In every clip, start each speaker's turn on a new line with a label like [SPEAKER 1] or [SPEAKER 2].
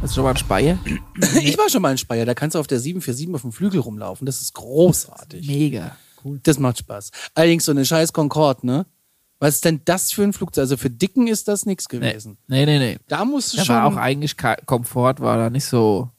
[SPEAKER 1] Hast du schon mal einen Speyer?
[SPEAKER 2] Ich war schon mal in Speyer, da kannst du auf der 747 auf dem Flügel rumlaufen. Das ist großartig.
[SPEAKER 1] Mega.
[SPEAKER 2] Das macht Spaß. Allerdings so eine scheiß Concorde, ne? Was ist denn das für ein Flugzeug? Also für Dicken ist das nichts
[SPEAKER 1] Nee,
[SPEAKER 2] gewesen.
[SPEAKER 1] nee, nee. nee.
[SPEAKER 2] Da musst du
[SPEAKER 1] Da
[SPEAKER 2] schon.
[SPEAKER 1] war auch eigentlich Ka Komfort, war da nicht so,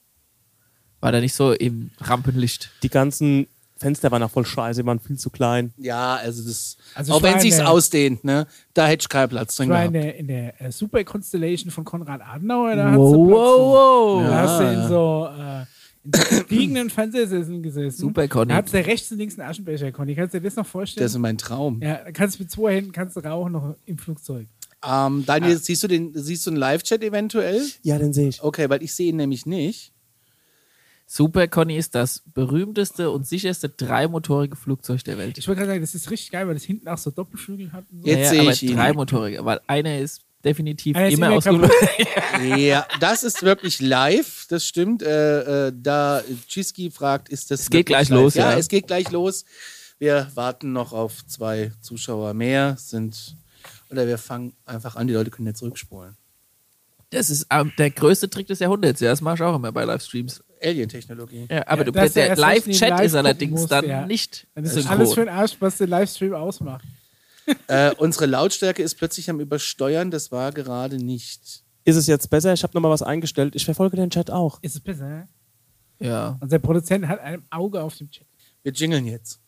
[SPEAKER 1] war da nicht so im Rampenlicht.
[SPEAKER 3] Die ganzen Fenster waren auch voll scheiße, die waren viel zu klein.
[SPEAKER 2] ja, also das.
[SPEAKER 4] Also
[SPEAKER 2] auch
[SPEAKER 4] ich
[SPEAKER 2] wenn
[SPEAKER 4] war
[SPEAKER 2] sich's
[SPEAKER 4] in der-
[SPEAKER 2] ausdehnt, ne? Da hätte ich keinen Platz drin
[SPEAKER 4] Ich war
[SPEAKER 2] gehabt.
[SPEAKER 4] in der, in der äh, Super Constellation von Konrad Adenauer. Da hast du plötzlich-
[SPEAKER 1] Wow, wow,
[SPEAKER 4] Da
[SPEAKER 1] wow.
[SPEAKER 4] hast du
[SPEAKER 2] ja.
[SPEAKER 4] in so, äh, in so fliegenden Fernsehsesseln gesessen.
[SPEAKER 1] Super, Conny.
[SPEAKER 4] Da hattest du rechts und links einen Aschenbecher, Conny. Kannst du dir das noch vorstellen?
[SPEAKER 2] Das ist mein Traum.
[SPEAKER 4] ja, da kannst du mit zwei Händen kannst du rauchen noch im Flugzeug.
[SPEAKER 2] Ähm, Daniel, siehst du den, siehst du einen Live-Chat eventuell?
[SPEAKER 3] Ja, den sehe ich.
[SPEAKER 2] Okay, weil ich sehe ihn nämlich nicht.
[SPEAKER 1] Super Conny ist das berühmteste und sicherste dreimotorige Flugzeug der Welt.
[SPEAKER 4] Ich wollte gerade sagen, das ist richtig geil, weil das hinten auch so Doppelflügel hat. Und so.
[SPEAKER 2] Jetzt sehe ich ihn.
[SPEAKER 1] Dreimotorige, weil einer ist definitiv
[SPEAKER 4] Einer ist
[SPEAKER 1] immer
[SPEAKER 4] immer
[SPEAKER 1] ausgelöst.
[SPEAKER 2] Ja, das ist wirklich live, das stimmt. Äh, äh, da Chiski fragt, ist das.
[SPEAKER 1] Es geht
[SPEAKER 2] wirklich
[SPEAKER 1] gleich los,
[SPEAKER 2] ja.
[SPEAKER 1] ja.
[SPEAKER 2] es geht gleich los. Wir warten noch auf zwei Zuschauer mehr, sind. Oder wir fangen einfach an, die Leute können jetzt zurückspulen.
[SPEAKER 1] Das ist ähm, der größte Trick des Jahrhunderts. Ja, das mache ich auch immer bei Livestreams.
[SPEAKER 2] Alien-Technologie.
[SPEAKER 1] Ja, aber
[SPEAKER 4] Ja,
[SPEAKER 1] du,
[SPEAKER 4] dass du
[SPEAKER 1] der
[SPEAKER 4] erst recht
[SPEAKER 1] Live-Chat
[SPEAKER 4] live
[SPEAKER 1] ist
[SPEAKER 4] gucken
[SPEAKER 1] allerdings
[SPEAKER 4] musst,
[SPEAKER 1] dann
[SPEAKER 4] ja.
[SPEAKER 1] nicht
[SPEAKER 4] Dann ist
[SPEAKER 1] synchron.
[SPEAKER 4] alles für den Arsch, was der Livestream ausmacht.
[SPEAKER 2] Äh, unsere Lautstärke ist plötzlich am Übersteuern, das war gerade nicht.
[SPEAKER 3] Ist es jetzt besser? Ich habe nochmal was eingestellt. Ich verfolge den Chat auch.
[SPEAKER 4] Ist es besser? ne?
[SPEAKER 1] ja.
[SPEAKER 4] Unser Produzent hat ein Auge auf dem Chat.
[SPEAKER 2] Wir jingeln jetzt.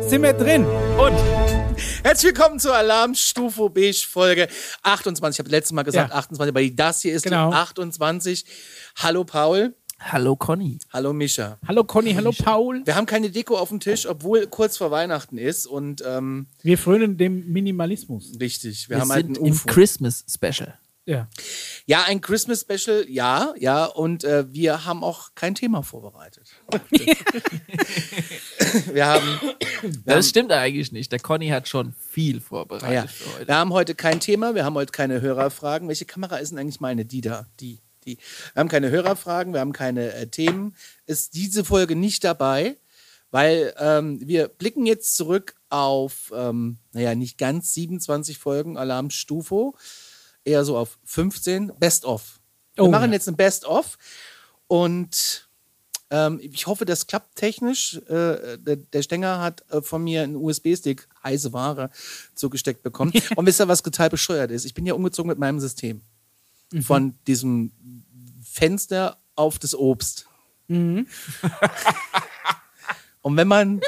[SPEAKER 4] Sind wir drin?
[SPEAKER 2] Herzlich willkommen zur Alarmstufe Beige Folge 28. Ich habe letztes Mal gesagt
[SPEAKER 4] Ja.
[SPEAKER 2] 28, aber das hier ist
[SPEAKER 4] Genau.
[SPEAKER 2] die 28. Hallo Paul,
[SPEAKER 1] Hallo Conny.
[SPEAKER 2] hallo Mischa.
[SPEAKER 4] Hallo Conny, hallo Paul.
[SPEAKER 2] Wir haben keine Deko auf dem Tisch, obwohl kurz vor Weihnachten ist und ähm,
[SPEAKER 4] Wir frönen dem Minimalismus.
[SPEAKER 2] richtig, wir,
[SPEAKER 1] Wir,
[SPEAKER 2] haben halt ein
[SPEAKER 1] sind im
[SPEAKER 2] UFO.
[SPEAKER 1] Christmas Special.
[SPEAKER 4] Ja.
[SPEAKER 2] ja, ein Christmas Special, ja, ja und äh, wir haben auch kein Thema vorbereitet. wir haben
[SPEAKER 4] Ähm,
[SPEAKER 1] Das stimmt eigentlich nicht. Der Conny hat schon viel
[SPEAKER 4] Ah
[SPEAKER 1] vorbereitet
[SPEAKER 2] Ah Ja.
[SPEAKER 1] für heute.
[SPEAKER 2] Wir haben heute kein Thema, wir haben heute keine Hörerfragen. Welche Kamera ist denn eigentlich meine? Die da, die, die. Wir haben keine Hörerfragen, wir haben keine äh, Themen. Ist diese Folge nicht dabei, weil ähm, wir blicken jetzt zurück auf, ähm, naja, nicht ganz 27 Folgen Alarm Stufo, eher so auf 15, Best of. Wir
[SPEAKER 4] Oh,
[SPEAKER 2] machen
[SPEAKER 4] ja.
[SPEAKER 2] jetzt ein Best of und ähm, ich hoffe, das klappt technisch. Äh, der, der Stenger hat äh, von mir einen USB-Stick, heiße Ware, zugesteckt bekommen. Und wisst ihr, was total bescheuert ist? Ich bin ja umgezogen mit meinem System.
[SPEAKER 4] Mhm.
[SPEAKER 2] Von diesem Fenster auf das Obst.
[SPEAKER 4] Mhm.
[SPEAKER 2] Und wenn man,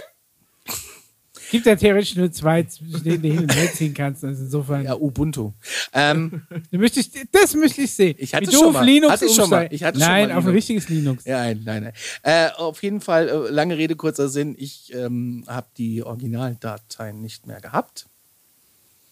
[SPEAKER 4] Gibt ja theoretisch nur zwei, zwischen denen du hin und her ziehen kannst. Also insofern.
[SPEAKER 2] ja, Ubuntu. Ähm,
[SPEAKER 4] Da möchte ich, das möchte ich sehen.
[SPEAKER 2] Ich hatte
[SPEAKER 4] Wie
[SPEAKER 2] es
[SPEAKER 4] du
[SPEAKER 2] schon
[SPEAKER 4] auf
[SPEAKER 2] mal.
[SPEAKER 4] Linux
[SPEAKER 2] Hatte ich schon mal.
[SPEAKER 4] umsteigst.
[SPEAKER 2] Ich hatte schon
[SPEAKER 4] Nein,
[SPEAKER 2] mal
[SPEAKER 4] auf ein
[SPEAKER 2] Linux.
[SPEAKER 4] richtiges Linux.
[SPEAKER 2] ja, nein, nein. nein. Äh, auf jeden Fall, äh, lange Rede, kurzer Sinn. Ich ähm, habe die Originaldateien nicht mehr gehabt.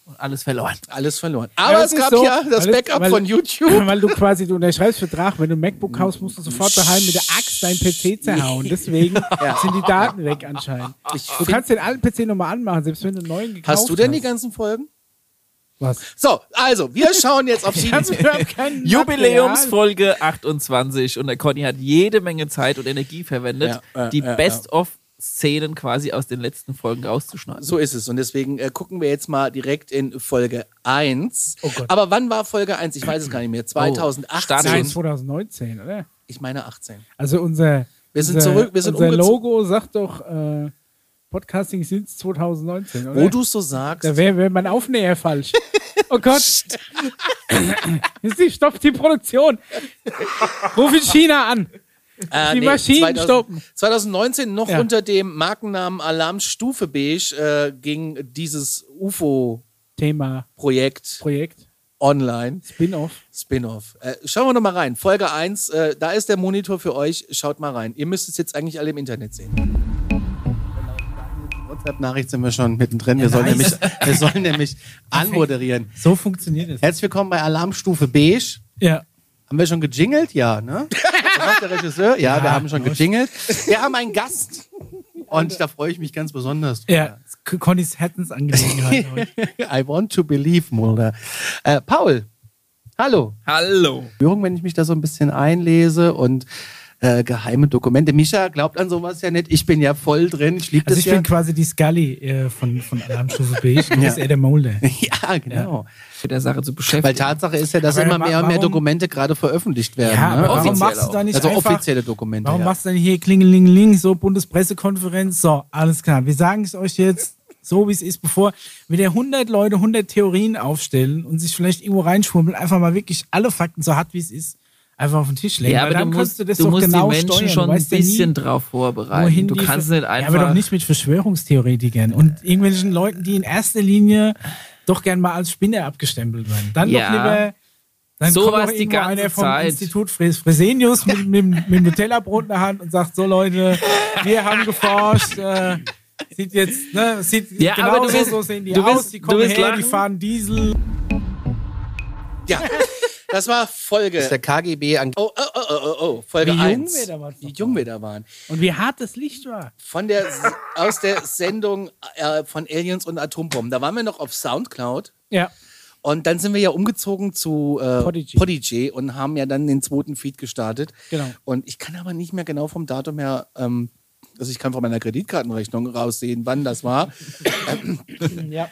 [SPEAKER 1] Und alles verloren.
[SPEAKER 2] Alles verloren.
[SPEAKER 4] Ja,
[SPEAKER 2] Aber
[SPEAKER 4] das
[SPEAKER 2] es
[SPEAKER 4] ist
[SPEAKER 2] gab
[SPEAKER 4] so,
[SPEAKER 2] ja das
[SPEAKER 4] weil es-
[SPEAKER 2] Backup
[SPEAKER 4] weil-
[SPEAKER 2] von YouTube. Mhm.
[SPEAKER 4] Weil du quasi, du unterschreibst Vertrag, wenn du ein MacBook kaufst, musst du sofort daheim mit der Axt deinen PC zerhauen. Deswegen sind die Daten weg anscheinend.
[SPEAKER 2] Ich
[SPEAKER 4] Du
[SPEAKER 2] find-
[SPEAKER 4] kannst den alten PC nochmal anmachen, selbst wenn du einen neuen gekauft hast.
[SPEAKER 2] Hast du denn die ganzen Folgen?
[SPEAKER 4] Was?
[SPEAKER 2] So, also, wir schauen jetzt auf die.
[SPEAKER 4] Kannst du überhaupt kein Material?
[SPEAKER 1] Jubiläumsfolge 28 und der Conny hat jede Menge Zeit und Energie verwendet,
[SPEAKER 2] Ja, äh,
[SPEAKER 1] die
[SPEAKER 2] ja, ja.
[SPEAKER 1] Best-of-Szenen quasi aus den letzten Folgen rauszuschneiden.
[SPEAKER 2] So ist es. Und deswegen äh, gucken wir jetzt mal direkt in Folge 1.
[SPEAKER 4] Oh Gott. Oh,
[SPEAKER 2] Aber wann war Folge 1? Ich weiß es gar nicht mehr. 2018.
[SPEAKER 4] Nein,
[SPEAKER 1] Startschuss.
[SPEAKER 4] 2019, oder?
[SPEAKER 2] Ich meine 18.
[SPEAKER 4] Also unser,
[SPEAKER 2] Wir sind
[SPEAKER 4] unser,
[SPEAKER 2] zurück, wir sind
[SPEAKER 4] unser
[SPEAKER 2] umgezogen.
[SPEAKER 4] Logo sagt doch äh, Podcasting sind 2019, oder?
[SPEAKER 2] Wo du es so sagst.
[SPEAKER 4] Da wäre wär mein Aufnäher falsch. Oh Gott. Jetzt die- stoppt die Produktion. Ruf in China an.
[SPEAKER 2] Äh,
[SPEAKER 4] die Maschinen stoppen.
[SPEAKER 2] 2019 noch
[SPEAKER 4] Ja.
[SPEAKER 2] unter dem Markennamen Alarmstufe Beige äh, ging dieses UFO-Projekt
[SPEAKER 4] Thema, Projekt,
[SPEAKER 2] online.
[SPEAKER 4] Spin-off.
[SPEAKER 2] Spin-off. Äh, schauen wir noch mal rein. Folge 1, äh, da ist der Monitor für euch. Schaut mal rein. Ihr müsst es jetzt eigentlich alle im Internet sehen. Genau, WhatsApp-Nachricht sind wir schon mittendrin. Wir sollen nämlich, wir sollen nämlich anmoderieren.
[SPEAKER 4] So funktioniert es.
[SPEAKER 2] Herzlich willkommen bei Alarmstufe Beige.
[SPEAKER 4] Ja.
[SPEAKER 2] Haben wir schon gejingelt? Ja, ne? Was sagt der Regisseur? Ja, wir haben schon gejingelt. Wir haben einen Gast. Und da freue ich mich ganz besonders.
[SPEAKER 4] Ja. genau. K- Connys Herzensangelegenheit heute.
[SPEAKER 2] I want to believe, Mulder. Äh, Paul, hallo.
[SPEAKER 1] Hallo.
[SPEAKER 2] Führung, wenn ich mich da so ein bisschen einlese und äh, geheime Dokumente. Micha glaubt an sowas ja nicht. Ich bin ja voll drin. Ich liebe
[SPEAKER 4] Also
[SPEAKER 2] das
[SPEAKER 4] ich
[SPEAKER 2] ja.
[SPEAKER 4] bin quasi die Scully äh, von, von Alarmstufe B. Ich bin ja. eher der Mulder.
[SPEAKER 2] ja, genau.
[SPEAKER 1] Mit der Sache zu
[SPEAKER 2] Weil
[SPEAKER 1] beschäftigen.
[SPEAKER 2] Tatsache ist ja, dass
[SPEAKER 4] Aber
[SPEAKER 2] immer
[SPEAKER 4] wa-
[SPEAKER 2] mehr und mehr
[SPEAKER 4] warum-
[SPEAKER 2] Dokumente gerade veröffentlicht werden.
[SPEAKER 4] Ja, aber
[SPEAKER 2] ne?
[SPEAKER 4] warum
[SPEAKER 1] offiziell
[SPEAKER 4] machst du
[SPEAKER 1] auch.
[SPEAKER 4] da nicht
[SPEAKER 2] also
[SPEAKER 4] einfach...
[SPEAKER 2] offizielle Dokumente.
[SPEAKER 4] Warum
[SPEAKER 2] ja.
[SPEAKER 4] machst du denn hier Klingelingeling, so Bundespressekonferenz? So, alles klar. Wir sagen es euch jetzt so, wie es ist, bevor wieder 100 Leute 100 Theorien aufstellen und sich vielleicht irgendwo reinschwumbeln, einfach mal wirklich alle Fakten so hart, wie es ist, einfach auf den Tisch legen.
[SPEAKER 1] ja, aber
[SPEAKER 4] Weil
[SPEAKER 1] du
[SPEAKER 4] dann
[SPEAKER 1] musst,
[SPEAKER 4] kannst du das
[SPEAKER 1] du
[SPEAKER 4] doch
[SPEAKER 1] musst
[SPEAKER 4] genau
[SPEAKER 1] die Menschen
[SPEAKER 4] steuern.
[SPEAKER 1] schon
[SPEAKER 4] du
[SPEAKER 1] ein
[SPEAKER 4] weißt ja
[SPEAKER 1] bisschen
[SPEAKER 4] nie,
[SPEAKER 1] drauf vorbereiten.
[SPEAKER 4] wohin
[SPEAKER 1] Du
[SPEAKER 4] die
[SPEAKER 1] kannst
[SPEAKER 4] Ver-
[SPEAKER 1] nicht einfach. Äh.
[SPEAKER 4] Ja, aber doch nicht mit Verschwörungstheoretikern und irgendwelchen Leuten, die in erster Linie doch gern mal als Spinner abgestempelt werden. Dann
[SPEAKER 1] Ja.
[SPEAKER 4] doch lieber. Dann
[SPEAKER 1] So
[SPEAKER 4] kommt doch
[SPEAKER 1] was die
[SPEAKER 4] irgendwo
[SPEAKER 1] ganze
[SPEAKER 4] einer vom
[SPEAKER 1] Zeit.
[SPEAKER 4] Institut Fres Fresenius mit, mit, mit dem Nutella-Brot in der Hand und sagt: So, Leute, wir haben geforscht. Äh, sieht jetzt, ne, sieht
[SPEAKER 1] Ja,
[SPEAKER 4] genau
[SPEAKER 1] aber du wirst-
[SPEAKER 4] so sehen die
[SPEAKER 1] du
[SPEAKER 4] aus.
[SPEAKER 1] wirst-
[SPEAKER 4] die
[SPEAKER 1] du
[SPEAKER 4] kommen
[SPEAKER 1] wirst
[SPEAKER 4] her, die
[SPEAKER 1] lachen.
[SPEAKER 4] fahren Diesel.
[SPEAKER 2] Ja, das war Folge.
[SPEAKER 5] der KGB an
[SPEAKER 2] oh, oh, oh, oh, oh, oh, Folge
[SPEAKER 4] Wie jung
[SPEAKER 2] 1.
[SPEAKER 4] wir damals
[SPEAKER 2] Wie
[SPEAKER 4] noch
[SPEAKER 2] jung wir da waren.
[SPEAKER 4] Und wie hart das Licht war.
[SPEAKER 2] Von der, aus der Sendung äh, von Aliens und Atombomben. Da waren wir noch auf Soundcloud.
[SPEAKER 4] Ja.
[SPEAKER 2] Und dann sind wir ja umgezogen zu äh,
[SPEAKER 4] Podigy.
[SPEAKER 2] Podigy und haben ja dann den zweiten Feed gestartet.
[SPEAKER 4] Genau.
[SPEAKER 2] Und ich kann aber nicht mehr genau vom Datum her, ähm, also ich kann von meiner Kreditkartenrechnung raussehen, wann das war.
[SPEAKER 4] ja.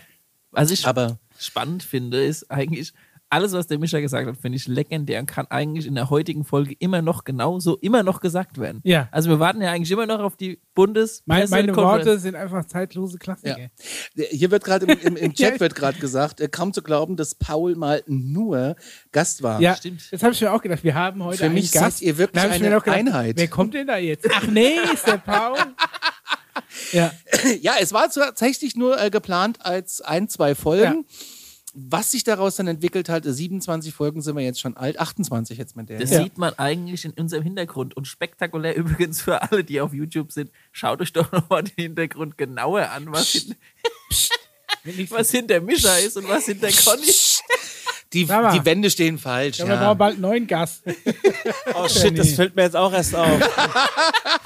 [SPEAKER 1] Was ich
[SPEAKER 2] Aber-
[SPEAKER 1] spannend finde, ist eigentlich, alles, was der Mischa gesagt hat, finde ich legendär und kann eigentlich in der heutigen Folge immer noch genauso immer noch gesagt werden.
[SPEAKER 4] Ja.
[SPEAKER 1] Also wir warten ja eigentlich immer noch auf die bundes
[SPEAKER 4] Meine, meine
[SPEAKER 1] Pressekonferenz.
[SPEAKER 4] Worte sind einfach zeitlose Klassiker.
[SPEAKER 2] Ja. Hier wird gerade im, im, im Chat wird gerade gesagt, äh, kaum zu glauben, dass Paul mal nur Gast war.
[SPEAKER 4] Ja,
[SPEAKER 1] Stimmt.
[SPEAKER 4] Das habe ich mir auch gedacht. Wir haben heute
[SPEAKER 2] Für
[SPEAKER 4] einen
[SPEAKER 2] mich seid
[SPEAKER 4] Gast.
[SPEAKER 2] ihr wirklich
[SPEAKER 4] Da hab ich mir
[SPEAKER 2] eine
[SPEAKER 4] doch gedacht,
[SPEAKER 2] Einheit.
[SPEAKER 4] Wer kommt denn da jetzt? Ach nee, ist der Paul. ja,
[SPEAKER 2] Ja, es war tatsächlich nur äh, geplant als ein, zwei Folgen. Was sich daraus dann entwickelt hat, 27 Folgen sind wir jetzt schon alt, 28 jetzt mit der.
[SPEAKER 1] Das sieht man eigentlich in unserem Hintergrund. Und spektakulär übrigens für alle, die auf YouTube sind, schaut euch doch nochmal den Hintergrund genauer an, was, hin, was hinter Mischa ist und was hinter Conny.
[SPEAKER 2] Die,
[SPEAKER 4] Sag mal.
[SPEAKER 2] die Wände stehen falsch.
[SPEAKER 4] aber wir brauchen bald einen neuen Gast.
[SPEAKER 3] Oh shit, das fällt mir jetzt auch erst auf.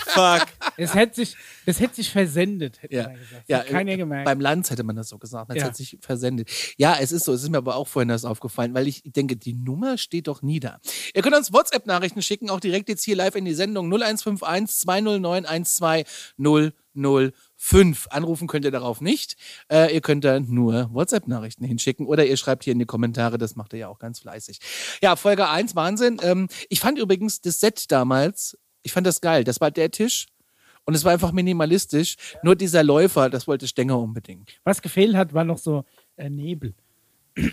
[SPEAKER 3] Fuck.
[SPEAKER 4] Es hätte sich, das hätte sich versendet, hätte
[SPEAKER 2] Ja,
[SPEAKER 4] man gesagt.
[SPEAKER 2] ja
[SPEAKER 4] Ja, Keiner
[SPEAKER 2] äh,
[SPEAKER 4] gemerkt.
[SPEAKER 2] beim Lanz hätte man das so gesagt. Das
[SPEAKER 4] Ja.
[SPEAKER 2] hat sich versendet. Ja, es ist so. Es ist mir aber auch vorhin das aufgefallen, weil ich denke, die Nummer steht doch nie da. Ihr könnt uns WhatsApp-Nachrichten schicken, auch direkt jetzt hier live in die Sendung 0151 209 12005. Anrufen könnt ihr darauf nicht. Äh, ihr könnt da nur WhatsApp-Nachrichten hinschicken oder ihr schreibt hier in die Kommentare. Das macht ihr ja auch ganz fleißig. Ja, Folge 1, Wahnsinn. Ähm, ich fand übrigens das Set damals, ich fand das geil. Das war der Tisch. Und es war einfach minimalistisch. Nur dieser Läufer, das wollte Stenger unbedingt.
[SPEAKER 4] Was gefehlt hat, war noch so äh, Nebel.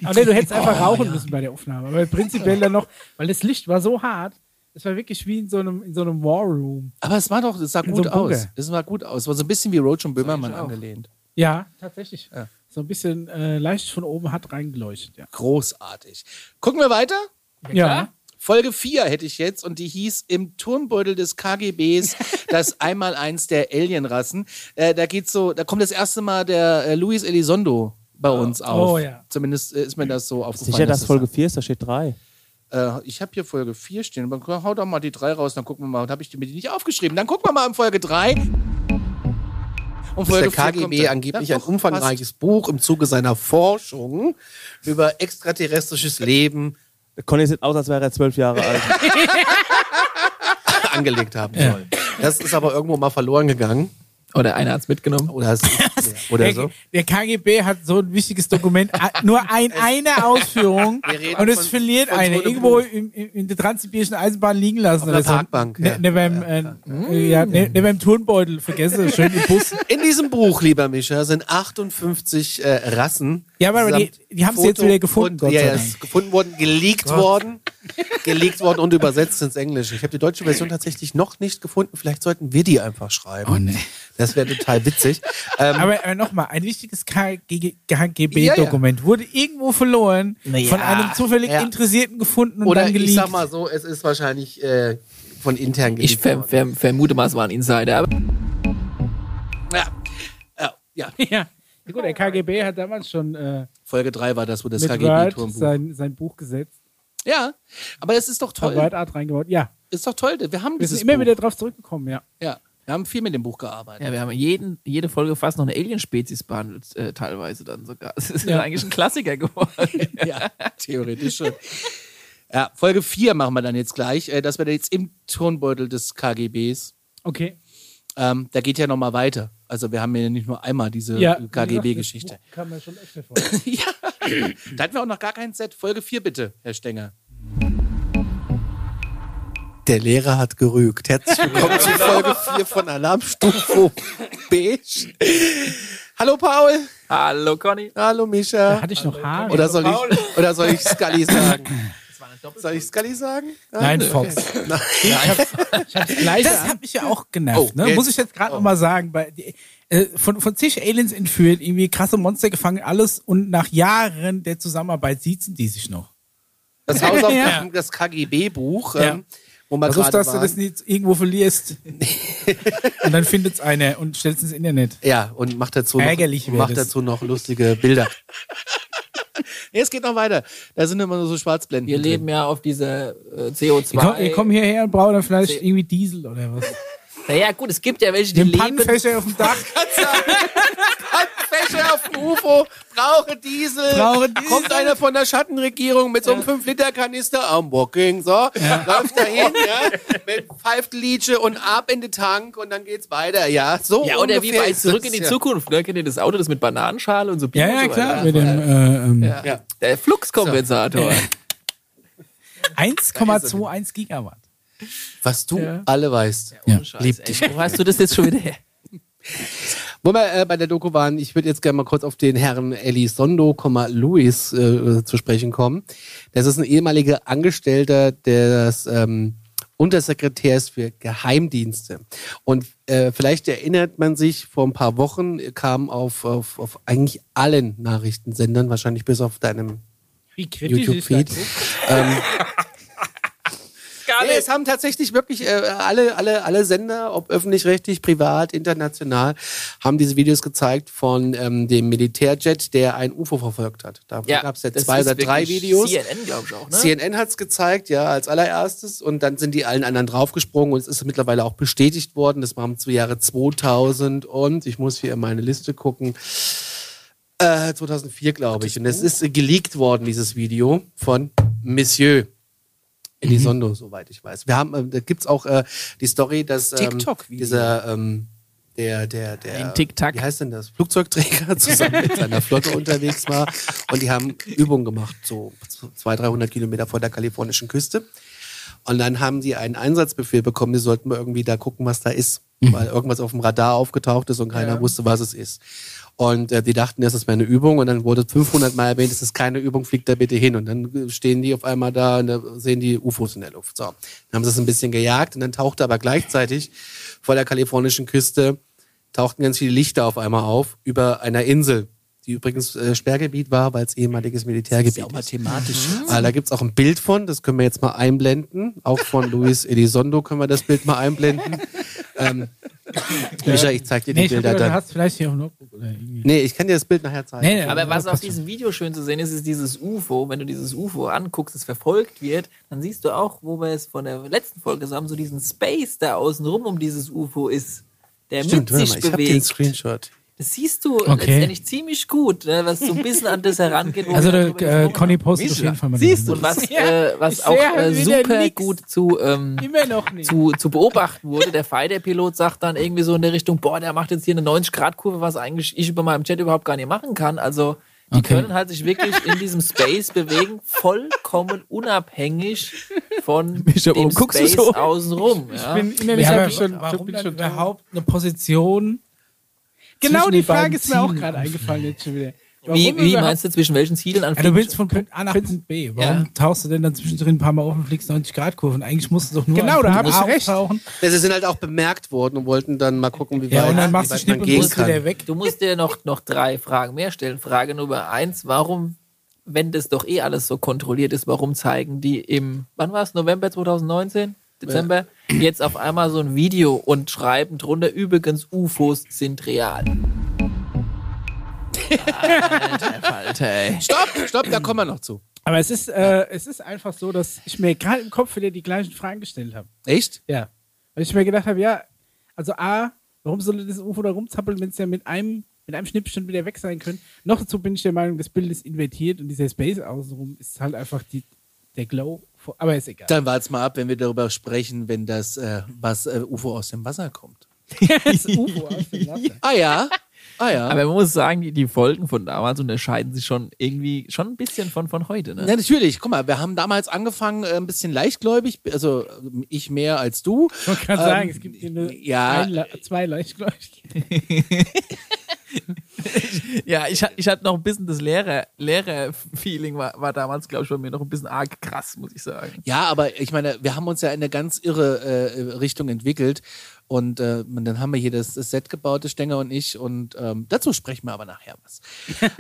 [SPEAKER 4] Aber nee, du hättest einfach
[SPEAKER 2] Oh,
[SPEAKER 4] rauchen müssen bei der Aufnahme. Aber prinzipiell dann noch, weil das Licht war so hart, es war wirklich wie in so einem, in so einem War Room.
[SPEAKER 2] Aber es war doch, es sah gut
[SPEAKER 4] einem Bunker.
[SPEAKER 2] aus. Es sah gut aus. War so ein bisschen wie Roach und Böhmermann angelehnt.
[SPEAKER 4] Ja, tatsächlich. So ein bisschen äh, leicht von oben hat reingeleuchtet. Ja.
[SPEAKER 2] Großartig. Gucken wir weiter.
[SPEAKER 4] ja.
[SPEAKER 2] Folge 4 hätte ich jetzt und die hieß Im Turmbeutel des KGBs das Einmaleins der Alienrassen. Äh, da geht's so, da kommt das erste Mal der äh, Luis Elizondo bei uns auf.
[SPEAKER 4] Oh, ja.
[SPEAKER 2] Zumindest äh, ist mir das so aufgefallen.
[SPEAKER 3] Sicher, dass
[SPEAKER 2] das
[SPEAKER 3] Folge 4 ist, da steht 3.
[SPEAKER 2] äh, ich habe hier Folge 4 stehen. Aber Hau doch mal die 3 raus, dann gucken wir mal. Und habe ich die mir die nicht aufgeschrieben. Dann gucken wir mal in Folge 3. Und
[SPEAKER 5] ist der
[SPEAKER 2] vier kommt
[SPEAKER 5] KGB
[SPEAKER 2] dann.
[SPEAKER 5] angeblich
[SPEAKER 2] Ja,
[SPEAKER 5] ein
[SPEAKER 2] doch,
[SPEAKER 5] umfangreiches Buch im Zuge seiner Forschung über extraterrestrisches Leben
[SPEAKER 3] Conny sieht aus, als wäre er zwölf Jahre alt.
[SPEAKER 5] angelegt haben soll. Das ist aber irgendwo mal verloren gegangen.
[SPEAKER 1] Oder einer hat es mitgenommen.
[SPEAKER 5] Oder, es- oder so.
[SPEAKER 4] Der, der KGB hat so ein wichtiges Dokument, a- nur ein, eine Ausführung
[SPEAKER 5] reden
[SPEAKER 4] und es
[SPEAKER 5] von-
[SPEAKER 4] verliert
[SPEAKER 5] von
[SPEAKER 4] einer.
[SPEAKER 5] Tode
[SPEAKER 4] Irgendwo
[SPEAKER 5] Buch.
[SPEAKER 4] im, im, in der transsibirischen Eisenbahn liegen lassen.
[SPEAKER 5] der
[SPEAKER 4] oder so.
[SPEAKER 5] Parkbank,
[SPEAKER 4] Ne,
[SPEAKER 5] ja.
[SPEAKER 4] ne, beim, äh, ja, ne, ne, beim Turnbeutel, vergesse, schön im Bus.
[SPEAKER 5] In diesem Buch, lieber Mischa, sind 58 äh, Rassen.
[SPEAKER 4] Ja, aber die-
[SPEAKER 5] samt
[SPEAKER 4] die haben sie jetzt
[SPEAKER 5] Foto
[SPEAKER 4] wieder gefunden,
[SPEAKER 5] Und,
[SPEAKER 4] Gott
[SPEAKER 5] ja,
[SPEAKER 4] sei
[SPEAKER 5] ja,
[SPEAKER 4] Dank.
[SPEAKER 5] es gefunden worden, geleakt worden. Geleakt worden und übersetzt ins Englische. Ich habe die deutsche Version tatsächlich noch nicht gefunden. Vielleicht sollten wir die einfach schreiben. Oh, nee. Das wäre total witzig. Ähm,
[SPEAKER 4] Aber, aber nochmal, ein wichtiges KGB-Dokument wurde irgendwo verloren, von einem zufällig
[SPEAKER 5] ja.
[SPEAKER 4] Interessierten gefunden und
[SPEAKER 5] oder
[SPEAKER 4] dann
[SPEAKER 5] ich
[SPEAKER 4] geleakt.
[SPEAKER 5] sag mal so, es ist wahrscheinlich äh, von intern
[SPEAKER 1] Ich
[SPEAKER 5] geleakt
[SPEAKER 1] ver
[SPEAKER 5] worden.
[SPEAKER 1] ver vermute mal, es war ein Insider. Aber
[SPEAKER 2] Ja. Ja, ja.
[SPEAKER 4] ja. ja, gut, der KGB hat damals schon äh,
[SPEAKER 2] Folge 3 war das, wo das
[SPEAKER 4] mit Word
[SPEAKER 2] KGB-Turmbuch.
[SPEAKER 4] sein, sein Buch gesetzt,
[SPEAKER 2] Ja, aber das ist doch
[SPEAKER 4] hat
[SPEAKER 2] toll.
[SPEAKER 4] Word Art reingebaut. Ja,
[SPEAKER 2] Ist doch toll. Wir haben
[SPEAKER 4] wir
[SPEAKER 2] dieses
[SPEAKER 4] sind immer
[SPEAKER 2] Buch.
[SPEAKER 4] wieder drauf zurückgekommen, ja.
[SPEAKER 2] Ja. Wir haben viel mit dem Buch gearbeitet.
[SPEAKER 1] Ja, wir haben jeden, jede Folge fast noch eine Alien-Spezies behandelt, äh, teilweise dann sogar. Es ist ja. eigentlich ein Klassiker geworden.
[SPEAKER 2] Ja, theoretisch schon. Ja, Folge 4 machen wir dann jetzt gleich. Äh, das wäre jetzt im Turnbeutel des KGBs.
[SPEAKER 4] Okay.
[SPEAKER 2] Ähm, da geht ja nochmal weiter. Also wir haben ja nicht nur einmal
[SPEAKER 5] Äh,
[SPEAKER 2] diese
[SPEAKER 4] Ja, wie gesagt,
[SPEAKER 2] KGB-Geschichte.
[SPEAKER 4] Kam mir schon echt vor.
[SPEAKER 2] Ja. da hatten wir auch noch gar kein Set. Folge 4 bitte, Herr Stenger.
[SPEAKER 5] Der Lehrer hat gerügt. Herzlich willkommen zu Folge 4 von Alarmstufe Beige. Hallo Paul.
[SPEAKER 1] Hallo Conny.
[SPEAKER 5] Hallo Mischa.
[SPEAKER 4] Hatte ich noch Haare?
[SPEAKER 5] Oder soll ich, oder soll ich Scully sagen? Soll ich Scully sagen?
[SPEAKER 4] Nein, Fox. Gleich, das hat mich ja auch genervt.
[SPEAKER 5] Oh,
[SPEAKER 4] ne?
[SPEAKER 5] jetzt.
[SPEAKER 4] Muss ich jetzt gerade noch nochmal sagen. Weil die, äh, von, von zig Aliens entführt, irgendwie krasse Monster gefangen, alles. Und nach Jahren der Zusammenarbeit siezen die sich noch.
[SPEAKER 5] Das Haus auf
[SPEAKER 4] Ja.
[SPEAKER 5] das KGB-Buch,
[SPEAKER 4] Ja.
[SPEAKER 5] ähm, wo man
[SPEAKER 4] Versuch,
[SPEAKER 5] gerade
[SPEAKER 4] dass du
[SPEAKER 5] waren.
[SPEAKER 4] das nicht irgendwo verlierst. und dann findet es einer und stellt es ins Internet.
[SPEAKER 5] Ja, und macht dazu noch,
[SPEAKER 4] Ärgerlich wär
[SPEAKER 5] macht
[SPEAKER 4] das.
[SPEAKER 5] dazu noch lustige Bilder.
[SPEAKER 2] Nee, es geht noch weiter. Da sind immer nur so Schwarzblenden.
[SPEAKER 1] Wir
[SPEAKER 2] drin.
[SPEAKER 1] leben ja auf dieser äh,
[SPEAKER 4] Ihr kommt, ihr kommt
[SPEAKER 1] CO2.
[SPEAKER 4] hierher und braucht dann vielleicht irgendwie Diesel oder was.
[SPEAKER 1] Naja, gut, es gibt ja welche, die
[SPEAKER 4] Den
[SPEAKER 1] leben.
[SPEAKER 4] Pannenfächer auf dem Dach.
[SPEAKER 5] Fächer auf dem UFO, brauche Diesel.
[SPEAKER 4] Brauche Diesel.
[SPEAKER 5] Kommt einer von der Schattenregierung mit so einem 5-Liter-Kanister am Walking, so, läuft dahin, ja, mit Pfeiflidsche und ab in den Tank und dann geht's weiter, ja, so
[SPEAKER 1] Ja, oder wie
[SPEAKER 5] ungefähr
[SPEAKER 1] bei
[SPEAKER 5] ist
[SPEAKER 1] Zurück
[SPEAKER 5] das,
[SPEAKER 1] in die
[SPEAKER 5] ja.
[SPEAKER 1] Zukunft. Ne? Kennt ihr das Auto, das mit Bananenschale und so
[SPEAKER 4] Ja,
[SPEAKER 1] und
[SPEAKER 4] ja,
[SPEAKER 1] so
[SPEAKER 4] klar.
[SPEAKER 1] weiter?
[SPEAKER 4] Mit dem äh, ähm,
[SPEAKER 1] Der Fluxkompensator.
[SPEAKER 4] 1,21 Gigawatt.
[SPEAKER 5] Was du alle weißt.
[SPEAKER 4] Ja.
[SPEAKER 1] Scheiß,
[SPEAKER 5] Lieb
[SPEAKER 1] ey.
[SPEAKER 5] dich.
[SPEAKER 1] Wo hast du das jetzt schon wieder her?
[SPEAKER 5] Wo wir äh, bei der Doku waren, ich würde jetzt gerne mal kurz auf den Herrn Elizondo, Luis äh, zu sprechen kommen. Das ist ein ehemaliger Angestellter des ähm, Untersekretärs für Geheimdienste. Und äh, vielleicht erinnert man sich, vor ein paar Wochen kam auf, auf, auf eigentlich allen Nachrichtensendern, wahrscheinlich bis auf deinem
[SPEAKER 4] Wie
[SPEAKER 5] YouTube-Feed. Ähm, Nee, es haben tatsächlich wirklich äh, alle, alle, alle Sender, ob öffentlich-rechtlich, privat, international, haben diese Videos gezeigt von ähm, dem Militärjet, der ein UFO verfolgt hat. Davon gab es ja
[SPEAKER 1] das
[SPEAKER 5] zwei
[SPEAKER 1] ist
[SPEAKER 5] oder drei
[SPEAKER 1] wirklich
[SPEAKER 5] Videos.
[SPEAKER 1] CNN, glaube ich auch, ne?
[SPEAKER 5] CNN hat's gezeigt, ja, als allererstes. Und dann sind die allen anderen draufgesprungen und es ist mittlerweile auch bestätigt worden. Das war im Jahre 2000 und ich muss hier in meine Liste gucken. Äh, 2004, glaube ich. Und es ist äh, geleakt worden, dieses Video von Monsieur. Elizondo, soweit ich weiß. Wir haben, äh, da gibt's auch äh, die Story, dass ähm,
[SPEAKER 4] TikTok-Video.
[SPEAKER 5] dieser ähm, der, der, der,
[SPEAKER 1] Ein Tic-Tac.
[SPEAKER 5] wie heißt denn das? Flugzeugträger zusammen mit seiner Flotte unterwegs war. Und die haben Übungen gemacht, so 200, 300 Kilometer vor der kalifornischen Küste. Und dann haben die einen Einsatzbefehl bekommen, die sollten mal irgendwie da gucken, was da ist. Weil irgendwas auf dem Radar aufgetaucht ist und keiner wusste, was es ist. Und äh, die dachten erst, das wäre eine Übung und dann wurde 500 Mal erwähnt, es ist keine Übung, fliegt da bitte hin. Und dann äh, stehen die auf einmal da und da sehen die UFOs in der Luft. So, dann haben sie es ein bisschen gejagt und dann tauchte aber gleichzeitig vor der kalifornischen Küste tauchten ganz viele Lichter auf einmal auf über einer Insel, die übrigens äh, Sperrgebiet war, weil es ehemaliges Militärgebiet ist.
[SPEAKER 2] Mathematisch.
[SPEAKER 5] Ah, da gibt's auch ein Bild von, das können wir jetzt mal einblenden. Auch von Luis Elizondo können wir das Bild mal einblenden. ähm, Micha, ich zeig dir die
[SPEAKER 4] Nee, ich hab
[SPEAKER 5] Bilder
[SPEAKER 4] gedacht, du
[SPEAKER 5] dann.
[SPEAKER 4] hast vielleicht hier auch Notebook oder irgendwie.
[SPEAKER 5] Nee, ich kann dir das Bild nachher zeigen.
[SPEAKER 4] Nee, nee,
[SPEAKER 1] Aber was auf
[SPEAKER 4] passt schon.
[SPEAKER 1] diesem Video schön zu sehen ist, ist dieses UFO. Wenn du dieses UFO anguckst, es verfolgt wird, dann siehst du auch, wo wir es von der letzten Folge haben, so diesen Space da außen rum um dieses UFO ist, der mit
[SPEAKER 5] Stimmt, warte
[SPEAKER 1] sich
[SPEAKER 5] mal, ich habe den
[SPEAKER 1] bewegt.
[SPEAKER 5] Screenshot.
[SPEAKER 1] das siehst du
[SPEAKER 4] Okay.
[SPEAKER 1] letztendlich ziemlich gut, ne, was so ein bisschen an das herangeht. wo
[SPEAKER 4] Also,
[SPEAKER 1] wir
[SPEAKER 4] der,
[SPEAKER 1] darüber gesprochen
[SPEAKER 4] äh, Conny
[SPEAKER 1] haben.
[SPEAKER 4] postet auf jeden Fall mal
[SPEAKER 1] Siehst du,
[SPEAKER 4] den
[SPEAKER 1] was,
[SPEAKER 4] Link.
[SPEAKER 1] äh, was
[SPEAKER 4] ich
[SPEAKER 1] auch
[SPEAKER 4] sehe
[SPEAKER 1] äh,
[SPEAKER 4] wieder
[SPEAKER 1] super
[SPEAKER 4] nix.
[SPEAKER 1] gut zu, ähm,
[SPEAKER 4] Immer noch nicht.
[SPEAKER 1] zu, zu beobachten wurde. Der Fighter-Pilot sagt dann irgendwie so in der Richtung, boah, der macht jetzt hier eine 90-Grad-Kurve, was eigentlich ich über meinem Chat überhaupt gar nicht machen kann. Also die
[SPEAKER 4] Okay.
[SPEAKER 1] können halt sich wirklich in diesem Space bewegen, vollkommen unabhängig von dem
[SPEAKER 3] guckst du
[SPEAKER 1] Space
[SPEAKER 3] so?
[SPEAKER 1] außenrum. Ja.
[SPEAKER 3] bin innerlich
[SPEAKER 4] Ja,
[SPEAKER 3] hab
[SPEAKER 4] aber
[SPEAKER 3] ich schon,
[SPEAKER 4] warum
[SPEAKER 3] bin
[SPEAKER 4] dann
[SPEAKER 3] schon
[SPEAKER 4] überhaupt eine Position?
[SPEAKER 3] Genau
[SPEAKER 4] zwischen
[SPEAKER 3] die
[SPEAKER 4] den beiden
[SPEAKER 3] Frage ist mir auch
[SPEAKER 4] Zielen
[SPEAKER 3] gerade
[SPEAKER 4] aufnehmen?
[SPEAKER 3] eingefallen jetzt schon wieder.
[SPEAKER 1] Wie, wie meinst du, zwischen welchen Zielen an
[SPEAKER 4] Ja, du willst von Punkt A nach
[SPEAKER 3] Find's-
[SPEAKER 4] Punkt B. Warum
[SPEAKER 1] Ja.
[SPEAKER 4] tauchst du denn dann zwischendrin ein paar Mal auf und fliegst 90 Grad Kurven? Eigentlich musst du doch nur
[SPEAKER 3] Genau,
[SPEAKER 4] an
[SPEAKER 3] da
[SPEAKER 4] Punkt
[SPEAKER 3] hab ich
[SPEAKER 4] A
[SPEAKER 3] recht.
[SPEAKER 4] auftauchen.
[SPEAKER 5] Ja, Sie sind halt auch bemerkt worden und wollten dann mal gucken, wie
[SPEAKER 4] Ja,
[SPEAKER 5] weit,
[SPEAKER 4] und dann
[SPEAKER 5] wie
[SPEAKER 4] machst du
[SPEAKER 5] weit
[SPEAKER 4] Schnipp
[SPEAKER 5] man
[SPEAKER 4] und
[SPEAKER 5] gehen
[SPEAKER 4] musst
[SPEAKER 5] kann.
[SPEAKER 4] wieder weg.
[SPEAKER 1] Du musst dir noch, noch drei Fragen mehr stellen. Frage Nummer eins, warum, wenn das doch eh alles so kontrolliert ist, warum zeigen die im, wann war es, November 2019? Dezember? Jetzt auf einmal so ein Video und schreiben drunter, übrigens, UFOs sind real. Alter, Alter, ey.
[SPEAKER 2] Stopp, stopp, da kommen wir noch zu.
[SPEAKER 3] Aber es ist, äh, es ist einfach so, dass ich mir gerade im Kopf wieder die gleichen Fragen gestellt habe.
[SPEAKER 2] Echt?
[SPEAKER 3] Ja. Weil ich mir gedacht habe, ja,
[SPEAKER 4] Also A, warum soll das UFO da rumzappeln, wenn es ja mit einem, mit einem Schnipp schon wieder weg sein könnte? Noch dazu bin ich der Meinung, das Bild ist invertiert und dieser Space außenrum ist halt einfach die, der Glow. vor- Aber ist egal.
[SPEAKER 2] Dann wart's mal ab, wenn wir darüber sprechen, wenn das äh, was, äh, UFO aus dem Wasser kommt.
[SPEAKER 4] Das UFO aus dem Wasser.
[SPEAKER 2] Ah ja, ah ja.
[SPEAKER 1] Aber man muss sagen, die, die Folgen von damals unterscheiden sich schon irgendwie schon ein bisschen von, von heute. Ne?
[SPEAKER 2] Ja, natürlich. Guck mal, wir haben damals angefangen, äh, ein bisschen leichtgläubig, also ähm, ich mehr als du.
[SPEAKER 4] Man kann
[SPEAKER 2] Ähm,
[SPEAKER 4] sagen, es gibt hier eine,
[SPEAKER 2] ja.
[SPEAKER 4] ein Le- zwei Leichtgläubige.
[SPEAKER 1] Ja, ich, hat- ich hatte noch ein bisschen das Lehrer- Lehrer-Feeling, war, war damals, glaube ich, bei mir noch ein bisschen arg krass, muss ich sagen.
[SPEAKER 2] Ja, aber ich meine, wir haben uns ja in eine ganz irre äh, Richtung entwickelt. Und äh, dann haben wir hier das, das Set gebaut, das Stenger und ich. Und ähm, dazu sprechen wir aber nachher was.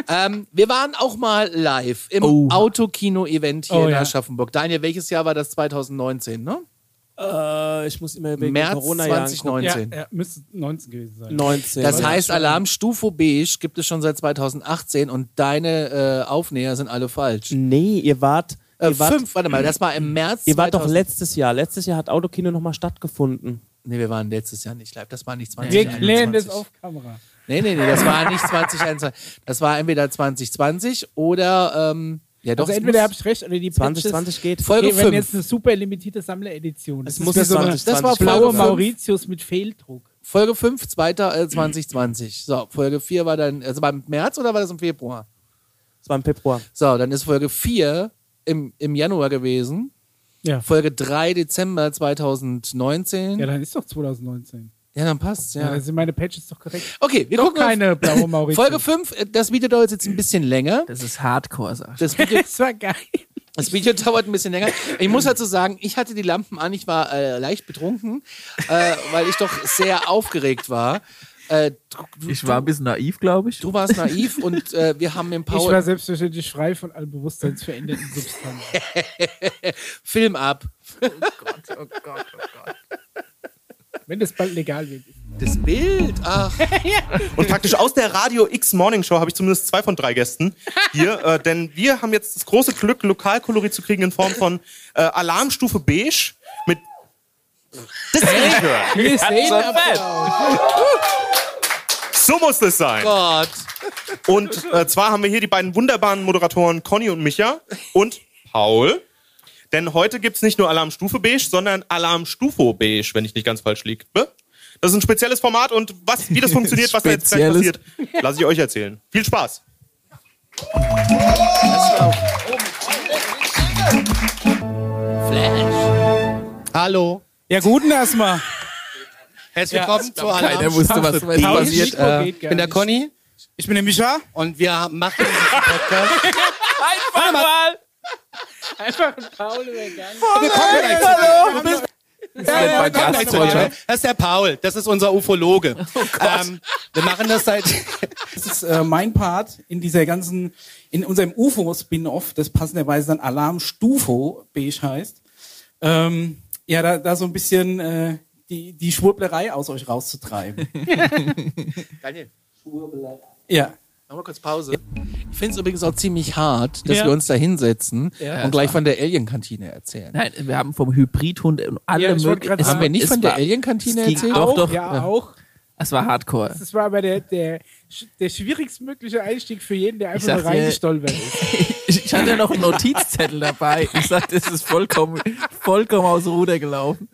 [SPEAKER 2] ähm, wir waren auch mal live im Autokino-Event hier
[SPEAKER 4] Oh,
[SPEAKER 2] in
[SPEAKER 4] ja.
[SPEAKER 2] Aschaffenburg. Daniel, welches Jahr war das? 2019, ne?
[SPEAKER 3] Äh, ich muss immer wegen
[SPEAKER 2] März
[SPEAKER 3] Corona
[SPEAKER 2] 2019.
[SPEAKER 4] Ja,
[SPEAKER 2] 19.
[SPEAKER 4] ja, müsste 19 gewesen sein.
[SPEAKER 3] 19.
[SPEAKER 2] Das
[SPEAKER 3] Ja,
[SPEAKER 2] heißt,
[SPEAKER 3] schon.
[SPEAKER 2] Alarmstufe Beige gibt es schon seit 2018 und deine äh, Aufnäher sind alle falsch.
[SPEAKER 3] Nee, ihr wart.
[SPEAKER 2] Äh,
[SPEAKER 3] ihr wart,
[SPEAKER 2] fünf, warte mal, das war im März.
[SPEAKER 3] ihr wart doch
[SPEAKER 2] 2000
[SPEAKER 3] letztes Jahr. Letztes Jahr hat Autokino nochmal stattgefunden.
[SPEAKER 2] Nee, wir waren letztes Jahr nicht live. Das war nicht
[SPEAKER 4] Wir
[SPEAKER 2] 2021.
[SPEAKER 4] klären das auf Kamera.
[SPEAKER 2] Nee, nee, nee, das war nicht 2021. Das war entweder 2020 oder. Ähm, ja, doch.
[SPEAKER 4] Also
[SPEAKER 2] es
[SPEAKER 4] entweder
[SPEAKER 2] muss-
[SPEAKER 4] habe ich recht oder die Patches
[SPEAKER 3] 2020 geht.
[SPEAKER 2] Folge
[SPEAKER 4] Okay, wenn jetzt
[SPEAKER 2] 5.
[SPEAKER 4] eine super limitierte Sammleredition.
[SPEAKER 3] Es
[SPEAKER 4] Das
[SPEAKER 3] muss
[SPEAKER 4] ist wie
[SPEAKER 3] es
[SPEAKER 4] so eine
[SPEAKER 3] 2020
[SPEAKER 2] das war
[SPEAKER 4] blaue
[SPEAKER 2] Folge 5.
[SPEAKER 4] Mauritius mit Fehldruck.
[SPEAKER 2] Folge 5, 2. Äh, 2020. So, Folge 4 war dann. Also war im März oder war das im Februar?
[SPEAKER 3] Das war im Februar.
[SPEAKER 2] So, dann ist Folge 4 im, im Januar gewesen.
[SPEAKER 4] Ja.
[SPEAKER 2] Folge 3 Dezember 2019.
[SPEAKER 4] ja,
[SPEAKER 2] Ja,
[SPEAKER 4] dann ist doch 2019.
[SPEAKER 2] dann passt's,
[SPEAKER 4] Ja,
[SPEAKER 2] ja.
[SPEAKER 4] dann sind meine Patches doch korrekt.
[SPEAKER 2] Okay, wir
[SPEAKER 4] Doch
[SPEAKER 2] gucken. auf-
[SPEAKER 4] keine blaue Mauritius.
[SPEAKER 2] Folge 5, das Video dauert jetzt ein bisschen länger.
[SPEAKER 1] Das ist Hardcore, sag ich.
[SPEAKER 2] Das Video,
[SPEAKER 4] Das war geil.
[SPEAKER 2] Das Video dauert ein bisschen länger. Ich muss dazu sagen, ich hatte die Lampen an, ich war äh, leicht betrunken, äh, weil ich doch sehr aufgeregt war. Äh, du,
[SPEAKER 1] Ich war ein bisschen naiv, glaube ich.
[SPEAKER 2] du warst naiv und äh, wir haben im
[SPEAKER 4] Ich war
[SPEAKER 2] Power
[SPEAKER 4] selbstverständlich frei von allen bewusstseinsverändernden Substanzen.
[SPEAKER 2] Film ab.
[SPEAKER 1] oh Gott, oh Gott.
[SPEAKER 4] Wenn das bald legal wird.
[SPEAKER 2] Das Bild, ach,
[SPEAKER 6] Und praktisch aus der Radio X Morning Show habe ich zumindest zwei von drei Gästen hier. Äh, denn wir haben jetzt das große Glück, Lokalkolorit zu kriegen in Form von äh, Alarmstufe Beige mit. Das will ich hören.
[SPEAKER 4] Wir sehen
[SPEAKER 6] So muss das sein.
[SPEAKER 2] Gott.
[SPEAKER 6] Und äh, zwar haben wir hier die beiden wunderbaren Moderatoren Conny und Micha und Paul. Denn heute gibt's nicht nur Alarmstufe Beige, sondern Alarmstufo Beige, wenn ich nicht ganz falsch liege. ne? Das ist ein spezielles Format und was, wie das funktioniert, was da jetzt gleich
[SPEAKER 1] Spezielles.
[SPEAKER 6] passiert, lasse ich euch erzählen. Viel Spaß!
[SPEAKER 5] Hallo.
[SPEAKER 3] Ja, guten erstmal.
[SPEAKER 5] Herzlich willkommen zu
[SPEAKER 1] Keiner wusste, was, was
[SPEAKER 5] Paul,
[SPEAKER 1] passiert.
[SPEAKER 5] ich äh, bin der Conny
[SPEAKER 3] Ich bin der Micha.
[SPEAKER 5] und wir machen diesen Podcast.
[SPEAKER 4] Einfach ein Paul übergangen.
[SPEAKER 5] wir kommen gleich zu
[SPEAKER 1] Bei Gastfreundschaft.
[SPEAKER 5] Das ist der Paul, das ist unser Ufologe.
[SPEAKER 2] Oh
[SPEAKER 5] ähm, wir machen das seit.
[SPEAKER 7] Das ist äh, mein Part in dieser ganzen, in unserem UFO-Spin-Off, das passenderweise dann Alarm Stufo beige heißt. Ähm, ja, da, da so ein bisschen äh, die, die Schwurblerei aus euch rauszutreiben.
[SPEAKER 2] Daniel,
[SPEAKER 7] ja.
[SPEAKER 2] mach mal kurz Pause. Ich finde es übrigens auch ziemlich hart, dass
[SPEAKER 4] Ja.
[SPEAKER 2] wir uns da hinsetzen
[SPEAKER 4] Ja.
[SPEAKER 2] und gleich von der Alien-Kantine erzählen.
[SPEAKER 1] Nein, wir haben vom Hybridhund und alle
[SPEAKER 4] Ja, ich wollte gerade
[SPEAKER 1] möglichen.
[SPEAKER 4] sagen,
[SPEAKER 2] Haben wir nicht
[SPEAKER 1] Es
[SPEAKER 2] von der
[SPEAKER 1] war-
[SPEAKER 2] Alien-Kantine
[SPEAKER 1] es ging
[SPEAKER 2] erzählt?
[SPEAKER 1] Doch, doch.
[SPEAKER 4] Ja, auch.
[SPEAKER 1] Es war Hardcore.
[SPEAKER 4] Das war aber der, der, der schwierigstmögliche Einstieg für jeden, der
[SPEAKER 1] Ich
[SPEAKER 4] einfach nur
[SPEAKER 1] sag dir-
[SPEAKER 4] reingestolpert ist.
[SPEAKER 1] Ich, ich hatte ja noch einen Notizzettel dabei. Ich sagte, es ist vollkommen, vollkommen aus dem Ruder gelaufen.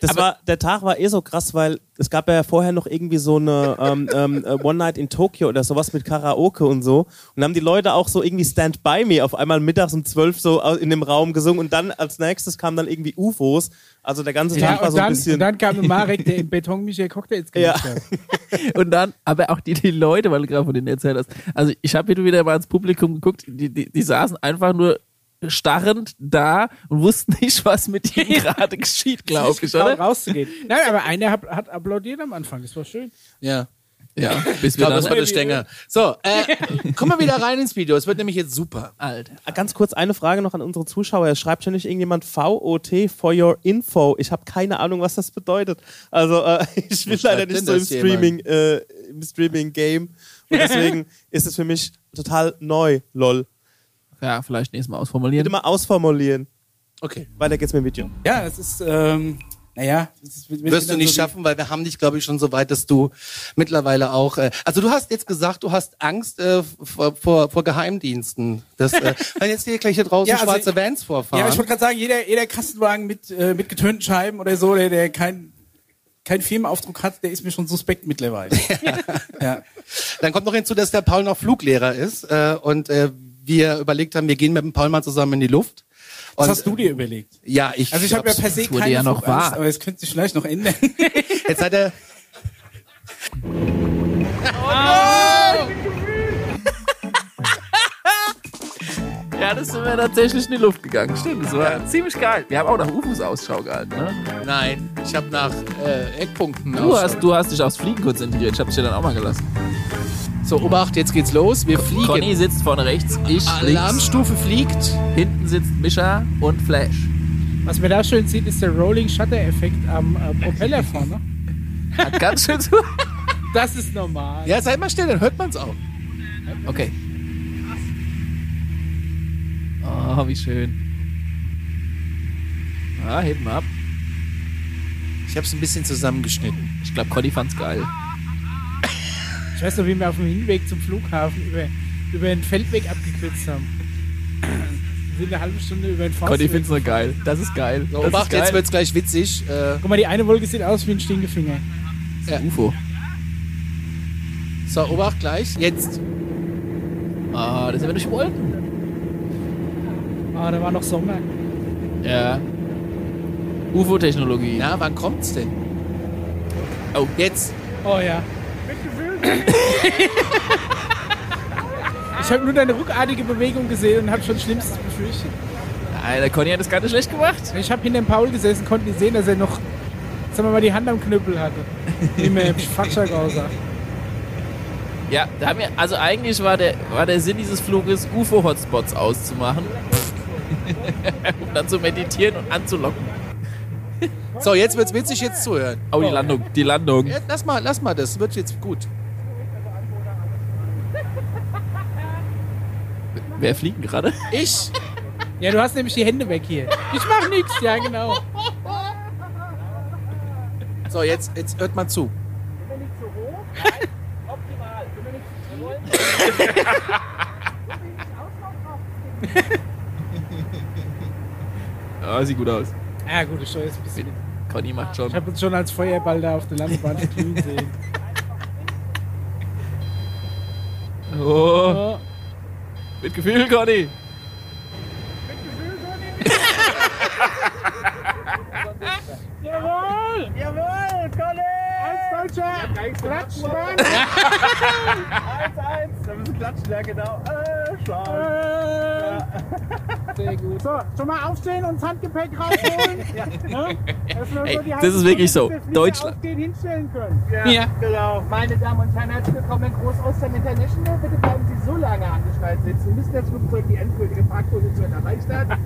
[SPEAKER 3] Das war, der Tag war eh so krass, weil es gab ja vorher noch irgendwie so eine ähm, ähm, äh, One Night in Tokyo oder sowas mit Karaoke und so. Und dann haben die Leute auch so irgendwie Stand By Me auf einmal mittags um zwölf so au- in dem Raum gesungen und dann als nächstes kamen dann irgendwie UFOs. Also der ganze Tag
[SPEAKER 4] Ja,
[SPEAKER 3] war
[SPEAKER 4] und
[SPEAKER 3] so ein
[SPEAKER 4] dann, und
[SPEAKER 3] bisschen.
[SPEAKER 4] dann kam der Marek, der im Beton Michael Cocktails
[SPEAKER 3] Ja.
[SPEAKER 4] gemacht hat.
[SPEAKER 1] Und dann, aber auch die, die Leute, weil du gerade von denen erzählt hast. Also ich habe wieder wieder mal ins Publikum geguckt, die, die, die saßen einfach nur starrend da und wussten nicht, was mit ihnen gerade geschieht, glaube ich,
[SPEAKER 4] Schlau,
[SPEAKER 1] oder?
[SPEAKER 4] rauszugehen. Nein, aber einer hat, hat applaudiert am Anfang, das war schön.
[SPEAKER 2] Ja.
[SPEAKER 1] Ja, bis
[SPEAKER 2] Ich
[SPEAKER 1] wir
[SPEAKER 2] glaube, das war
[SPEAKER 1] dann...
[SPEAKER 2] der Stänger. So, äh, komm mal wieder rein ins Video. Es wird nämlich jetzt super.
[SPEAKER 1] Alter.
[SPEAKER 3] Ah, Ganz kurz eine Frage noch an unsere Zuschauer. Es schreibt ständig irgendjemand VOT for your info. Ich habe keine Ahnung, was das bedeutet. Also äh, ich bin
[SPEAKER 2] schreibt
[SPEAKER 3] leider
[SPEAKER 2] denn
[SPEAKER 3] nicht so im
[SPEAKER 2] das jemand?
[SPEAKER 3] Streaming, äh, im Streaming Game und deswegen ist es für mich total neu. Lol.
[SPEAKER 1] Ja, vielleicht nächstes Mal
[SPEAKER 3] Bitte
[SPEAKER 1] ausformulieren.
[SPEAKER 3] mal ausformulieren.
[SPEAKER 2] Okay.
[SPEAKER 3] Weiter geht's mit dem Video.
[SPEAKER 7] Ja, es ist ähm, Naja, das ist- wenn- wenn
[SPEAKER 5] Wirst
[SPEAKER 7] dann
[SPEAKER 5] du nicht
[SPEAKER 7] so die-
[SPEAKER 5] schaffen, weil wir haben dich, glaube ich, schon so weit, dass du mittlerweile auch. Äh, also du hast jetzt gesagt, du hast Angst äh, vor, vor, vor Geheimdiensten. Das, äh, wenn jetzt hier gleich hier draußen
[SPEAKER 7] Ja, also
[SPEAKER 5] schwarze
[SPEAKER 7] ich-
[SPEAKER 5] Vans
[SPEAKER 7] Ja,
[SPEAKER 5] vorfahren.
[SPEAKER 7] ich wollte gerade sagen, jeder, jeder Kastenwagen mit, äh, mit getönten Scheiben oder so, der, der kein, kein Firmenaufdruck hat, der ist mir schon suspekt mittlerweile. ja.
[SPEAKER 5] Dann kommt noch hinzu, dass der Paul noch Fluglehrer ist äh, und äh, wir überlegt haben, wir gehen mit dem Paul mal zusammen in die Luft.
[SPEAKER 7] Was
[SPEAKER 5] Und,
[SPEAKER 7] hast du dir überlegt?
[SPEAKER 5] Ja, ich.
[SPEAKER 7] Also ich habe ja per se
[SPEAKER 1] wurde
[SPEAKER 7] keine
[SPEAKER 1] ja noch
[SPEAKER 7] Flugangst,
[SPEAKER 1] wahr.
[SPEAKER 7] aber es könnte sich vielleicht noch ändern.
[SPEAKER 5] Jetzt hat er.
[SPEAKER 1] Ja, das sind wir tatsächlich in die Luft gegangen. Stimmt, das war ziemlich geil. Wir haben auch nach UFOs Ausschau gehalten, ne?
[SPEAKER 2] Nein, ich habe nach äh, Eckpunkten.
[SPEAKER 1] Du
[SPEAKER 2] Ausschau.
[SPEAKER 1] hast, du hast dich aufs Fliegen konzentriert. Ich hab's dir dann auch mal gelassen.
[SPEAKER 2] So, Obacht, jetzt geht's los. Wir fliegen.
[SPEAKER 1] Conny sitzt vorne rechts, ich links.
[SPEAKER 2] Alarmstufe fliegt.
[SPEAKER 1] Hinten sitzt Mischa und Flash.
[SPEAKER 8] Was man da schön sieht, ist der Rolling Shutter Effekt am äh, Propeller vorne.
[SPEAKER 1] Hat ganz schön zu.
[SPEAKER 8] Das ist normal.
[SPEAKER 2] Ja, sei mal still, dann hört man's auch.
[SPEAKER 1] Okay. Oh, wie schön. Ah, heb mal ab.
[SPEAKER 2] Ich habe es ein bisschen zusammengeschnitten.
[SPEAKER 1] Ich glaube, Conny fand's geil.
[SPEAKER 8] Ich weiß noch, wie wir auf dem Hinweg zum Flughafen über, über den Feldweg abgekürzt haben. Wir sind eine
[SPEAKER 7] halt
[SPEAKER 8] halbe Stunde über den
[SPEAKER 1] Conny
[SPEAKER 8] Forstweg.
[SPEAKER 1] find's nur geil. Das ist geil.
[SPEAKER 2] So,
[SPEAKER 1] das
[SPEAKER 2] Obacht,
[SPEAKER 1] ist geil.
[SPEAKER 2] jetzt wird's gleich witzig. Äh,
[SPEAKER 8] Guck mal, die eine Wolke sieht aus wie ein Stinkefinger.
[SPEAKER 1] UFO.
[SPEAKER 2] so, Obacht, gleich. Jetzt.
[SPEAKER 1] Ah, das sind wir durch Wolken.
[SPEAKER 8] Ah, da war noch Sommer.
[SPEAKER 1] Ja. UFO-Technologie.
[SPEAKER 2] Na, wann kommt's denn?
[SPEAKER 1] Oh, jetzt.
[SPEAKER 8] Oh ja. Ich habe nur deine ruckartige Bewegung gesehen und habe schon Schlimmstes befürchtet.
[SPEAKER 1] Nein, der Conny hat das gar nicht schlecht gemacht.
[SPEAKER 8] Ich habe hinter dem Paul gesessen, konnte nicht sehen, dass er noch, sagen wir mal, die Hand am Knüppel hatte. Wie mir im Fatschak aussah.
[SPEAKER 1] Ja, da haben wir, also eigentlich war der, war der Sinn dieses Fluges, UFO-Hotspots auszumachen. um dann zu meditieren und anzulocken.
[SPEAKER 2] So, jetzt wird's witzig, jetzt zuhören.
[SPEAKER 1] Oh, die Landung, die Landung.
[SPEAKER 2] Ja, lass mal, lass mal, das wird jetzt gut.
[SPEAKER 1] Wer fliegen gerade?
[SPEAKER 2] Ich?
[SPEAKER 8] Ja, du hast nämlich die Hände weg hier. Ich mach nichts, ja genau.
[SPEAKER 2] So, jetzt, jetzt hört man zu.
[SPEAKER 1] Ah, sieht gut aus.
[SPEAKER 8] Ja gut, ich jetzt ein bisschen.
[SPEAKER 1] Conny macht schon.
[SPEAKER 8] Ich habe uns schon als Feuerball da auf der Landebahn fliegen sehen.
[SPEAKER 1] Oh,
[SPEAKER 8] Oh,
[SPEAKER 1] mit Gefühl, Conny.
[SPEAKER 9] genau. Äh,
[SPEAKER 8] sehr gut. So, schon mal aufstehen und das Handgepäck rausholen. Ne? Dass wir
[SPEAKER 1] Ey,
[SPEAKER 8] so die
[SPEAKER 1] das
[SPEAKER 8] halbe
[SPEAKER 1] ist wirklich so.
[SPEAKER 8] Stunde, bis wir
[SPEAKER 1] Deutschland.
[SPEAKER 8] aufstehen, hinstellen können.
[SPEAKER 9] Ja, genau. Meine Damen und Herren, herzlich willkommen in Großostern International. Bitte bleiben Sie so lange angeschnallt sitzen, bis das Flugzeug die endgültige Parkposition erreicht hat.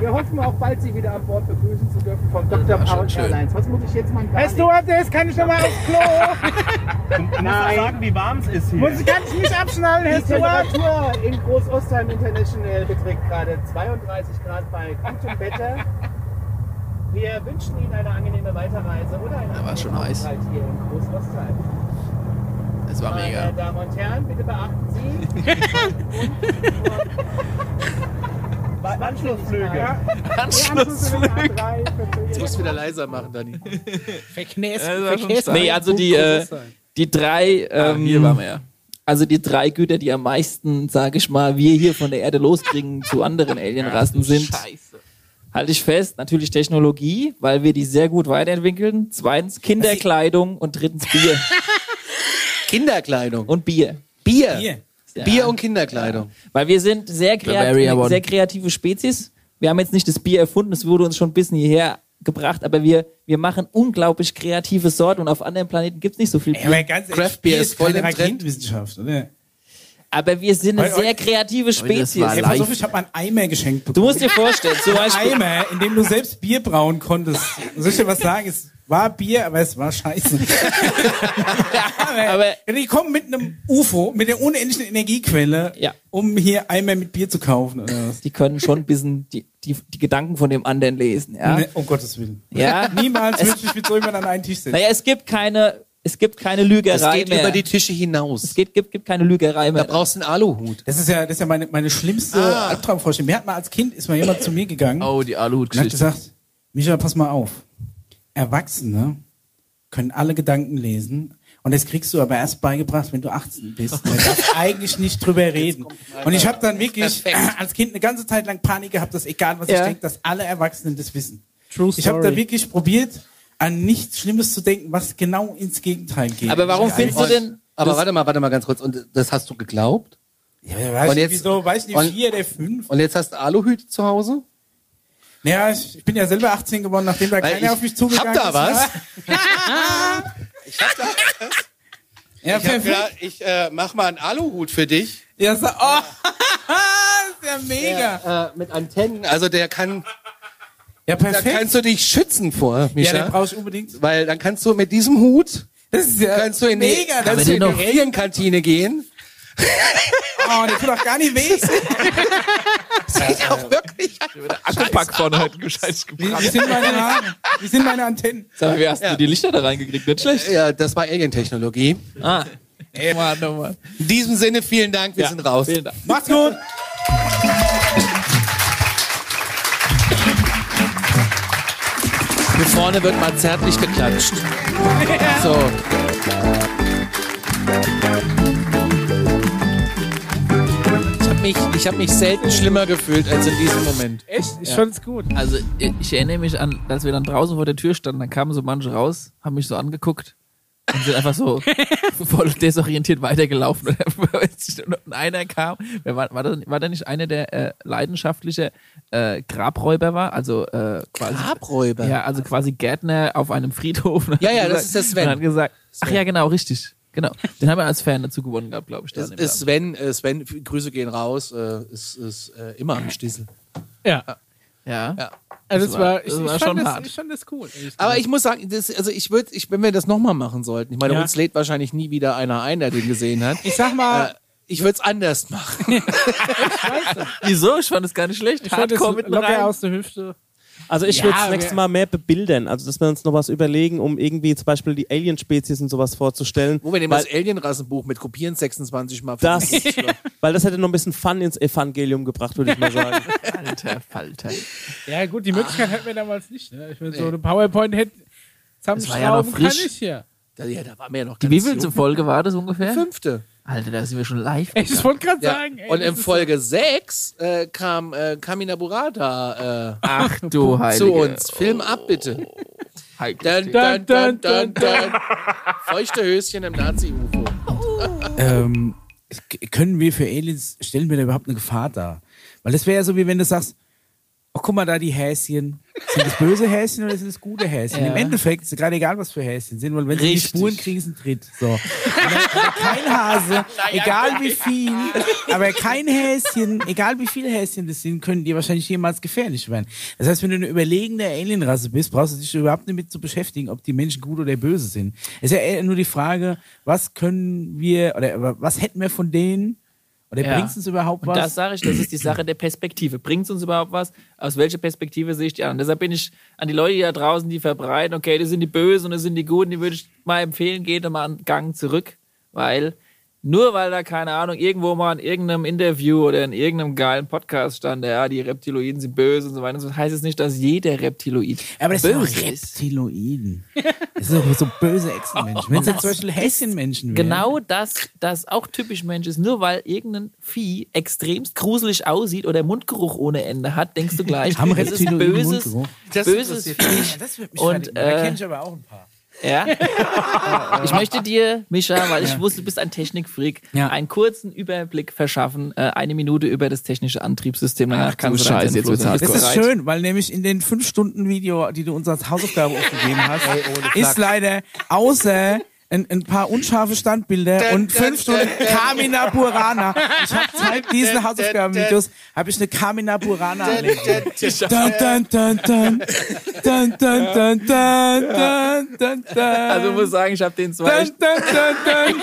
[SPEAKER 9] Wir hoffen auch bald, Sie wieder an Bord begrüßen zu dürfen vom Dr.
[SPEAKER 1] war schon
[SPEAKER 9] Paul
[SPEAKER 1] schön.
[SPEAKER 9] Airlines. Was muss ich jetzt mal
[SPEAKER 8] Weißt du, was das ist? Kann ich noch mal aufs Klo?
[SPEAKER 9] Nein,
[SPEAKER 10] wie warm es ist hier.
[SPEAKER 8] Muss ich ganz nicht abschnallen,
[SPEAKER 9] die
[SPEAKER 8] Herr Stuart?
[SPEAKER 9] Temperatur in Großostheim International beträgt gerade 32 Grad bei gutem Wetter. Wir wünschen Ihnen eine angenehme Weiterreise oder einen
[SPEAKER 1] war schon
[SPEAKER 9] angenehmen
[SPEAKER 1] heiß.
[SPEAKER 9] Aufenthalt hier in Großostheim.
[SPEAKER 1] Das war mega.
[SPEAKER 9] Meine Damen und Herren, bitte beachten Sie. Anschlussflüge.
[SPEAKER 1] Anschlussflug.
[SPEAKER 2] Jetzt musst du wieder leiser machen, Dani.
[SPEAKER 8] Verknäst,
[SPEAKER 1] Ja, das war schon
[SPEAKER 8] verknäst-
[SPEAKER 1] stark. Nee, also die, äh, die drei, ähm, hier waren wir ja. Also die drei Güter, die am meisten, sage ich mal, wir hier von der Erde loskriegen zu anderen Alienrassen sind, halte ich fest, natürlich Technologie, weil wir die sehr gut weiterentwickeln. Zweitens Kinderkleidung und drittens Bier.
[SPEAKER 2] Kinderkleidung.
[SPEAKER 1] und Bier.
[SPEAKER 2] Bier.
[SPEAKER 7] Hier.
[SPEAKER 2] Bier und Kinderkleidung.
[SPEAKER 1] Weil wir sind sehr,
[SPEAKER 2] Bavaria
[SPEAKER 1] kreativ,
[SPEAKER 2] One.
[SPEAKER 1] sehr kreative Spezies. Wir haben jetzt nicht das Bier erfunden, es wurde uns schon ein bisschen hierher gebracht, aber wir, wir machen unglaublich kreative Sorten und auf anderen Planeten gibt's nicht so viel
[SPEAKER 7] Ey,
[SPEAKER 1] Bier.
[SPEAKER 7] aber ganz ehrlich,
[SPEAKER 2] Craft Beer
[SPEAKER 7] hier
[SPEAKER 2] ist voll
[SPEAKER 7] keine
[SPEAKER 2] im Trend.
[SPEAKER 7] Raketenwissenschaft, oder?
[SPEAKER 1] Aber wir sind eine
[SPEAKER 7] Oi, oi.
[SPEAKER 1] sehr kreative Spezies.
[SPEAKER 7] Ey, pass auf, ich habe einen Eimer geschenkt
[SPEAKER 1] Du
[SPEAKER 7] bekommen.
[SPEAKER 1] musst dir vorstellen, zum
[SPEAKER 7] Ein
[SPEAKER 1] Beispiel,
[SPEAKER 7] Eimer, in dem du selbst Bier brauen konntest. Und Soll ich dir was sagen? Ist
[SPEAKER 4] War Bier, aber es war scheiße.
[SPEAKER 11] Aber-
[SPEAKER 4] aber die kommen mit einem UFO, mit der unendlichen Energiequelle,
[SPEAKER 11] Ja.
[SPEAKER 4] um hier einmal mit Bier zu kaufen. Oder was.
[SPEAKER 1] Die können schon ein bisschen die, die, die Gedanken von dem anderen lesen.
[SPEAKER 2] Ah.
[SPEAKER 1] Ja?
[SPEAKER 4] Ne, um Gottes Willen.
[SPEAKER 1] Ja.
[SPEAKER 4] Niemals wünsche ich mit so jemand an einen Tisch sitzen.
[SPEAKER 1] Naja, es gibt keine, es gibt keine Lügerei
[SPEAKER 2] Es geht
[SPEAKER 1] mehr.
[SPEAKER 2] über die Tische
[SPEAKER 1] es
[SPEAKER 2] hinaus.
[SPEAKER 1] gibt, gibt, gibt keine Lügerei
[SPEAKER 2] Da
[SPEAKER 1] mehr.
[SPEAKER 2] brauchst du einen Aluhut.
[SPEAKER 4] Das ist ja, das ist ja meine, meine schlimmste
[SPEAKER 2] Ah.
[SPEAKER 4] Albtraumvorstellung. Mir hat mal als Kind, ist mal jemand zu mir gegangen
[SPEAKER 1] Oh, die
[SPEAKER 4] und hat
[SPEAKER 1] Aluhut-Geschichte.
[SPEAKER 4] gesagt, Micha, pass mal auf. Erwachsene können alle Gedanken lesen und das kriegst du aber erst beigebracht, wenn du 18 bist. Man darf eigentlich nicht drüber reden. Und ich habe dann wirklich als Kind eine ganze Zeit lang Panik gehabt, dass egal was ich
[SPEAKER 1] Ja.
[SPEAKER 4] denke, dass alle Erwachsenen das wissen.
[SPEAKER 8] True
[SPEAKER 4] Ich habe da
[SPEAKER 8] Story.
[SPEAKER 4] wirklich probiert, an nichts Schlimmes zu denken, was genau ins Gegenteil geht.
[SPEAKER 11] Aber warum findest du denn,
[SPEAKER 2] Aber warte mal, warte mal ganz kurz. Und das hast du geglaubt?
[SPEAKER 4] Ja, weiß
[SPEAKER 2] Und
[SPEAKER 4] nicht,
[SPEAKER 2] jetzt-
[SPEAKER 4] wieso, weiß nicht,
[SPEAKER 2] und-
[SPEAKER 4] vier der fünf.
[SPEAKER 2] Und jetzt hast du Aluhüte zu Hause?
[SPEAKER 4] Naja, ich, ich bin ja selber 18 geworden, nachdem da
[SPEAKER 2] Weil
[SPEAKER 4] keiner
[SPEAKER 2] ich-
[SPEAKER 4] auf mich zugegangen
[SPEAKER 2] hab da
[SPEAKER 4] ist.
[SPEAKER 2] was.
[SPEAKER 4] ich hab da was. Ja, perfekt.
[SPEAKER 12] ich äh, mach mal einen Aluhut für dich.
[SPEAKER 4] ja, so, oh, ist ja mega. Ja,
[SPEAKER 2] Äh, mit Antennen. Also der kann, da
[SPEAKER 4] perfekt.
[SPEAKER 2] kannst du dich schützen vor,
[SPEAKER 4] Ja, den
[SPEAKER 2] Micha.
[SPEAKER 4] brauche ich unbedingt.
[SPEAKER 2] weil dann kannst du mit diesem Hut,
[SPEAKER 4] Das ist ja
[SPEAKER 2] kannst du in die,
[SPEAKER 4] mega. Das
[SPEAKER 2] kannst
[SPEAKER 4] ist
[SPEAKER 2] du in
[SPEAKER 4] ja
[SPEAKER 2] die Regenkantine gehen.
[SPEAKER 4] oh, der tut auch gar nicht weh.
[SPEAKER 1] Akkupack vorne hat gescheit
[SPEAKER 4] Wie, wie sind meine Haare? Wie sind meine Antennen?
[SPEAKER 11] sag mal, wie hast du die Lichter da reingekriegt? Nicht schlecht.
[SPEAKER 2] Ja, das war Alien-Technologie.
[SPEAKER 1] Ah,
[SPEAKER 11] Mann, oh Mann.
[SPEAKER 2] In diesem Sinne, vielen Dank, wir sind raus.
[SPEAKER 11] Vielen Dank.
[SPEAKER 4] Macht's gut.
[SPEAKER 2] Hier vorne wird mal zärtlich geklatscht. So. Ich habe mich, ich hab mich selten schlimmer gefühlt als in diesem Moment.
[SPEAKER 8] Echt? Ich fand's gut.
[SPEAKER 1] Also ich ich erinnere mich an, als wir dann draußen vor der Tür standen, dann kamen so manche raus, haben mich so angeguckt und sind einfach so voll desorientiert weitergelaufen. Und einer kam, wer war, war, das, war der nicht einer, der äh, leidenschaftlicher äh, Grabräuber war? Also äh, quasi.
[SPEAKER 2] Grabräuber?
[SPEAKER 1] Ja, also quasi Gärtner auf einem Friedhof. Und
[SPEAKER 2] Ja,
[SPEAKER 1] hat
[SPEAKER 2] ja, das ist der Sven.
[SPEAKER 1] Und hat gesagt, ach ja, genau, richtig. Genau. Den haben wir als Fan dazu gewonnen gehabt, glaube ich. da
[SPEAKER 2] Das
[SPEAKER 1] an dem
[SPEAKER 2] ist Sven, äh, Sven, Grüße gehen raus, äh, ist, ist äh, immer am Stiesel.
[SPEAKER 8] Ja.
[SPEAKER 1] Abend. ja.
[SPEAKER 2] Ja.
[SPEAKER 8] Also es war, ich,
[SPEAKER 1] das war
[SPEAKER 8] ich,
[SPEAKER 1] schon
[SPEAKER 8] fand das,
[SPEAKER 1] hart.
[SPEAKER 8] ich fand das cool. ehrlich gesagt.
[SPEAKER 2] Aber ich muss sagen, das, also ich würde, ich, wenn wir das nochmal machen sollten, ich meine,
[SPEAKER 8] Ja.
[SPEAKER 2] uns lädt wahrscheinlich nie wieder einer ein, der den gesehen hat.
[SPEAKER 8] ich sag mal,
[SPEAKER 2] Äh, ich würde es anders machen.
[SPEAKER 1] Wieso? Ich fand es gar nicht schlecht.
[SPEAKER 8] ich fand das
[SPEAKER 1] Hardcore mitten rein.
[SPEAKER 8] locker aus der Hüfte.
[SPEAKER 3] Also ich würde das nächste Mal mehr bebildern, also dass wir uns noch was überlegen, um irgendwie zum Beispiel die Alien-Spezies und sowas vorzustellen.
[SPEAKER 2] Wo wir nehmen
[SPEAKER 3] weil,
[SPEAKER 2] das Alien-Rassenbuch mit Kopieren 26 mal
[SPEAKER 3] Das-
[SPEAKER 2] 50 Leute.
[SPEAKER 3] weil das hätte noch ein bisschen Fun ins Evangelium gebracht, würde ich mal sagen.
[SPEAKER 1] Alter Falter.
[SPEAKER 8] Ja gut, die Möglichkeit hatten wir damals nicht. Ne? Ich meine, so eine PowerPoint hätte
[SPEAKER 1] war ja noch
[SPEAKER 8] zusammenschrauben kann
[SPEAKER 1] frisch.
[SPEAKER 8] ich ja.
[SPEAKER 2] Da, ja, da war mir ja noch
[SPEAKER 1] Die
[SPEAKER 2] ganz
[SPEAKER 1] wievielte
[SPEAKER 2] jung.
[SPEAKER 1] Folge war das ungefähr?
[SPEAKER 2] Fünfte.
[SPEAKER 1] Alter, da sind wir schon live.
[SPEAKER 8] Ey, Ich wollte gerade
[SPEAKER 2] Ja.
[SPEAKER 8] sagen. Ey,
[SPEAKER 2] Und
[SPEAKER 8] das
[SPEAKER 2] in
[SPEAKER 8] ist-
[SPEAKER 2] Folge 6 äh, kam äh, Kamina Burata
[SPEAKER 1] Ach du
[SPEAKER 2] äh,
[SPEAKER 1] Heilige.
[SPEAKER 2] zu uns. Film ab, bitte.
[SPEAKER 1] Heilige.
[SPEAKER 2] Dun, dun, dun, dun, dun. Feuchte Höschen im Nazi-UFO.
[SPEAKER 4] Ähm, k- können wir für Aliens, stellen wir da überhaupt eine Gefahr dar? Weil das wäre ja so, wie wenn du sagst, oh, guck mal da die Häschen. Sind das böse Häschen oder sind das gute Häschen? Im Endeffekt ist gerade egal, was für Häschen sind, weil wenn sie die
[SPEAKER 1] Richtig.
[SPEAKER 4] Spuren kriegen, sind Tritt. So. Und dann- aber Kein Hase, egal wie viel, aber kein Häschen, egal wie viele Häschen das sind, können dir wahrscheinlich jemals gefährlich werden. Das heißt, wenn du eine überlegene Alienrasse bist, brauchst du dich überhaupt nicht mit zu beschäftigen, ob die Menschen gut oder böse sind. Es ist ja eher nur die Frage, was können wir oder was hätten wir von denen? Oder
[SPEAKER 1] Ja.
[SPEAKER 4] bringt es uns überhaupt
[SPEAKER 1] Und das
[SPEAKER 4] was?
[SPEAKER 1] sage ich, das ist die Sache der Perspektive. Bringt es uns überhaupt was? Aus welcher Perspektive sehe ich die an? Und deshalb bin ich an die Leute die da draußen, die verbreiten, okay, das sind die Bösen und das sind die Guten, die würde ich mal empfehlen, geht doch mal einen Gang zurück. Weil nur weil da, keine Ahnung, irgendwo mal in irgendeinem Interview oder in irgendeinem geilen Podcast stand, ja, die Reptiloiden sind böse und so weiter, und so, heißt es nicht, dass jeder Reptiloid
[SPEAKER 4] Aber das sind doch
[SPEAKER 1] böse ist.
[SPEAKER 4] Reptiloiden. Das sind doch so böse Echsenmenschen. Wenn es jetzt zum Beispiel Häschenmenschen wären.
[SPEAKER 1] Genau das, das auch typisch Mensch ist. Nur weil irgendein Vieh extremst gruselig aussieht oder Mundgeruch ohne Ende hat, denkst du gleich,
[SPEAKER 4] Haben
[SPEAKER 1] das ist
[SPEAKER 4] Reptiloiden
[SPEAKER 1] böses,
[SPEAKER 4] Mundgeruch?
[SPEAKER 1] böses Viech.
[SPEAKER 4] Das wird mich
[SPEAKER 1] Und,
[SPEAKER 4] fertig machen. Da
[SPEAKER 1] äh,
[SPEAKER 4] kenn ich aber auch ein paar.
[SPEAKER 1] Ja. ich möchte dir, Mischa, weil ich wusste, du bist ein Technikfreak,
[SPEAKER 4] Ja.
[SPEAKER 1] einen kurzen Überblick verschaffen, äh, eine Minute über das technische Antriebssystem. Danach kannst du Scheiße, jetzt wird's hart.
[SPEAKER 4] Das ist schön, weil nämlich in den fünf Stunden Video, die du uns als Hausaufgabe aufgegeben hast, ist leider außer
[SPEAKER 7] ein, ein paar unscharfe Standbilder und fünf Stunden Carmina Burana. Ich habe seit diesen Hausaufgabenvideos habe ich eine Carmina Burana angelegt. Dun, dun, dun, dun. Dun, dun, dun, dun, dun, dun, dun.
[SPEAKER 1] Also muss sagen, ich habe den zwei
[SPEAKER 7] Dun, dun, dun, dun.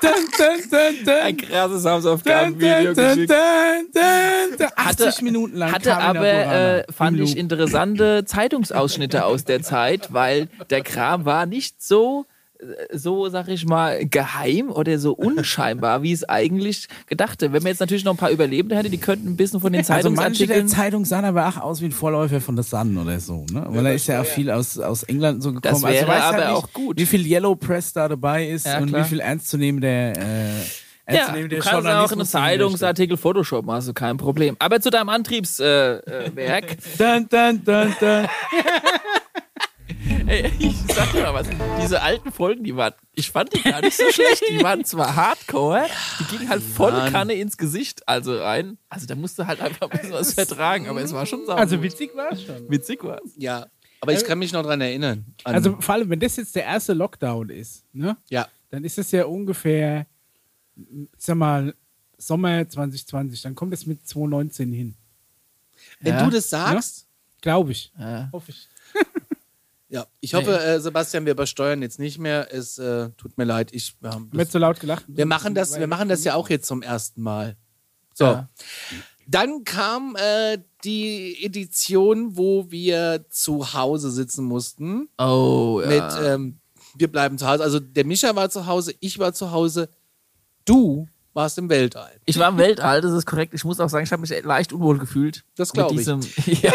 [SPEAKER 7] Dun, dun, dun, dun.
[SPEAKER 1] ein krasses
[SPEAKER 7] Dun, dun,
[SPEAKER 1] Hausaufgabenvideo
[SPEAKER 7] dun,
[SPEAKER 1] geschickt.
[SPEAKER 7] dun, dun, dun. 80
[SPEAKER 1] Hatte-
[SPEAKER 7] Minuten lang.
[SPEAKER 1] Hatte
[SPEAKER 7] Carmina
[SPEAKER 1] aber,
[SPEAKER 7] Burana.
[SPEAKER 1] äh, fand
[SPEAKER 7] Im
[SPEAKER 1] ich,
[SPEAKER 7] Loop.
[SPEAKER 1] interessante Zeitungsausschnitte aus der Zeit, weil der Kram war nicht so, äh, so sag ich mal, geheim oder so unscheinbar, wie es eigentlich gedachte. Wenn man jetzt natürlich noch ein paar Überlebende hätte, die könnten ein bisschen von den
[SPEAKER 7] Also manche der
[SPEAKER 1] Zeitungsartikeln.
[SPEAKER 7] Zeitung sahen aber auch aus wie ein Vorläufer von der Sun oder so, ne? Weil da ist ja auch viel aus, aus England so gekommen.
[SPEAKER 1] Das
[SPEAKER 7] also
[SPEAKER 1] wäre
[SPEAKER 7] weiß ja
[SPEAKER 1] aber
[SPEAKER 7] nicht,
[SPEAKER 1] auch gut.
[SPEAKER 7] Wie viel Yellow Press da dabei ist
[SPEAKER 1] Ja,
[SPEAKER 7] und
[SPEAKER 1] klar.
[SPEAKER 7] wie viel ernstzunehmender äh,
[SPEAKER 1] ja,
[SPEAKER 7] ernstzunehmender
[SPEAKER 1] du kannst auch einen
[SPEAKER 7] Journalismus dahinter
[SPEAKER 1] Zeitungsartikel Photoshop, also kein Problem. Aber zu deinem Antriebswerk. Äh, äh, Werk.
[SPEAKER 7] steckt. Dun, dun, dun, dun.
[SPEAKER 1] Ey, ich sag dir mal was. Diese alten Folgen, die waren, ich fand die gar nicht so schlecht. Die waren zwar hardcore, die gingen halt voll Kanne ins Gesicht, also rein. Also da musst du halt einfach ein bisschen was vertragen, aber es war schon sauber.
[SPEAKER 8] Also witzig war es schon.
[SPEAKER 1] witzig war's.
[SPEAKER 2] Ja, aber ich kann mich noch dran erinnern. An-
[SPEAKER 8] Also vor allem, wenn das jetzt der erste Lockdown ist, ne?
[SPEAKER 2] ja,
[SPEAKER 8] dann ist es ja ungefähr, ich sag mal, Sommer 2020. Dann kommt es mit 2019 hin.
[SPEAKER 2] wenn du das sagst,
[SPEAKER 8] Glaube ich. Hoffe ich.
[SPEAKER 2] ja. Ich hoffe, äh, Sebastian, wir übersteuern jetzt nicht mehr. Es äh, tut mir leid, ich wir haben
[SPEAKER 8] Mir
[SPEAKER 2] das
[SPEAKER 8] zu laut gelacht.
[SPEAKER 2] Wir machen das, wir machen das ja auch jetzt zum ersten Mal. So. Dann kam äh, die Edition, wo wir zu Hause sitzen mussten.
[SPEAKER 1] Oh, ja.
[SPEAKER 2] Mit ähm, Wir bleiben zu Hause. Also der Mischa war zu Hause, ich war zu Hause, du warst im Weltall.
[SPEAKER 1] ich war im Weltall, das ist korrekt. Ich muss auch sagen, ich habe mich leicht unwohl gefühlt.
[SPEAKER 2] Das
[SPEAKER 1] Mit
[SPEAKER 2] glaub ich.
[SPEAKER 1] diesem- Ja.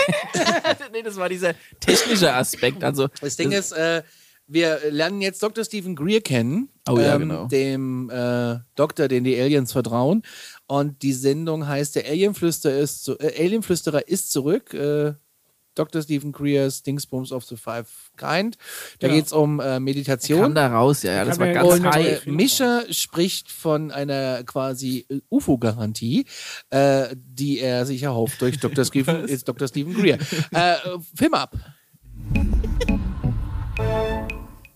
[SPEAKER 1] nee, das war dieser technische Aspekt. Also,
[SPEAKER 2] Das Ding ist, äh, wir lernen jetzt Dr. Stephen Greer kennen. ähm,
[SPEAKER 1] Oh ja, genau.
[SPEAKER 2] Dem äh, Doktor, den die Aliens vertrauen. Und die Sendung heißt Der Alienflüsterer ist, zu, äh, Alienflüsterer ist zurück. Äh, Dr. Stephen Greers Dingsbums of the Five Kind. Da geht's geht es um äh,
[SPEAKER 1] kam
[SPEAKER 2] Meditation.
[SPEAKER 1] da raus, ja, ja das
[SPEAKER 8] Kann
[SPEAKER 1] war
[SPEAKER 8] man-
[SPEAKER 1] ganz
[SPEAKER 2] Und
[SPEAKER 8] Hi.
[SPEAKER 2] äh,
[SPEAKER 1] high.
[SPEAKER 2] Mischa spricht von einer quasi äh, UFO-Garantie, äh, die er sich erhofft durch Dr. Stephen, ist Dr. Stephen Greer. äh, Film ab.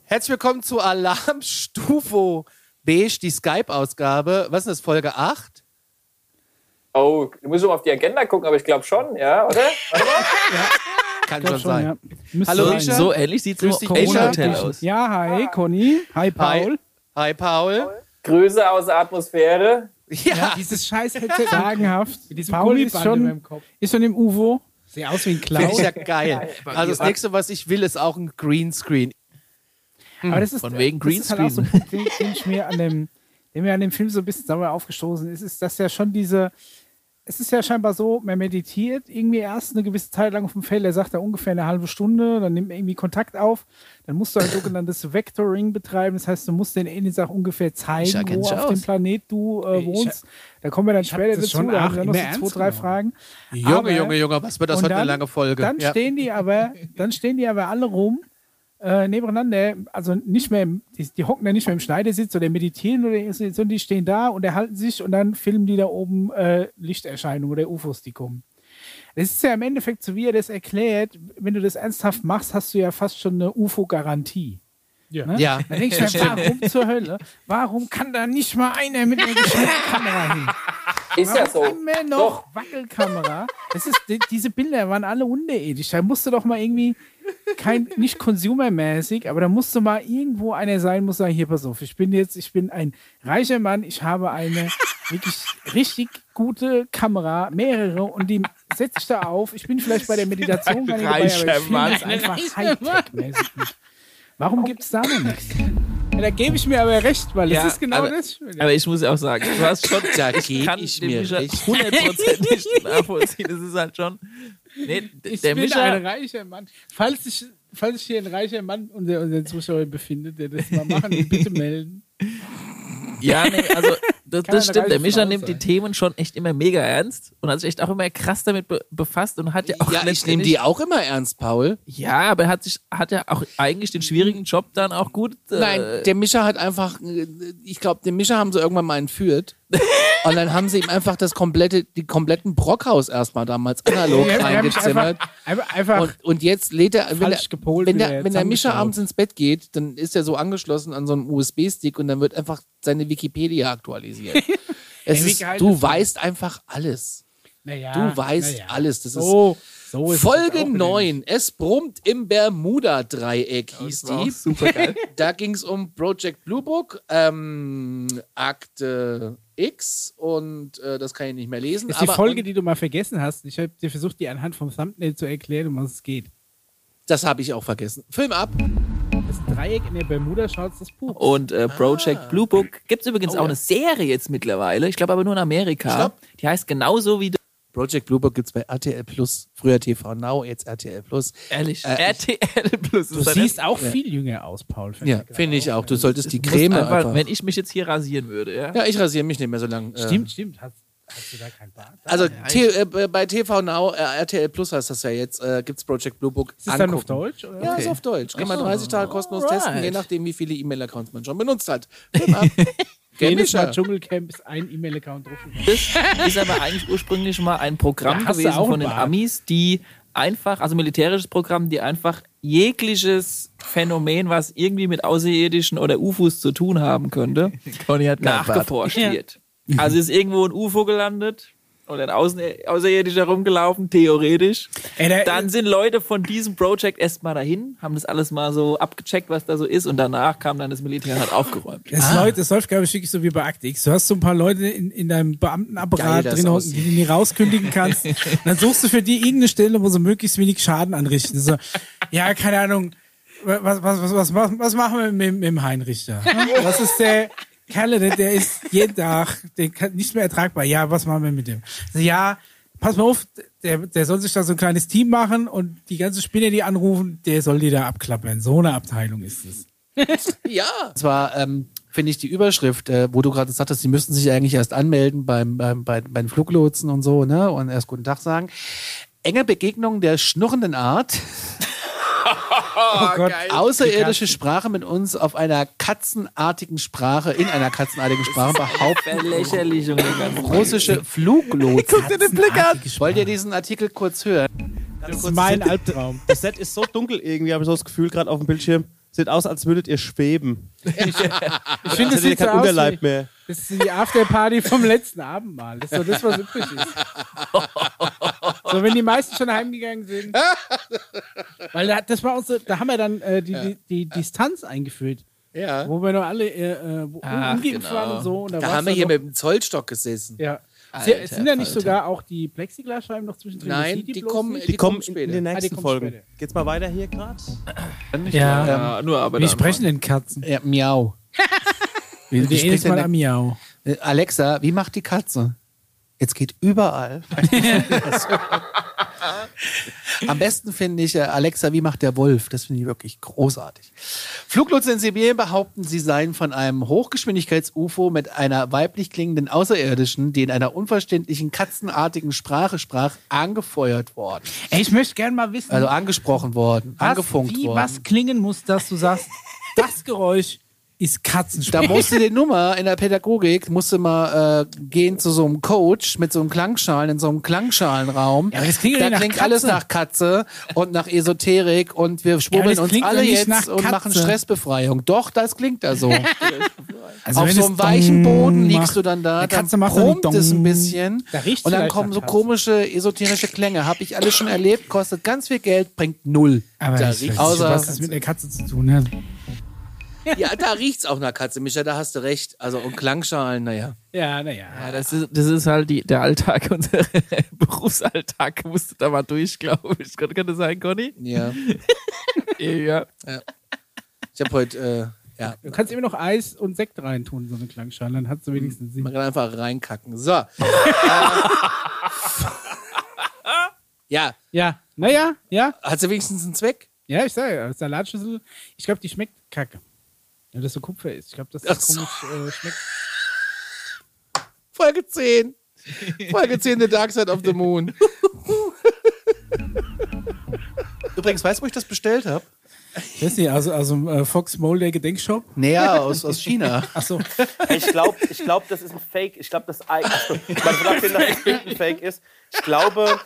[SPEAKER 2] Herzlich willkommen zu Alarmstufo Beige, die Skype-Ausgabe. Was ist das, Folge 8?
[SPEAKER 10] Oh, du musst mal auf die Agenda gucken, aber ich glaube schon, ja, oder?
[SPEAKER 2] Kann
[SPEAKER 8] Glaub
[SPEAKER 2] schon sein.
[SPEAKER 8] ja. Müsste
[SPEAKER 2] Hallo,
[SPEAKER 8] sein.
[SPEAKER 2] Mischa.
[SPEAKER 1] So ähnlich sieht es im Hotel aus.
[SPEAKER 8] Ja, hi, Conny. Hi, Paul.
[SPEAKER 2] Hi, Paul.
[SPEAKER 10] Grüße aus der Atmosphäre.
[SPEAKER 2] Ja,
[SPEAKER 8] Dieses scheiß Headset. Sagenhaft.
[SPEAKER 7] diesem
[SPEAKER 8] Paul
[SPEAKER 7] Gummiband
[SPEAKER 8] ist
[SPEAKER 7] in
[SPEAKER 8] schon,
[SPEAKER 7] meinem Kopf.
[SPEAKER 8] ist schon im UVO.
[SPEAKER 7] Sieht aus wie ein
[SPEAKER 2] finde ich
[SPEAKER 7] Clown.
[SPEAKER 2] ja geil. Also das nächste, was ich will, ist auch ein Greenscreen.
[SPEAKER 8] Aber das ist,
[SPEAKER 1] Von wegen
[SPEAKER 8] das ist halt auch so ein Punkt, den, den ich mir an dem, den mir an dem Film so ein bisschen sauer aufgestoßen ist, ist, dass ja schon diese, es ist ja scheinbar so, man meditiert irgendwie erst eine gewisse Zeit lang auf dem Feld, er sagt da ungefähr eine halbe Stunde, dann nimmt man irgendwie Kontakt auf, dann musst du ein sogenanntes Vectoring betreiben, das heißt, du musst den Aliens auch ungefähr zeigen,
[SPEAKER 1] erkenn's
[SPEAKER 8] wo
[SPEAKER 1] schon
[SPEAKER 8] auf
[SPEAKER 1] aus.
[SPEAKER 8] dem Planet du äh, Ich- wohnst. Da kommen wir dann hab später das dazu, schon da auch haben wir noch immer so ernst zwei, drei genommen. Fragen. Aber-
[SPEAKER 2] Junge, Junge, Junge, was wird das
[SPEAKER 8] und
[SPEAKER 2] heute eine
[SPEAKER 8] dann-
[SPEAKER 2] lange Folge?
[SPEAKER 8] Dann
[SPEAKER 2] ja.
[SPEAKER 8] stehen die aber, dann stehen die aber alle rum äh, nebeneinander, also nicht mehr, im, die, die hocken da nicht mehr im Schneidersitz oder meditieren oder irgendwas, sondern die stehen da und erhalten sich und dann filmen die da oben äh, Lichterscheinungen oder UFOs, die kommen. Es ist ja im Endeffekt so, wie er das erklärt, wenn du das ernsthaft machst, hast du ja fast schon eine UFO-Garantie. Ne?
[SPEAKER 2] Ja.
[SPEAKER 8] Dann denke ich mir, warum zur Hölle? Warum kann da nicht mal einer mit einer Geschäftskamera hin?
[SPEAKER 10] Ist ja so.
[SPEAKER 8] Immer noch Wackelkamera. Das ist, die, diese Bilder waren alle unterirdisch. Da musste doch mal irgendwie kein, nicht consumermäßig, aber da musste mal irgendwo einer sein, muss sagen, hier pass auf, ich bin jetzt, ich bin ein reicher Mann, ich habe eine wirklich richtig gute Kamera, mehrere und die setze ich da auf. Ich bin vielleicht bei der Meditation gar nicht dabei, aber ich
[SPEAKER 1] reicher
[SPEAKER 8] finde das einfach Hightech-mäßig nicht. Warum gibt es da noch nichts? Ja, da gebe ich mir aber recht, weil
[SPEAKER 1] Ja,
[SPEAKER 8] das ist genau
[SPEAKER 1] aber-
[SPEAKER 8] das.
[SPEAKER 1] Aber ich muss auch sagen, du hast schon
[SPEAKER 2] Da geh
[SPEAKER 1] kann
[SPEAKER 2] ich
[SPEAKER 1] den
[SPEAKER 2] mir
[SPEAKER 1] Mischa
[SPEAKER 2] recht.
[SPEAKER 1] hundertprozentig nachvollziehen. Das ist halt schon. Nee, d-
[SPEAKER 8] Ich
[SPEAKER 1] der
[SPEAKER 8] bin
[SPEAKER 1] Mischa,
[SPEAKER 8] ein reicher Mann. Falls sich falls sich hier ein reicher Mann unter unseren Zuschauern befindet, der das mal machen will, bitte melden.
[SPEAKER 1] ja, nee, also Das,
[SPEAKER 8] Kann ja
[SPEAKER 1] das stimmt. Der
[SPEAKER 8] geile
[SPEAKER 1] Mischa
[SPEAKER 8] Frau
[SPEAKER 1] nimmt die
[SPEAKER 8] sein.
[SPEAKER 1] Themen schon echt immer mega ernst und hat sich echt auch immer krass damit be befasst und hat ja auch
[SPEAKER 2] Ja, ich nehme
[SPEAKER 1] letztendlich-
[SPEAKER 2] die auch immer ernst, Paul.
[SPEAKER 1] Ja, aber er hat sich hat ja auch eigentlich den
[SPEAKER 2] Mhm.
[SPEAKER 1] schwierigen Job dann auch gut. Äh,
[SPEAKER 2] Nein, der Mischer hat einfach, äh, ich glaube, den Mischer haben sie irgendwann mal entführt. Und dann haben sie ihm einfach das komplette, die kompletten Brockhaus erstmal damals analog
[SPEAKER 8] Wir haben mich
[SPEAKER 2] reingezimmert.
[SPEAKER 8] einfach, einfach, einfach
[SPEAKER 2] Und, und jetzt lädt er, wenn, der,
[SPEAKER 8] falsch gepolt
[SPEAKER 2] wenn,
[SPEAKER 8] wieder
[SPEAKER 2] der, wenn der Mischer
[SPEAKER 8] zusammengeschraubt.
[SPEAKER 2] abends ins Bett geht, dann ist er so angeschlossen an so einem USB-Stick und dann wird einfach seine Wikipedia aktualisiert. es
[SPEAKER 8] wie
[SPEAKER 2] ist,
[SPEAKER 8] geil
[SPEAKER 2] du
[SPEAKER 8] ist das?
[SPEAKER 2] weißt einfach alles.
[SPEAKER 8] naja,
[SPEAKER 2] Du weißt
[SPEAKER 8] naja.
[SPEAKER 2] alles. Das ist
[SPEAKER 8] So, so Oh, ist
[SPEAKER 2] Folge
[SPEAKER 8] es auch
[SPEAKER 2] 9. Es brummt im Bermuda-Dreieck, hieß die.
[SPEAKER 1] super geil.
[SPEAKER 2] Da ging es um Project Blue Book, ähm, Akte X und äh, das kann ich nicht mehr lesen.
[SPEAKER 8] Das ist die
[SPEAKER 2] aber-
[SPEAKER 8] Folge,
[SPEAKER 2] und
[SPEAKER 8] die du mal vergessen hast. Ich habe dir versucht, die anhand vom Thumbnail zu erklären, um was es geht.
[SPEAKER 2] das habe ich auch vergessen. Film ab.
[SPEAKER 8] Das Dreieck in der Bermuda schaut das Buch.
[SPEAKER 1] Und äh, Project
[SPEAKER 2] Ah.
[SPEAKER 1] Blue Book gibt es
[SPEAKER 2] Oh
[SPEAKER 1] übrigens auch eine Serie jetzt mittlerweile. Ich glaube aber nur in Amerika. Die heißt genauso wie du.
[SPEAKER 2] Project Blue Book gibt es bei RTL Plus, früher TV Now, jetzt RTL Plus.
[SPEAKER 1] Ehrlich.
[SPEAKER 2] Äh,
[SPEAKER 1] RTL Plus.
[SPEAKER 8] Du siehst auch viel jünger aus, Paul. fällt
[SPEAKER 2] Ja,
[SPEAKER 8] mir gerade
[SPEAKER 2] finde ich auch. Du solltest die Creme
[SPEAKER 1] Creme einfach,
[SPEAKER 2] einfach.
[SPEAKER 1] Wenn ich mich jetzt hier rasieren würde, ja.
[SPEAKER 2] Ja, ich rasiere mich nicht mehr so lange.
[SPEAKER 8] auf. Stimmt, stimmt. Hast, hast du da keinen Bart?
[SPEAKER 2] Äh, also T äh, bei TV Now, äh, RTL Plus heißt das ja jetzt, äh, gibt es Project Blue Book.
[SPEAKER 8] Ist das dann auf Deutsch? Oder?
[SPEAKER 2] Ja, ist auf Deutsch. Kann man 30 Tage kostenlos
[SPEAKER 1] Alright.
[SPEAKER 2] testen, je nachdem, wie viele E-Mail-Accounts man schon benutzt hat. Film ab. Der
[SPEAKER 8] Jedes Mal
[SPEAKER 2] Mischer.
[SPEAKER 8] Dschungelcamp ist ein E-Mail-Account drauf.
[SPEAKER 1] Das ist aber eigentlich ursprünglich mal ein Programm
[SPEAKER 8] Da hast du
[SPEAKER 1] gewesen
[SPEAKER 8] auch
[SPEAKER 1] von
[SPEAKER 8] einen
[SPEAKER 1] den
[SPEAKER 8] Bart.
[SPEAKER 1] Amis, die einfach, also militärisches Programm, die einfach jegliches Phänomen, was irgendwie mit Außerirdischen oder UFOs zu tun haben könnte, nachgeforscht wird. Also ist irgendwo ein UFO gelandet oder ein Außen Außerirdischer rumgelaufen, theoretisch.
[SPEAKER 8] Ey, der-
[SPEAKER 1] Dann sind Leute von diesem Project erstmal dahin, haben das alles mal so abgecheckt, was da so ist und danach kam dann das Militär und hat aufgeräumt.
[SPEAKER 4] Es
[SPEAKER 2] Ah.
[SPEAKER 4] läuft, es läuft, glaube ich, wirklich so wie bei Akt X. Du hast so ein paar Leute in, in deinem
[SPEAKER 2] Geil,
[SPEAKER 4] Beamtenapparat
[SPEAKER 2] das
[SPEAKER 4] drin, hocken,
[SPEAKER 2] aussieht.
[SPEAKER 4] die du nie rauskündigen kannst. Und dann suchst du für die irgendeine Stelle, wo sie möglichst wenig Schaden anrichten. So, ja, keine Ahnung. Was, was, was, was, was, was machen wir mit, mit dem Heinrich da? Hm? Das ist der Kerle, der, der ist jeden Tag der kann, nicht mehr ertragbar. Ja, was machen wir mit dem? So, ja, pass mal auf, der, der soll sich da so ein kleines Team machen und die ganzen Spinner, die anrufen, der soll die da abklappern. So eine Abteilung ist es.
[SPEAKER 2] Ja.
[SPEAKER 5] Und zwar ähm, finde ich die Überschrift, äh, wo du gerade sagtest, die müssten sich eigentlich erst anmelden beim, beim, bei, bei den Fluglotsen und so, ne? Und erst guten Tag sagen. Enge Begegnung der schnurrenden Art.
[SPEAKER 2] Ah,
[SPEAKER 8] Oh Gott.
[SPEAKER 5] Außerirdische Sprache mit uns auf einer katzenartigen Sprache, in einer katzenartigen Sprache behaupten
[SPEAKER 1] Lächerlich, Junge.
[SPEAKER 5] russische Fluglotsen.
[SPEAKER 1] Guck dir den Blick an.
[SPEAKER 5] Wollt ihr diesen Artikel kurz hören?
[SPEAKER 8] Das ist mein Albtraum.
[SPEAKER 3] Das Set ist so dunkel irgendwie, habe ich so das Gefühl, gerade auf dem Bildschirm. Sieht aus, als würdet ihr schweben.
[SPEAKER 8] Ich
[SPEAKER 2] Also
[SPEAKER 8] finde,
[SPEAKER 3] Das
[SPEAKER 8] das
[SPEAKER 3] hätte
[SPEAKER 8] sieht so
[SPEAKER 3] kein
[SPEAKER 8] aus
[SPEAKER 3] Unterleib
[SPEAKER 8] wie, Äh,
[SPEAKER 3] mehr.
[SPEAKER 8] Das ist die Afterparty vom letzten Abendmahl. Das ist so das, was übrig ist. So, wenn die meisten schon heimgegangen sind. Weil da, das war uns, so- da haben wir dann äh, die, die, die Distanz eingeführt.
[SPEAKER 2] Ja.
[SPEAKER 8] Wo wir noch alle äh, äh, wo-
[SPEAKER 1] Ach,
[SPEAKER 8] ungeimpft
[SPEAKER 1] genau.
[SPEAKER 8] waren und so. Und da
[SPEAKER 2] Da
[SPEAKER 8] war's
[SPEAKER 2] haben wir
[SPEAKER 8] dann
[SPEAKER 2] hier
[SPEAKER 8] noch-
[SPEAKER 2] mit dem Zollstock gesessen.
[SPEAKER 8] Ja.
[SPEAKER 1] Alter
[SPEAKER 8] sind da nicht
[SPEAKER 1] Falter.
[SPEAKER 8] sogar auch die Plexiglasscheiben noch zwischendrin? Man
[SPEAKER 2] Nein,
[SPEAKER 8] sieht
[SPEAKER 2] die,
[SPEAKER 8] bloß
[SPEAKER 2] kommen,
[SPEAKER 8] nicht.
[SPEAKER 2] die,
[SPEAKER 3] Die kommen in,
[SPEAKER 2] später.
[SPEAKER 3] in den
[SPEAKER 8] Ah, die
[SPEAKER 3] nächsten
[SPEAKER 8] kommen
[SPEAKER 3] Folgen.
[SPEAKER 8] später.
[SPEAKER 3] Geht's mal weiter hier gerade?
[SPEAKER 4] Ja.
[SPEAKER 1] Ja, nur aber
[SPEAKER 4] Wie
[SPEAKER 1] dann mal.
[SPEAKER 4] sprechen denn Katzen?
[SPEAKER 5] Ja, miau.
[SPEAKER 4] Wir
[SPEAKER 5] spricht
[SPEAKER 4] jedes
[SPEAKER 5] denn
[SPEAKER 4] Mal
[SPEAKER 5] der-
[SPEAKER 4] am Miau.
[SPEAKER 5] Äh, Alexa, wie macht die Katze? Jetzt geht überall. Am besten finde ich, äh, Alexa, wie macht der Wolf? Das finde ich wirklich großartig. Fluglotsen in Sibirien behaupten, sie seien von einem Hochgeschwindigkeits-UFO mit einer weiblich klingenden Außerirdischen, die in einer unverständlichen katzenartigen Sprache sprach, angefeuert worden.
[SPEAKER 8] Ey, ich möchte gerne mal wissen,
[SPEAKER 5] Also angesprochen worden, angefunkt
[SPEAKER 8] wie
[SPEAKER 5] worden.
[SPEAKER 8] was klingen muss, dass du sagst, das Geräusch
[SPEAKER 4] Ist
[SPEAKER 5] Da
[SPEAKER 4] Katzensprache.
[SPEAKER 5] musste die Nummer in der Pädagogik, musste mal äh, gehen zu so einem Coach mit so einem Klangschalen, in so einem Klangschalenraum.
[SPEAKER 4] Ja, aber das klingt
[SPEAKER 5] da
[SPEAKER 4] ja nach
[SPEAKER 5] klingt
[SPEAKER 4] Katze.
[SPEAKER 5] alles nach Katze und nach Esoterik und wir
[SPEAKER 4] Ja, aber
[SPEAKER 5] schwurbeln
[SPEAKER 4] das
[SPEAKER 5] uns
[SPEAKER 4] klingt
[SPEAKER 5] alle
[SPEAKER 4] doch nicht
[SPEAKER 5] jetzt
[SPEAKER 4] nach
[SPEAKER 5] und
[SPEAKER 4] Katze.
[SPEAKER 5] machen Stressbefreiung. Doch, das klingt da so.
[SPEAKER 4] Also
[SPEAKER 5] Auf
[SPEAKER 4] wenn
[SPEAKER 5] so
[SPEAKER 4] es
[SPEAKER 5] einem weichen
[SPEAKER 4] Dong
[SPEAKER 5] Boden
[SPEAKER 4] macht.
[SPEAKER 5] liegst du dann da,
[SPEAKER 4] Eine
[SPEAKER 5] dann
[SPEAKER 4] Katze macht doch nicht
[SPEAKER 5] brummt es ein
[SPEAKER 4] Dong.
[SPEAKER 5] bisschen
[SPEAKER 8] Da riecht's
[SPEAKER 5] und dann
[SPEAKER 8] vielleicht
[SPEAKER 5] kommen
[SPEAKER 8] nach
[SPEAKER 5] so
[SPEAKER 8] Katze.
[SPEAKER 5] komische esoterische Klänge. Habe ich alles schon erlebt, kostet ganz viel Geld, bringt null.
[SPEAKER 4] Aber
[SPEAKER 2] Da riecht's
[SPEAKER 4] ich weiß nicht,
[SPEAKER 5] außer-
[SPEAKER 4] was das mit der Katze zu tun hat.
[SPEAKER 2] Ja, da riecht's auch nach Katze, Micha, da hast du recht. Also und Klangschalen, naja.
[SPEAKER 8] Ja, naja.
[SPEAKER 1] Ja, das ist, das ist halt die, der Alltag, unser Berufsalltag musste da mal durch, glaube ich. Kann, kann das sein, Conny?
[SPEAKER 2] Ja.
[SPEAKER 1] Ja.
[SPEAKER 2] Ich habe heute, äh, ja,
[SPEAKER 8] Du kannst immer noch Eis und Sekt reintun, so eine Klangschale, dann hat du wenigstens
[SPEAKER 2] man
[SPEAKER 8] Sinn.
[SPEAKER 2] kann einfach reinkacken. So. äh, ja,
[SPEAKER 8] Ja, naja, ja.
[SPEAKER 2] hat sie wenigstens einen Zweck?
[SPEAKER 8] Ja, ich sage ja, Salatschüssel, ich glaube, die schmeckt kacke. Ja, dass so Kupfer ist. Ich glaube, dass
[SPEAKER 2] Ach
[SPEAKER 8] das
[SPEAKER 2] so.
[SPEAKER 8] komisch äh, schmeckt.
[SPEAKER 2] Folge 10. Folge 10, The Dark Side of the Moon.
[SPEAKER 5] Übrigens, weißt du, wo ich das bestellt habe?
[SPEAKER 4] Weiß nicht, also, also äh, Fox Mole, der Gedenkshop.
[SPEAKER 2] Naja, aus, aus China.
[SPEAKER 4] Achso,
[SPEAKER 13] Ich glaube, ich glaub, das ist ein Fake. Ich glaube, das Ei- also, man sagt denen, dass das Bild ein Fake ist. Ich glaube,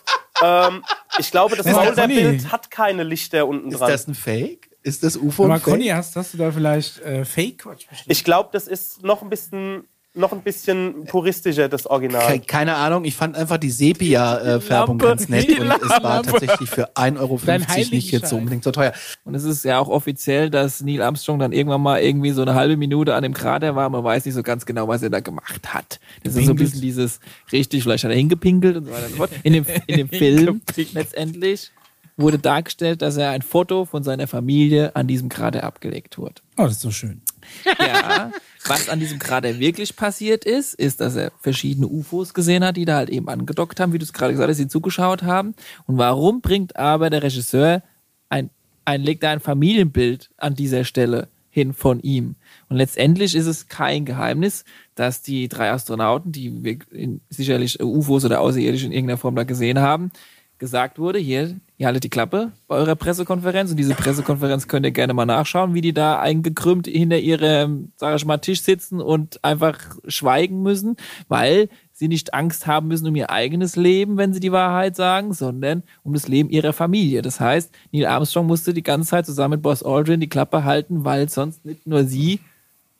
[SPEAKER 13] ähm, ich glaube, das
[SPEAKER 4] Ist das
[SPEAKER 13] Boulder-Bild
[SPEAKER 4] Conny?
[SPEAKER 13] hat keine Lichter unten
[SPEAKER 5] Ist
[SPEAKER 13] dran.
[SPEAKER 5] das ein Fake? Ist das UFO
[SPEAKER 4] aber
[SPEAKER 5] ein Fake?
[SPEAKER 4] Conny, hast, hast du da vielleicht äh, Fake-Quatsch bestellt?
[SPEAKER 13] Ich glaube, das ist noch ein bisschen, noch ein bisschen puristischer, das Original.
[SPEAKER 5] Ke keine Ahnung, ich fand einfach die Sepia-Färbung ganz nett und es war tatsächlich für 1,50
[SPEAKER 4] Dein
[SPEAKER 5] Euro
[SPEAKER 4] Heiligenschein.
[SPEAKER 5] nicht jetzt so unbedingt so teuer.
[SPEAKER 1] Und es ist ja auch offiziell, dass Neil Armstrong dann irgendwann mal irgendwie so eine halbe Minute an dem Krater war. Man weiß nicht so ganz genau, was er da gemacht hat. Das ist so ein bisschen dieses, richtig, vielleicht hat er hingepinkelt und so weiter und so fort. In dem, in dem Film letztendlich wurde dargestellt, dass er ein Foto von seiner Familie an diesem Krater abgelegt hat.
[SPEAKER 4] Oh, das ist so schön.
[SPEAKER 1] Ja, was an diesem Krater wirklich passiert ist, ist, dass er verschiedene UFOs gesehen hat, die da halt eben angedockt haben, wie du es gerade gesagt hast, die zugeschaut haben. Und warum bringt aber der Regisseur ein, ein legt da ein Familienbild an dieser Stelle hin von ihm? Und letztendlich ist es kein Geheimnis, dass die drei Astronauten, die wir in, sicherlich UFOs oder Außerirdische in irgendeiner Form da gesehen haben, gesagt wurde, hier, ihr haltet die Klappe bei eurer Pressekonferenz und diese Pressekonferenz könnt ihr gerne mal nachschauen, wie die da eingekrümmt hinter ihrem, sag ich mal, Tisch sitzen und einfach schweigen müssen, weil sie nicht Angst haben müssen um ihr eigenes Leben, wenn sie die Wahrheit sagen, sondern um das Leben ihrer Familie. Das heißt, Neil Armstrong musste die ganze Zeit zusammen mit Boss Aldrin die Klappe halten, weil sonst nicht nur sie,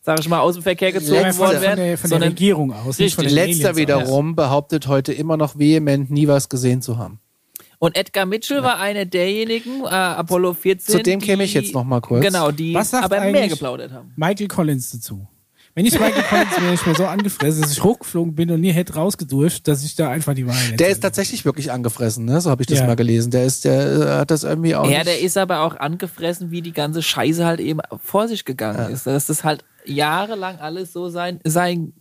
[SPEAKER 1] sag ich mal, aus dem Verkehr gezogen
[SPEAKER 4] Von,
[SPEAKER 1] worden
[SPEAKER 4] der-
[SPEAKER 1] wären,
[SPEAKER 4] von, der, von der
[SPEAKER 1] sondern
[SPEAKER 4] Regierung aus, nicht von den
[SPEAKER 5] Letzter
[SPEAKER 4] Aliens aus.
[SPEAKER 5] wiederum behauptet heute immer noch vehement, nie was gesehen zu haben.
[SPEAKER 1] Und Edgar Mitchell war einer derjenigen, äh, Apollo 14.
[SPEAKER 5] Zu dem käme ich
[SPEAKER 1] die-
[SPEAKER 5] jetzt noch mal kurz.
[SPEAKER 1] Genau, die
[SPEAKER 4] Was sagt
[SPEAKER 1] aber mehr
[SPEAKER 4] eigentlich-
[SPEAKER 1] geplaudert haben.
[SPEAKER 4] Michael Collins dazu. Wenn ich Michael Collins wäre, ich mir so angefressen, dass ich hochgeflogen bin und nie hätte rausgedurft, dass ich da einfach die Wahrheit
[SPEAKER 5] Der
[SPEAKER 4] erzähle.
[SPEAKER 5] ist tatsächlich wirklich angefressen, ne? So habe ich das
[SPEAKER 4] Ja.
[SPEAKER 5] mal gelesen. Der ist, der äh, hat das irgendwie auch.
[SPEAKER 1] Ja,
[SPEAKER 5] nicht-
[SPEAKER 1] der ist aber auch angefressen, wie die ganze Scheiße halt eben vor sich gegangen ist. Dass das halt jahrelang alles so sein, seinen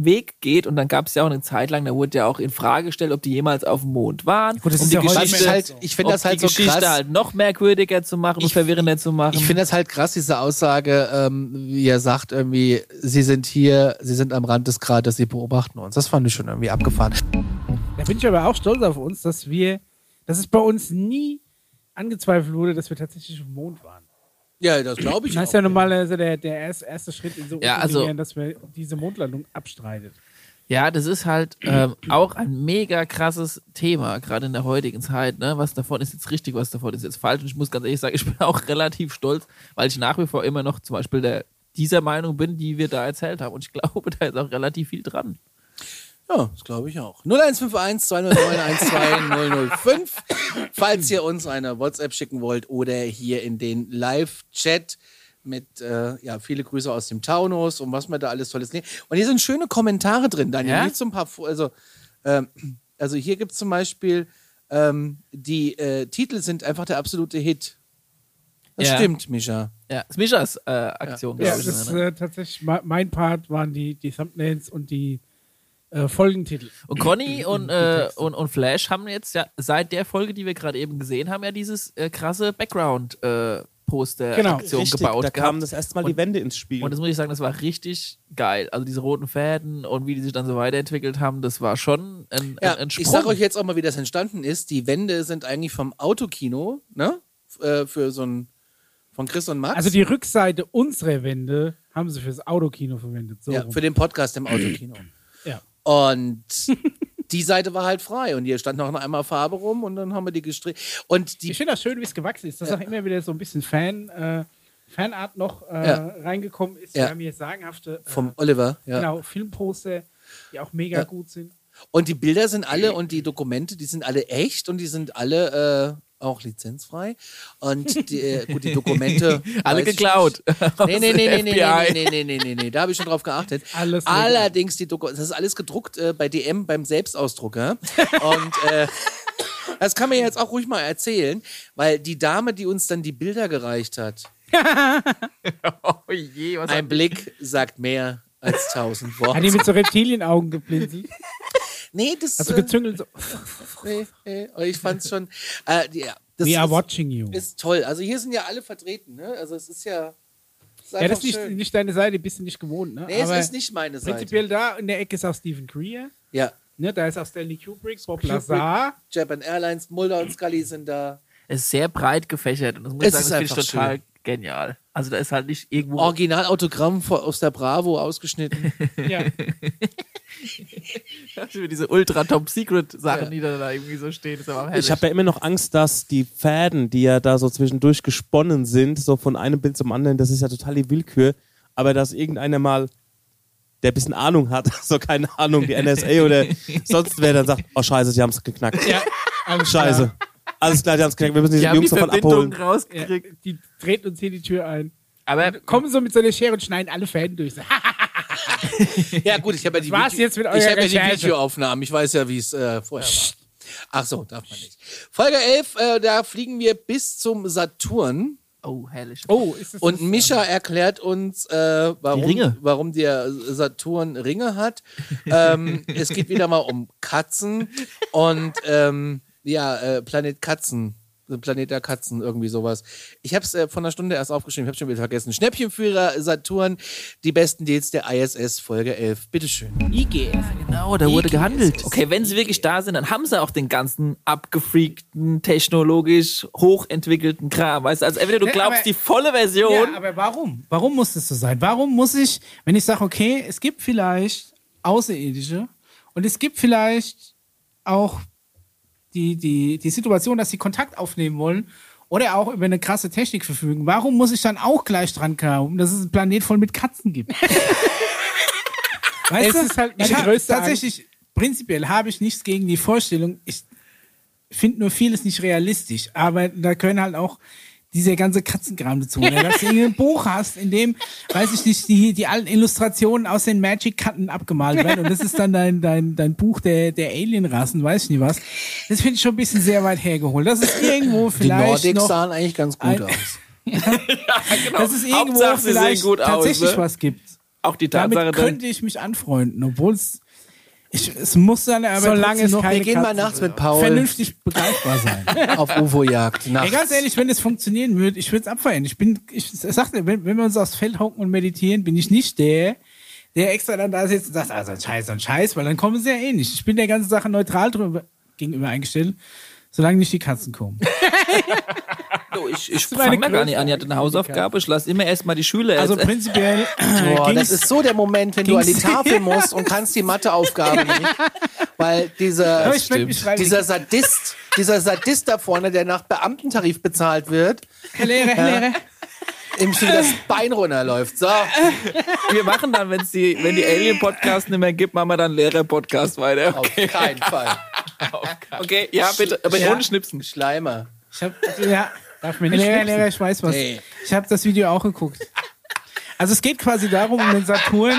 [SPEAKER 1] Weg geht. Und dann gab es ja auch eine Zeit lang, da wurde ja auch in Frage gestellt, ob die jemals auf dem Mond waren.
[SPEAKER 4] Gut, das
[SPEAKER 1] um
[SPEAKER 4] ist
[SPEAKER 1] die
[SPEAKER 4] ja heute
[SPEAKER 5] was ich
[SPEAKER 1] Geschichte,
[SPEAKER 5] halt, ich
[SPEAKER 1] ob
[SPEAKER 5] finde das halt
[SPEAKER 1] die
[SPEAKER 5] so
[SPEAKER 1] Geschichte
[SPEAKER 5] krass.
[SPEAKER 1] halt noch merkwürdiger zu machen und
[SPEAKER 5] Ich-
[SPEAKER 1] verwirrender zu machen.
[SPEAKER 5] Ich finde das halt krass, diese Aussage, ähm, wie er sagt, irgendwie, sie sind hier, sie sind am Rand des Kraters, sie beobachten uns. Das fand ich schon irgendwie abgefahren.
[SPEAKER 8] Da bin ich aber auch stolz auf uns, dass wir, dass es bei uns nie angezweifelt wurde, dass wir tatsächlich im Mond waren.
[SPEAKER 2] Ja, das glaube ich
[SPEAKER 8] Das ist ja normalerweise der, der erst- erste Schritt in so
[SPEAKER 1] Ja,
[SPEAKER 8] Utopian,
[SPEAKER 1] also-
[SPEAKER 8] dass wir diese Mondlandung abstreitet.
[SPEAKER 1] Ja, das ist halt ähm, auch ein mega krasses Thema, gerade in der heutigen Zeit. Ne? Was davon ist jetzt richtig, was davon ist jetzt falsch. Und ich muss ganz ehrlich sagen, ich bin auch relativ stolz, weil ich nach wie vor immer noch zum Beispiel der, dieser Meinung bin, die wir da erzählt haben. Und ich glaube, da ist auch relativ viel dran.
[SPEAKER 2] Ja, das glaube ich auch. 0151 209 005, falls ihr uns eine WhatsApp schicken wollt oder hier in den Live-Chat mit, äh, ja, viele Grüße aus dem Taunus und was wir da alles Tolles nehmen. Und hier sind schöne Kommentare drin, Daniel.
[SPEAKER 1] Ja?
[SPEAKER 2] Hier so ein paar, Fo- also, ähm, also hier gibt es zum Beispiel, ähm, die äh, Titel sind einfach der absolute Hit. Das
[SPEAKER 1] Ja.
[SPEAKER 2] stimmt, Mischa.
[SPEAKER 1] Ja, ist Mischas äh, Aktion,
[SPEAKER 8] Ja,
[SPEAKER 1] glaube
[SPEAKER 8] das
[SPEAKER 1] ich.
[SPEAKER 8] ist
[SPEAKER 1] ne?
[SPEAKER 8] äh, tatsächlich me- mein Part, waren die, die Thumbnails und die äh, Folgentitel.
[SPEAKER 1] Und Conny und, äh, und, und Flash haben jetzt ja seit der Folge, die wir gerade eben gesehen haben, ja dieses äh, krasse Background- äh,
[SPEAKER 8] Genau.
[SPEAKER 1] Poster-Aktion
[SPEAKER 3] Richtig,
[SPEAKER 1] gebaut
[SPEAKER 3] da
[SPEAKER 1] gehabt.
[SPEAKER 3] kam das erstmal die
[SPEAKER 1] Und-
[SPEAKER 3] Wände ins Spiel.
[SPEAKER 1] Und das muss ich sagen, das war richtig geil. Also diese roten Fäden und wie die sich dann so weiterentwickelt haben, das war schon ein,
[SPEAKER 2] Ja,
[SPEAKER 1] ein, ein Sprung.
[SPEAKER 2] ich sage euch jetzt auch mal, wie das entstanden ist. Die Wände sind eigentlich vom Autokino, ne? F- Äh, für so ein von Chris und Max.
[SPEAKER 8] Also die Rückseite unserer Wände haben sie fürs Autokino verwendet. So
[SPEAKER 2] ja,
[SPEAKER 8] rum.
[SPEAKER 2] für den Podcast im Autokino.
[SPEAKER 8] Ja.
[SPEAKER 2] Und die Seite war halt frei und hier stand noch einmal Farbe rum und dann haben wir die gestrichen. Und die
[SPEAKER 8] ich finde das schön, wie es gewachsen ist, dass auch immer wieder so ein bisschen Fan, äh, Fanart noch äh,
[SPEAKER 2] Ja.
[SPEAKER 8] reingekommen ist.
[SPEAKER 2] Ja.
[SPEAKER 8] Wir haben hier sagenhafte äh,
[SPEAKER 2] vom Oliver, ja.
[SPEAKER 8] genau, Filmposter, die auch mega gut sind.
[SPEAKER 2] Und die Bilder sind alle und die Dokumente, die sind alle echt und die sind alle äh, auch lizenzfrei. Und die, äh, gut, die Dokumente.
[SPEAKER 1] Alle
[SPEAKER 2] weiß ich
[SPEAKER 1] geklaut.
[SPEAKER 2] nicht. Nee, nee, nee, nee, nee,
[SPEAKER 1] FBI.
[SPEAKER 2] nee, nee, nee, nee, nee, nee, da habe ich schon drauf geachtet.
[SPEAKER 8] Alles legal.
[SPEAKER 2] Allerdings, die Doku das ist alles gedruckt äh, bei DM beim Selbstausdrucker. Und äh, das kann man jetzt auch ruhig mal erzählen, weil die Dame, die uns dann die Bilder gereicht hat,
[SPEAKER 1] oh je, was
[SPEAKER 2] ein Blick sagt mehr als tausend
[SPEAKER 8] Hat die
[SPEAKER 2] Worte.
[SPEAKER 8] mit so Reptilienaugen geblinzelt?
[SPEAKER 2] Nee, das
[SPEAKER 8] Also
[SPEAKER 2] äh,
[SPEAKER 8] gezüngelt so,
[SPEAKER 2] nee, nee, aber ich fand's schon. Äh, ja, das
[SPEAKER 8] we are
[SPEAKER 2] ist,
[SPEAKER 8] watching you.
[SPEAKER 2] ist toll. Also hier sind ja alle vertreten, ne? Also es ist ja. Ist
[SPEAKER 4] Ja, das
[SPEAKER 2] einfach
[SPEAKER 4] ist nicht,
[SPEAKER 2] schön.
[SPEAKER 4] nicht deine Seite, bist du nicht gewohnt. Ne?
[SPEAKER 2] Nee, es
[SPEAKER 4] Aber
[SPEAKER 2] ist nicht meine Seite.
[SPEAKER 4] prinzipiell da in der Ecke ist auch Stephen Greer.
[SPEAKER 2] Ja.
[SPEAKER 4] Ne? Da ist auch Stanley Kubrick, Bob
[SPEAKER 2] Kubrick.
[SPEAKER 4] Lazar.
[SPEAKER 2] Japan Airlines, Mulder und Scully sind da.
[SPEAKER 1] Es ist sehr breit gefächert und das muss
[SPEAKER 2] Es
[SPEAKER 1] ich sagen,
[SPEAKER 2] ist
[SPEAKER 1] das finde ich
[SPEAKER 2] einfach Oh.
[SPEAKER 1] total genial. Also da ist halt nicht irgendwo.
[SPEAKER 2] Originalautogramm vor- aus der Bravo ausgeschnitten.
[SPEAKER 4] Ja.
[SPEAKER 1] über diese ultra top secret Sachen, die da, da irgendwie so stehen. Ist aber herrlich.
[SPEAKER 3] Ich habe ja immer noch Angst, dass die Fäden, die ja da so zwischendurch gesponnen sind, so von einem Bild zum anderen, das ist ja total die Willkür, aber dass irgendeiner mal, der ein bisschen Ahnung hat, so keine Ahnung, die NSA oder sonst wer, dann sagt, oh scheiße, sie haben es geknackt.
[SPEAKER 4] Ja, alles klar.
[SPEAKER 3] Scheiße. Alles klar, die haben es geknackt, wir müssen diese
[SPEAKER 1] die haben die
[SPEAKER 3] Jungs davon
[SPEAKER 1] Verbindung
[SPEAKER 3] abholen.
[SPEAKER 4] Ja,
[SPEAKER 1] rausgekriegt.
[SPEAKER 4] die treten uns hier die Tür ein.
[SPEAKER 1] Aber
[SPEAKER 4] Kommen so mit so einer Schere und schneiden alle Fäden durch. So, ha,
[SPEAKER 2] ja, gut, ich habe ja die,
[SPEAKER 4] war's
[SPEAKER 2] Video-
[SPEAKER 4] jetzt mit eurer
[SPEAKER 2] ich hab ja die
[SPEAKER 4] Recherche.
[SPEAKER 2] Videoaufnahmen. Ich weiß ja, wie es äh, vorher war. Ach so, darf man nicht. Folge 11, äh, da fliegen wir bis zum Saturn.
[SPEAKER 1] Oh, herrlich.
[SPEAKER 4] oh, ist das
[SPEAKER 2] Und Mischa erklärt uns, äh, warum,
[SPEAKER 1] Die Ringe.
[SPEAKER 2] warum der Saturn Ringe hat. ähm, es geht wieder mal um Katzen und ähm, ja, äh, Planet Katzen. äh, Planet der Katzen, irgendwie sowas. Ich habe es äh, vor einer Stunde erst aufgeschrieben, ich habe schon wieder vergessen. Schnäppchenführer Saturn, die besten Deals der ISS Folge 11. Bitteschön.
[SPEAKER 4] IGS?
[SPEAKER 1] Genau, da wurde gehandelt. Okay, wenn sie wirklich da sind, dann haben sie auch den ganzen abgefreakten, technologisch hochentwickelten Kram. Weißt du, also entweder du
[SPEAKER 4] Ja,
[SPEAKER 1] glaubst
[SPEAKER 4] aber-
[SPEAKER 1] die volle Version.
[SPEAKER 4] Ja, aber warum? Warum muss das so sein? Warum muss ich, wenn ich sage, okay, es gibt vielleicht Außerirdische und es gibt vielleicht auch die, die, die Situation, dass sie Kontakt aufnehmen wollen oder auch über eine krasse Technik verfügen, warum muss ich dann auch gleich dran glauben, dass es einen Planet voll mit Katzen gibt? weißt
[SPEAKER 14] Es
[SPEAKER 4] du,
[SPEAKER 14] ist halt meine
[SPEAKER 4] ich hab-
[SPEAKER 14] größte
[SPEAKER 4] tatsächlich, prinzipiell habe ich nichts gegen die Vorstellung. Ich finde nur vieles nicht realistisch, aber da können halt auch dieser ganze Katzenkram dazu. Oder dass du irgendein Buch hast, in dem, weiß ich nicht, die, die alten Illustrationen aus den Magic-Kanten abgemalt werden. Und das ist dann dein, dein, dein Buch der, der Alien-Rassen, weiß ich nicht was. Das finde ich schon ein bisschen sehr weit hergeholt. Das ist irgendwo
[SPEAKER 2] Die
[SPEAKER 4] vielleicht.
[SPEAKER 2] Nordics
[SPEAKER 4] noch,
[SPEAKER 2] sahen eigentlich ganz gut
[SPEAKER 4] ein-
[SPEAKER 2] aus.
[SPEAKER 4] dass es irgendwo
[SPEAKER 1] genau. Hauptsache, sie sehen
[SPEAKER 4] vielleicht
[SPEAKER 1] gut aus,
[SPEAKER 4] tatsächlich
[SPEAKER 1] ne?
[SPEAKER 4] was gibt.
[SPEAKER 1] auch die Tatsache,
[SPEAKER 4] Damit
[SPEAKER 1] dann,
[SPEAKER 4] könnte ich mich anfreunden, obwohl es. Ich, es muss dann aber
[SPEAKER 2] Solange
[SPEAKER 4] trotzdem
[SPEAKER 2] es noch, wir
[SPEAKER 4] keine
[SPEAKER 2] gehen mal
[SPEAKER 4] Katzen
[SPEAKER 2] nachts mit Paul
[SPEAKER 4] vernünftig begreifbar sein.
[SPEAKER 2] auf UFO-Jagd.
[SPEAKER 4] Ey,
[SPEAKER 2] nachts.
[SPEAKER 4] ganz ehrlich, wenn das funktionieren würde, ich würde es abfeiern. Ich bin, ich sag dir, wenn, wenn wir uns aufs Feld hocken und meditieren, bin ich nicht der, der extra dann da sitzt und sagt, also ein Scheiß, ein Scheiß, weil dann kommen sie ja eh nicht. Ich bin der ganzen Sache neutral drüber, gegenüber eingestellt, solange nicht die Katzen kommen.
[SPEAKER 1] oh, ich, ich
[SPEAKER 4] meine
[SPEAKER 1] fange da gar
[SPEAKER 4] größte
[SPEAKER 1] nicht an. Ihr hattet eine Hausaufgabe. Ich lasse immer erstmal die Schüler.
[SPEAKER 4] Also
[SPEAKER 1] erst-
[SPEAKER 4] prinzipiell äh,
[SPEAKER 2] Boah, das
[SPEAKER 4] ging's-
[SPEAKER 2] ist so der Moment, wenn du an die
[SPEAKER 4] ging's-
[SPEAKER 2] Tafel musst und kannst die Matheaufgaben nicht. Weil dieser,
[SPEAKER 4] Aber ich werd mich freiwillig-
[SPEAKER 2] dieser Sadist, dieser Sadist da vorne, der nach Beamtentarif bezahlt wird,
[SPEAKER 4] Herr Lehrer, Herr Lehrer.
[SPEAKER 2] ihm schon das Bein runterläuft. So,
[SPEAKER 1] wir machen dann, wenn's die, wenn die Alien-Podcasts nicht mehr gibt, machen wir dann Lehrer-Podcast weiter.
[SPEAKER 2] auf
[SPEAKER 1] Okay.
[SPEAKER 2] keinen Fall.
[SPEAKER 1] okay, ja, bitte. Aber
[SPEAKER 2] Ja.
[SPEAKER 1] ohne Schnipsen.
[SPEAKER 2] Schleimer.
[SPEAKER 4] Ich hab, ja, darf mir nicht Lehrer, Lehrer, ich weiß was.
[SPEAKER 2] Nee.
[SPEAKER 4] Ich habe das Video auch geguckt. Also es geht quasi darum, um den Saturn.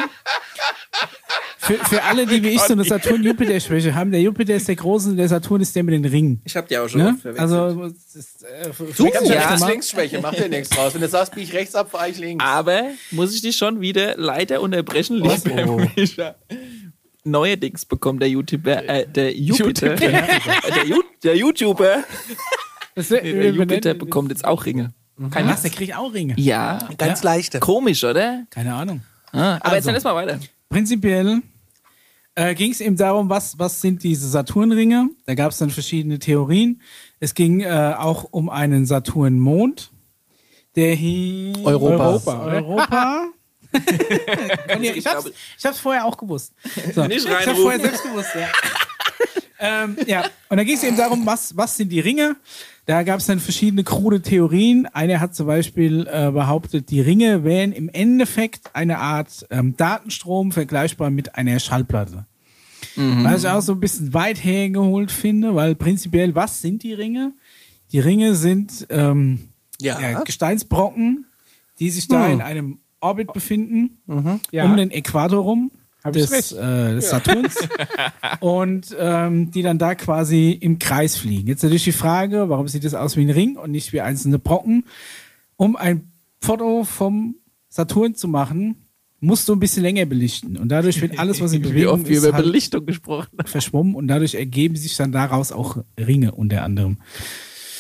[SPEAKER 4] Für, für alle, die wie ich so eine Saturn-Jupiter-Schwäche haben, der Jupiter ist der Große und der Saturn ist der mit den Ringen.
[SPEAKER 1] Ich habe die auch schon
[SPEAKER 4] Ne? Also, das ist, äh,
[SPEAKER 2] Du,
[SPEAKER 4] ganz schlecht
[SPEAKER 2] ja.
[SPEAKER 4] gemacht.
[SPEAKER 2] Linksschwäche, mach dir nichts draus. Wenn du sagst, bieg ich rechts ab, fahr ich links.
[SPEAKER 1] Aber muss ich dich schon wieder leider unterbrechen, lieber Mischa. Neuerdings bekommt der YouTuber, äh, der Jupiter, der, Ju der YouTuber,
[SPEAKER 4] Das wär-
[SPEAKER 1] der Jupiter
[SPEAKER 4] benennen-
[SPEAKER 1] bekommt jetzt auch Ringe. Kein
[SPEAKER 4] Was,
[SPEAKER 1] Witz.
[SPEAKER 4] der kriegt auch Ringe.
[SPEAKER 1] Ja,
[SPEAKER 15] Ganz leichte.
[SPEAKER 1] komisch, oder?
[SPEAKER 4] Keine Ahnung.
[SPEAKER 1] Ah, aber jetzt
[SPEAKER 4] Also.
[SPEAKER 1] dann erstmal weiter.
[SPEAKER 4] prinzipiell äh, ging es eben darum, was, was sind diese Saturnringe? Da gab es dann verschiedene Theorien. Es ging äh, auch um einen Saturnmond, der hieß
[SPEAKER 2] Europa.
[SPEAKER 4] Europa. Europa. Und ja, ich, hab's, ich hab's vorher auch gewusst. So.
[SPEAKER 1] Also Nicht
[SPEAKER 4] ich hab's
[SPEAKER 1] reinrufen.
[SPEAKER 4] vorher selbst gewusst, ja. ähm, ja. Und da ging es eben darum, was, was sind die Ringe? Da gab es dann verschiedene krude Theorien. Eine hat zum Beispiel äh, behauptet, die Ringe wären im Endeffekt eine Art ähm, Datenstrom vergleichbar mit einer Schallplatte.
[SPEAKER 1] Mhm.
[SPEAKER 4] Was ich auch so ein bisschen weit hergeholt finde, weil prinzipiell, was sind die Ringe? Die Ringe sind ähm,
[SPEAKER 2] Ja.
[SPEAKER 4] ja, Gesteinsbrocken, die sich
[SPEAKER 1] Hm.
[SPEAKER 4] da in einem Orbit befinden,
[SPEAKER 1] Mhm.
[SPEAKER 4] um den Äquator rum
[SPEAKER 14] ich
[SPEAKER 4] des, äh, des Saturns und ähm, die dann da quasi im Kreis fliegen. Jetzt natürlich die Frage, warum sieht das aus wie ein Ring und nicht wie einzelne Brocken? Um ein Foto vom Saturn zu machen, musst du ein bisschen länger belichten und dadurch wird alles, was in
[SPEAKER 1] Wie
[SPEAKER 4] Bewegung
[SPEAKER 1] oft wir
[SPEAKER 4] ist,
[SPEAKER 1] über
[SPEAKER 4] halt-
[SPEAKER 1] Belichtung gesprochen haben.
[SPEAKER 4] verschwommen und dadurch ergeben sich dann daraus auch Ringe unter anderem.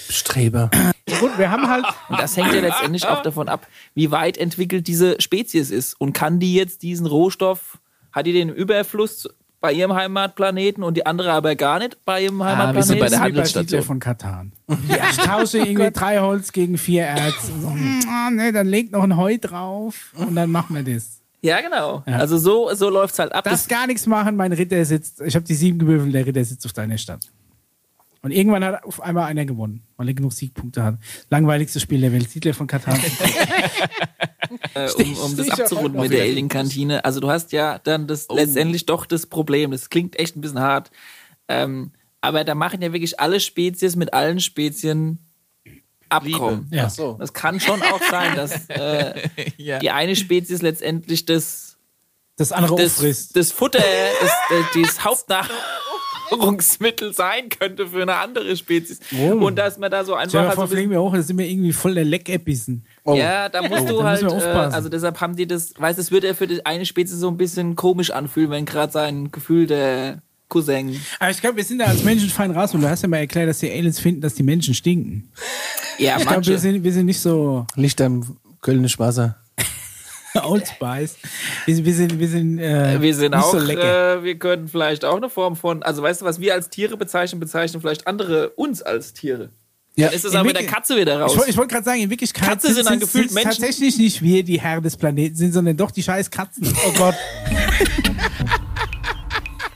[SPEAKER 2] Streber.
[SPEAKER 4] Grund. Wir haben halt.
[SPEAKER 1] Und das hängt ja letztendlich auch davon ab, wie weit entwickelt diese Spezies ist. Und kann die jetzt diesen Rohstoff, hat die den im Überfluss bei ihrem Heimatplaneten und die andere aber gar nicht bei ihrem
[SPEAKER 16] Ah, wir
[SPEAKER 1] Heimatplaneten?
[SPEAKER 16] sind bei der
[SPEAKER 1] Handelsstation.
[SPEAKER 16] Handelsstation. von Katan. Ja. Ich tausche irgendwie drei Holz gegen vier Erz. Und so, hm, ah, ne, dann legt noch ein Heu drauf und dann machen wir das.
[SPEAKER 1] Ja, genau. Also so, so läuft es halt ab.
[SPEAKER 16] Das gar nichts machen, mein Ritter sitzt. Ich habe die sieben gewürfelt, der Ritter sitzt auf deiner Stadt. Und irgendwann hat auf einmal einer gewonnen, weil er genug Siegpunkte hat. Langweiligstes Spiel der Welt, Siedler von Katan.
[SPEAKER 1] äh, um, um das
[SPEAKER 16] Sicher
[SPEAKER 1] abzurunden
[SPEAKER 16] auch
[SPEAKER 1] mit der
[SPEAKER 16] wieder.
[SPEAKER 1] Alien-Kantine. Also du hast ja dann das letztendlich doch das Problem. Das klingt echt ein bisschen hart. Ähm, aber da machen ja wirklich alle Spezies mit allen Spezien Abkommen.
[SPEAKER 16] Ja.
[SPEAKER 2] So.
[SPEAKER 1] Das kann schon auch sein, dass äh,
[SPEAKER 16] Ja.
[SPEAKER 1] die eine Spezies letztendlich das,
[SPEAKER 16] Das andere
[SPEAKER 1] das,
[SPEAKER 16] auffrisst.
[SPEAKER 1] das Futter, das, äh, das Hauptnahrungsmittel sein könnte für eine andere Spezies.
[SPEAKER 16] Oh.
[SPEAKER 1] Und dass man da so einfach
[SPEAKER 16] Stell dir mal
[SPEAKER 1] halt so
[SPEAKER 16] vor,
[SPEAKER 1] ein bisschen
[SPEAKER 16] fliegen wir hoch, da sind wir irgendwie voll der Leckerbissen.
[SPEAKER 1] Ja, da musst
[SPEAKER 16] Oh,
[SPEAKER 1] du
[SPEAKER 16] da
[SPEAKER 1] halt,
[SPEAKER 16] müssen wir
[SPEAKER 1] äh,
[SPEAKER 16] aufpassen.
[SPEAKER 1] also deshalb haben die das, weißt du, es wird ja für die eine Spezies so ein bisschen komisch anfühlen, wenn gerade sein Gefühl der Cousin.
[SPEAKER 16] Aber ich glaube, wir sind da als Menschen fein raus und du hast ja mal erklärt, dass die Aliens finden, dass die Menschen stinken.
[SPEAKER 1] Ja,
[SPEAKER 16] Ich glaube, wir
[SPEAKER 1] manche.
[SPEAKER 16] sind, wir sind nicht so
[SPEAKER 2] Licht am Kölnisch Wasser.
[SPEAKER 16] Old Spice. Wir sind, wir sind, wir sind, äh,
[SPEAKER 1] Wir sind
[SPEAKER 16] nicht
[SPEAKER 1] auch,
[SPEAKER 16] so lecker.
[SPEAKER 1] äh, wir können vielleicht auch eine Form von, also weißt du, was wir als Tiere bezeichnen, bezeichnen vielleicht andere uns als Tiere.
[SPEAKER 2] Ja,
[SPEAKER 1] Dann ist es aber mit der
[SPEAKER 16] wirklich-
[SPEAKER 1] Katze wieder raus.
[SPEAKER 16] ich wollte wollt gerade sagen, in Wirklichkeit
[SPEAKER 1] Katze
[SPEAKER 16] sind-
[SPEAKER 1] sind dann
[SPEAKER 16] sind-
[SPEAKER 1] gefühlt
[SPEAKER 16] sind
[SPEAKER 1] Menschen.
[SPEAKER 16] tatsächlich nicht wir, die Herr des Planeten sind, sondern doch die scheiß Katzen. Oh Gott.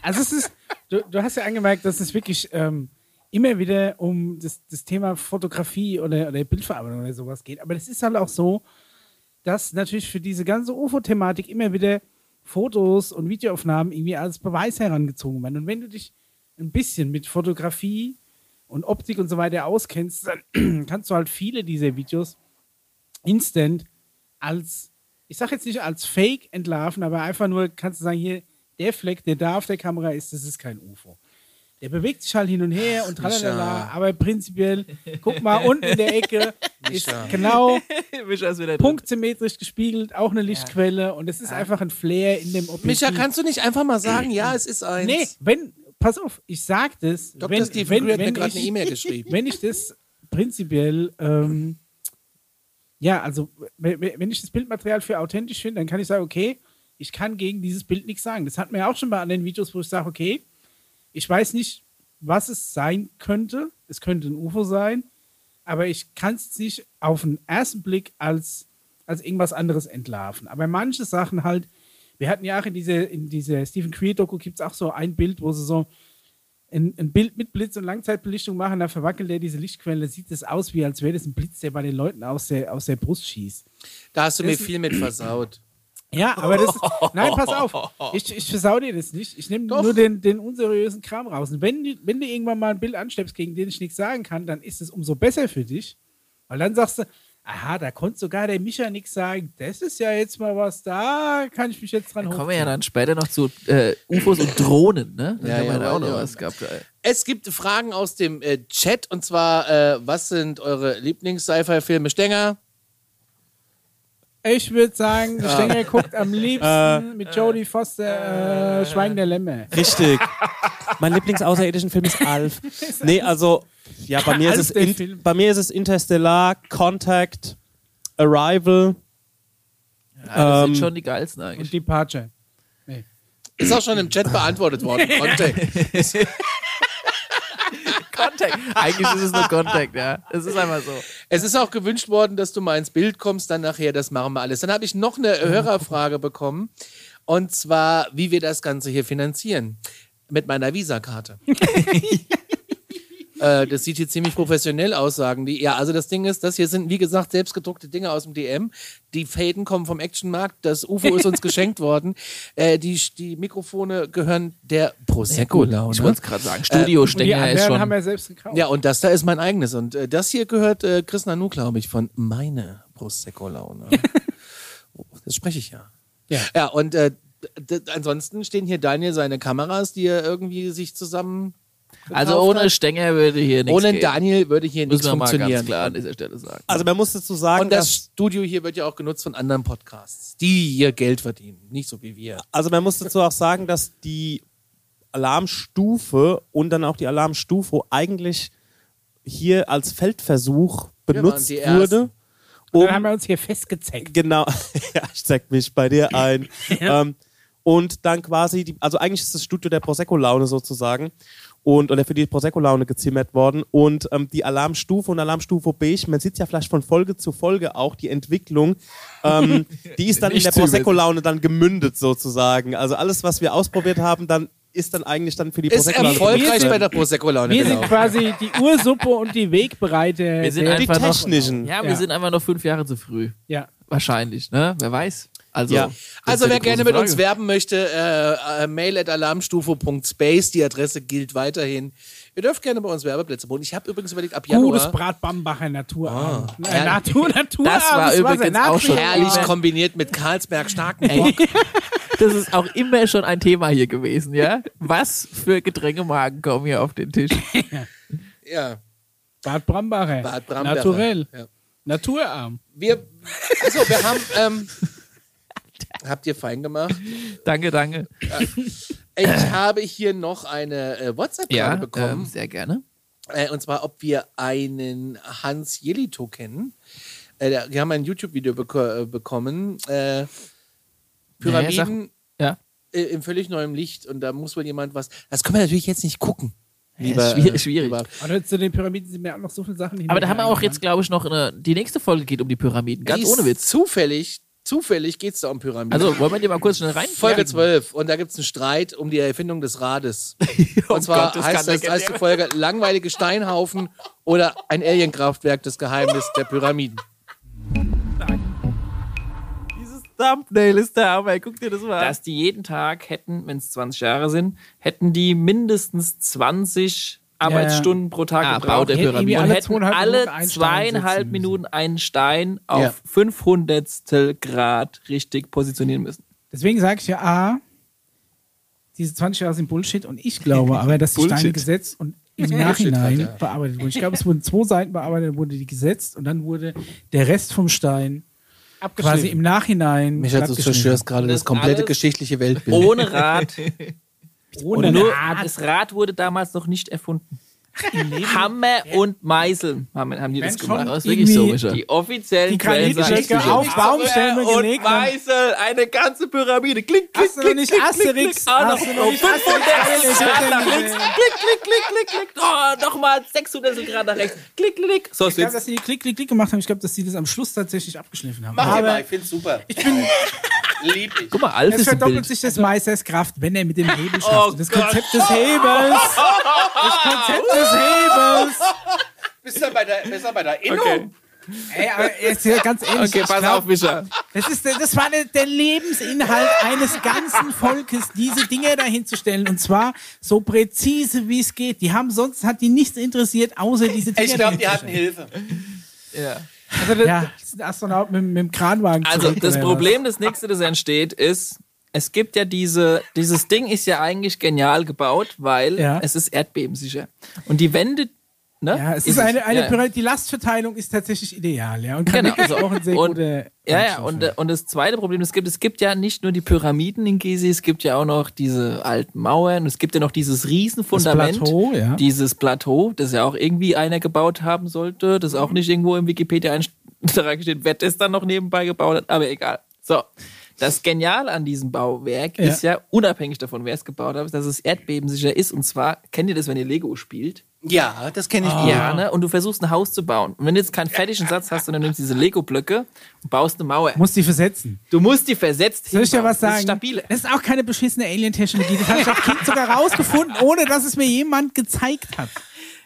[SPEAKER 4] Also es ist, du, du hast ja angemerkt, dass es wirklich ähm, immer wieder um das, das Thema Fotografie oder, oder Bildverarbeitung oder sowas geht. Aber es ist halt auch so, dass natürlich für diese ganze UFO-Thematik immer wieder Fotos und Videoaufnahmen irgendwie als Beweis herangezogen werden. Und wenn du dich ein bisschen mit Fotografie und Optik und so weiter auskennst, dann kannst du halt viele dieser Videos instant als, ich sag jetzt nicht als Fake entlarven, aber einfach nur kannst du sagen, hier, der Fleck, der da auf der Kamera ist, das ist kein UFO. Der bewegt sich halt hin und her und tralala, aber prinzipiell, guck mal, unten in der Ecke ist genau
[SPEAKER 1] Mischa ist wieder drin.
[SPEAKER 4] punktsymmetrisch gespiegelt, auch eine Lichtquelle und es ist einfach ein Flair in dem Objektiv.
[SPEAKER 2] Micha, kannst du nicht einfach mal sagen, ja, es ist eins?
[SPEAKER 4] Nee, wenn, pass auf, ich sag das,
[SPEAKER 2] Dr.
[SPEAKER 4] wenn,
[SPEAKER 2] Stephen
[SPEAKER 4] wenn,
[SPEAKER 2] Greer hat mir
[SPEAKER 4] wenn,
[SPEAKER 2] gerade eine
[SPEAKER 4] ich,
[SPEAKER 2] E-Mail geschrieben.
[SPEAKER 4] wenn ich das prinzipiell, ähm, ja, also wenn wenn ich das Bildmaterial für authentisch finde, dann kann ich sagen, okay, ich kann gegen dieses Bild nichts sagen. Das hatten wir ja auch schon bei anderen Videos, wo ich sage, okay, ich weiß nicht, was es sein könnte. Es könnte ein UFO sein, aber ich kann es nicht auf den ersten Blick als, als irgendwas anderes entlarven. Aber manche Sachen halt, wir hatten ja auch in dieser, in dieser Stephen Creed-Doku gibt es auch so ein Bild, wo sie so ein, ein Bild mit Blitz und Langzeitbelichtung machen, da verwackelt er diese Lichtquelle, sieht es aus, wie als wäre das ein Blitz, der bei den Leuten aus der, aus der Brust schießt.
[SPEAKER 2] Da hast du mir viel mit versaut.
[SPEAKER 4] Ja, aber das ist. Nein, pass auf. Ich, ich versau dir das nicht. Ich nehme nur den, den unseriösen Kram raus. Und wenn, du- wenn du irgendwann mal ein Bild ansteppst, gegen den ich nichts sagen kann, dann ist es umso besser für dich. Weil dann sagst du, aha, da konnte sogar der Micha nichts sagen. Das ist ja jetzt mal was, da kann ich mich jetzt dran
[SPEAKER 1] Kommen
[SPEAKER 4] holen.
[SPEAKER 1] wir ja dann später noch zu äh, UFOs und Drohnen, ne? Da
[SPEAKER 2] Ja,
[SPEAKER 1] haben wir
[SPEAKER 2] ja,
[SPEAKER 1] da auch noch
[SPEAKER 2] ja.
[SPEAKER 1] was gehabt. Äh, ey.
[SPEAKER 16] Ähm,
[SPEAKER 2] Es gibt Fragen aus dem äh, Chat und zwar, äh, was sind eure Lieblings-Sci-Fi-Filme? Stenger?
[SPEAKER 4] Ich würde sagen, der Stenger guckt am liebsten mit Jodie Foster äh, Schweigen der Lämmer.
[SPEAKER 3] Richtig. mein Lieblingsaußerirdischen Film ist Alf. Nee, also, ja, bei mir, ist es
[SPEAKER 4] Alf, der
[SPEAKER 3] in,
[SPEAKER 4] Film.
[SPEAKER 3] bei mir ist es Interstellar, Contact, Arrival.
[SPEAKER 1] Ja, das
[SPEAKER 3] Ähm,
[SPEAKER 1] sind schon die geilsten eigentlich.
[SPEAKER 4] Und Departure.
[SPEAKER 2] Ist auch schon im Chat beantwortet worden. Contact.
[SPEAKER 1] Contact. Eigentlich ist es nur Contact, ja. Es ist einfach so.
[SPEAKER 2] Es ist auch gewünscht worden, dass du mal ins Bild kommst, dann nachher, das machen wir alles. Dann habe ich noch eine Hörerfrage bekommen und zwar, wie wir das Ganze hier finanzieren. Mit meiner Visakarte. Äh, das sieht hier ziemlich professionell aus, sagen die. Ja, also das Ding ist, das hier sind, wie gesagt, selbstgedruckte Dinge aus dem DM. Die Fäden kommen vom Actionmarkt. Das UFO ist uns geschenkt worden. Äh, die, die Mikrofone gehören der Prosecco-Laune.
[SPEAKER 1] Ich wollte es gerade sagen. Studio
[SPEAKER 4] Und die
[SPEAKER 1] Stenger ist
[SPEAKER 4] anderen
[SPEAKER 1] schon.
[SPEAKER 4] haben wir selbst gekauft.
[SPEAKER 2] Ja, und das da ist mein eigenes. Und äh, das hier gehört äh, Chris Nanu, glaube ich, von meine Prosecco-Laune. oh, das spreche ich ja. Ja, ja und äh, d- d- ansonsten stehen hier Daniel seine Kameras, die er irgendwie sich zusammen.
[SPEAKER 1] also
[SPEAKER 2] gekauft
[SPEAKER 1] ohne
[SPEAKER 2] hat.
[SPEAKER 1] Stenger würde hier nichts
[SPEAKER 2] Ohne
[SPEAKER 1] gehen.
[SPEAKER 2] Daniel würde hier
[SPEAKER 1] Müssen
[SPEAKER 2] nichts
[SPEAKER 1] wir mal ganz
[SPEAKER 2] funktionieren.
[SPEAKER 1] klar an dieser Stelle sagen.
[SPEAKER 3] Also, man muss dazu sagen,
[SPEAKER 2] Und das
[SPEAKER 3] dass,
[SPEAKER 2] Studio hier wird ja auch genutzt von anderen Podcasts, die ihr Geld verdienen. Nicht so wie wir.
[SPEAKER 3] also man muss dazu auch sagen, dass die Alarmstufe und dann auch die Alarmstufe eigentlich hier als Feldversuch
[SPEAKER 2] Wir waren
[SPEAKER 3] benutzt
[SPEAKER 2] die
[SPEAKER 3] wurde.
[SPEAKER 4] Und
[SPEAKER 3] Um,
[SPEAKER 4] dann haben wir uns hier festgezeckt.
[SPEAKER 3] genau, ja, ich zeig mich bei dir ein. ähm, und dann quasi, die, also eigentlich ist das Studio der Prosecco-Laune sozusagen. Und, oder für die Prosecco-Laune gezimmert worden. Und ähm, die Alarmstufe und Alarmstufe Beige, man sieht ja vielleicht von Folge zu Folge auch die Entwicklung, ähm, die ist dann in
[SPEAKER 1] Nicht
[SPEAKER 3] der
[SPEAKER 1] zu wissen.
[SPEAKER 3] Prosecco-Laune dann gemündet sozusagen. Also alles, was wir ausprobiert haben, dann ist dann eigentlich dann für die
[SPEAKER 2] Ist
[SPEAKER 3] Prosecco-Laune
[SPEAKER 2] erfolgreich
[SPEAKER 3] benutzt
[SPEAKER 2] bei
[SPEAKER 3] worden.
[SPEAKER 2] der Prosecco-Laune.
[SPEAKER 4] Wir
[SPEAKER 2] Genau.
[SPEAKER 4] sind quasi die Ursuppe und die Wegbereiter.
[SPEAKER 1] Wir sind
[SPEAKER 4] der-
[SPEAKER 1] einfach
[SPEAKER 3] Die
[SPEAKER 1] noch-
[SPEAKER 3] technischen.
[SPEAKER 1] Ja, wir
[SPEAKER 4] Ja.
[SPEAKER 1] sind einfach noch fünf Jahre zu früh.
[SPEAKER 4] ja.
[SPEAKER 1] Wahrscheinlich, ne? Wer weiß. Also,
[SPEAKER 3] Ja.
[SPEAKER 1] das ist
[SPEAKER 2] Also
[SPEAKER 1] ja
[SPEAKER 2] wer
[SPEAKER 1] die
[SPEAKER 2] gerne
[SPEAKER 1] große
[SPEAKER 2] mit uns
[SPEAKER 1] Frage.
[SPEAKER 2] werben möchte, äh, äh, mail at alarmstufo.space, die Adresse gilt weiterhin. Ihr dürft gerne bei uns Werbeplätze buchen. Ich habe übrigens überlegt, ab
[SPEAKER 4] Gutes
[SPEAKER 2] Januar
[SPEAKER 4] Bratbambacher Naturabend.
[SPEAKER 2] Ah.
[SPEAKER 4] Äh, Natur, Natur.
[SPEAKER 1] Das war übrigens auch schon
[SPEAKER 2] herrlich kombiniert mit Karlsberg starken Bock.
[SPEAKER 1] Das ist auch immer schon ein Thema hier gewesen, ja? Was für Getränkemarken kommen hier auf den Tisch?
[SPEAKER 2] Ja,
[SPEAKER 4] Bad Brambacher.
[SPEAKER 2] Bad Bramberger.
[SPEAKER 4] Naturell.
[SPEAKER 2] Ja.
[SPEAKER 4] Naturarm.
[SPEAKER 2] Wir, also wir haben, ähm, habt ihr fein gemacht.
[SPEAKER 1] Danke, danke.
[SPEAKER 2] Ich habe hier noch eine äh, WhatsApp-Frage
[SPEAKER 1] Ja, ähm,
[SPEAKER 2] bekommen.
[SPEAKER 1] sehr gerne.
[SPEAKER 2] Äh, und zwar, ob wir einen Hans Jelito kennen. Äh, der- wir haben ein YouTube-Video beko äh, bekommen. Äh, Pyramiden
[SPEAKER 1] Ja.
[SPEAKER 2] äh, im völlig neuen Licht. Und da muss wohl jemand was. Das können wir natürlich jetzt nicht gucken.
[SPEAKER 1] ist schwierig- schwierig.
[SPEAKER 2] lieber-
[SPEAKER 4] Oder zu den Pyramiden sind mir auch noch so viele Sachen hin.
[SPEAKER 1] Aber da haben wir auch jetzt, glaube ich, noch eine. Die nächste Folge geht um die Pyramiden, ganz
[SPEAKER 2] Die
[SPEAKER 1] ohne
[SPEAKER 2] ist
[SPEAKER 1] Witz.
[SPEAKER 2] Zufällig, zufällig geht es da um Pyramiden.
[SPEAKER 1] Also, wollen wir die mal kurz schnell rein? genau.
[SPEAKER 2] Folge 12 und da gibt es einen Streit um die Erfindung des Rades.
[SPEAKER 1] Oh
[SPEAKER 2] Und zwar
[SPEAKER 1] Gott, das kann
[SPEAKER 2] heißt, das,
[SPEAKER 1] der-
[SPEAKER 2] heißt die Folge Langweilige Steinhaufen oder ein Alienkraftwerk, das Geheimnis der Pyramiden.
[SPEAKER 1] Dieses Thumbnail ist der Hammer. Guck dir das mal an. Dass die jeden Tag hätten, wenn es 20 Jahre sind, hätten die mindestens 20
[SPEAKER 4] Arbeitsstunden
[SPEAKER 1] pro Tag
[SPEAKER 4] gebraucht. Hätten irgendwie
[SPEAKER 1] Und
[SPEAKER 4] alle
[SPEAKER 1] hätten alle
[SPEAKER 4] zweieinhalb Minuten einen Stein
[SPEAKER 1] zweieinhalb
[SPEAKER 4] setzen müssen.
[SPEAKER 1] Minuten einen Stein auf
[SPEAKER 2] Ja.
[SPEAKER 1] 500 Grad richtig positionieren müssen.
[SPEAKER 4] Deswegen sage ich ja, A, diese 20 Jahre sind Bullshit und ich glaube aber, dass die Steine
[SPEAKER 1] Bullshit.
[SPEAKER 4] gesetzt und im
[SPEAKER 2] Bullshit
[SPEAKER 4] Nachhinein
[SPEAKER 2] hat er.
[SPEAKER 4] bearbeitet wurden. Ich glaube, es wurden zwei Seiten bearbeitet, dann wurde die gesetzt und dann wurde der Rest vom Stein quasi im Nachhinein glattgeschnitten.
[SPEAKER 2] gerade
[SPEAKER 1] das komplette alles-
[SPEAKER 2] geschichtliche Weltbild.
[SPEAKER 1] Ohne Rad.
[SPEAKER 4] Ohne
[SPEAKER 1] und nur,
[SPEAKER 4] Naht.
[SPEAKER 1] das Rad wurde damals noch nicht erfunden. Hammer und Meißel haben, haben die das
[SPEAKER 4] Wenn
[SPEAKER 1] gemacht.
[SPEAKER 4] schon
[SPEAKER 1] Das ist
[SPEAKER 4] irgendwie
[SPEAKER 1] so, Micha. Die offiziellen
[SPEAKER 4] die Granitschläger
[SPEAKER 1] sagen-
[SPEAKER 4] auf Baumstämme
[SPEAKER 1] und
[SPEAKER 4] gelegt haben.
[SPEAKER 1] Meißel, eine ganze Pyramide. Klick, klick,
[SPEAKER 4] Hast du noch
[SPEAKER 1] klick,
[SPEAKER 4] nicht
[SPEAKER 1] klick,
[SPEAKER 4] Asterix?
[SPEAKER 1] klick, klick. Ah, noch
[SPEAKER 4] Hast du noch nicht
[SPEAKER 1] 500
[SPEAKER 4] Asterix?
[SPEAKER 1] Grad nach links.
[SPEAKER 4] Asterix?
[SPEAKER 1] Klick, klick, klick, klick, klick. Oh, nochmal 600 Grad nach rechts. Klick, klick, klick. So
[SPEAKER 4] Ich glaube,
[SPEAKER 1] sitzt.
[SPEAKER 4] dass sie klick, klick, klick gemacht haben. Ich glaube, dass sie das am Schluss tatsächlich abgeschliffen haben.
[SPEAKER 6] Mach
[SPEAKER 4] Aber
[SPEAKER 6] immer, ich find's super. Ich bin lieb ich.
[SPEAKER 1] Guck mal, Alf
[SPEAKER 4] es
[SPEAKER 1] ist ein
[SPEAKER 4] verdoppelt
[SPEAKER 1] Bild. Also
[SPEAKER 4] sich des Meisters Kraft, wenn er mit dem Hebel
[SPEAKER 6] Oh
[SPEAKER 4] schafft. das Konzept des Hebels. Das Konzept des Hebels.
[SPEAKER 6] Bist du bei der, bist du bei der Innung?
[SPEAKER 4] Ey, aber jetzt hier ganz ehrlich.
[SPEAKER 1] Okay,
[SPEAKER 4] ich
[SPEAKER 1] pass
[SPEAKER 4] glaub,
[SPEAKER 1] auf, Micha.
[SPEAKER 4] Das, ist, der- das war der, der Lebensinhalt eines ganzen Volkes, diese Dinge dahinzustellen. Und zwar so präzise, wie es geht. Die haben sonst, hat die nichts interessiert, außer diese Dinge
[SPEAKER 6] Ich glaube, die hatten
[SPEAKER 4] dahinzustellen.
[SPEAKER 6] Hilfe.
[SPEAKER 4] Also, das, ja, das ist ein Astronaut mit, mit dem Kranwagen.
[SPEAKER 1] Also
[SPEAKER 4] zurück,
[SPEAKER 1] das
[SPEAKER 4] oder was?
[SPEAKER 1] Problem, das nächste, das entsteht, ist, es gibt ja diese, dieses Ding ist ja eigentlich genial gebaut, weil
[SPEAKER 4] Ja.
[SPEAKER 1] es ist erdbebensicher. Und die Wände, ne?
[SPEAKER 4] Ja, es ist eine, eine
[SPEAKER 1] ja.
[SPEAKER 4] Pyramide, die Lastverteilung ist tatsächlich ideal, ja. Und kann
[SPEAKER 1] Genau,
[SPEAKER 4] wirklich
[SPEAKER 1] so.
[SPEAKER 4] auch ein sehr
[SPEAKER 1] Und-
[SPEAKER 4] guter
[SPEAKER 1] Ja, ja,
[SPEAKER 4] Einstieg
[SPEAKER 1] und,
[SPEAKER 4] sein.
[SPEAKER 1] äh, und das zweite Problem, das gibt, es gibt ja nicht nur die Pyramiden in Gizeh, es gibt ja auch noch diese alten Mauern, es gibt ja noch dieses Riesenfundament.
[SPEAKER 4] Das Plateau, ja.
[SPEAKER 1] Dieses Plateau, das ja auch irgendwie einer gebaut haben sollte, das
[SPEAKER 4] Mhm.
[SPEAKER 1] auch nicht irgendwo im Wikipedia-Eintrag steht, wer das dann noch nebenbei gebaut hat, aber egal. So. Das Geniale an diesem Bauwerk
[SPEAKER 4] Ja.
[SPEAKER 1] ist ja, unabhängig davon, wer es gebaut hat, dass es erdbebensicher ist. Und zwar, kennt ihr das, wenn ihr Lego spielt?
[SPEAKER 6] Ja, das kenne ich.
[SPEAKER 1] Ja, ne? Und du versuchst ein Haus zu bauen. Und wenn du jetzt keinen fertigen Satz hast, sondern nimmst diese Lego-Blöcke und baust eine Mauer.
[SPEAKER 4] Muss die versetzen.
[SPEAKER 1] Du musst die versetzt
[SPEAKER 4] Soll ich dir
[SPEAKER 1] hinbauen.
[SPEAKER 4] was sagen?
[SPEAKER 1] Genau, Das ist stabil.
[SPEAKER 4] Das ist auch keine beschissene Alien-Technologie. Das habe ich als Kind sogar rausgefunden, ohne dass es mir jemand gezeigt hat.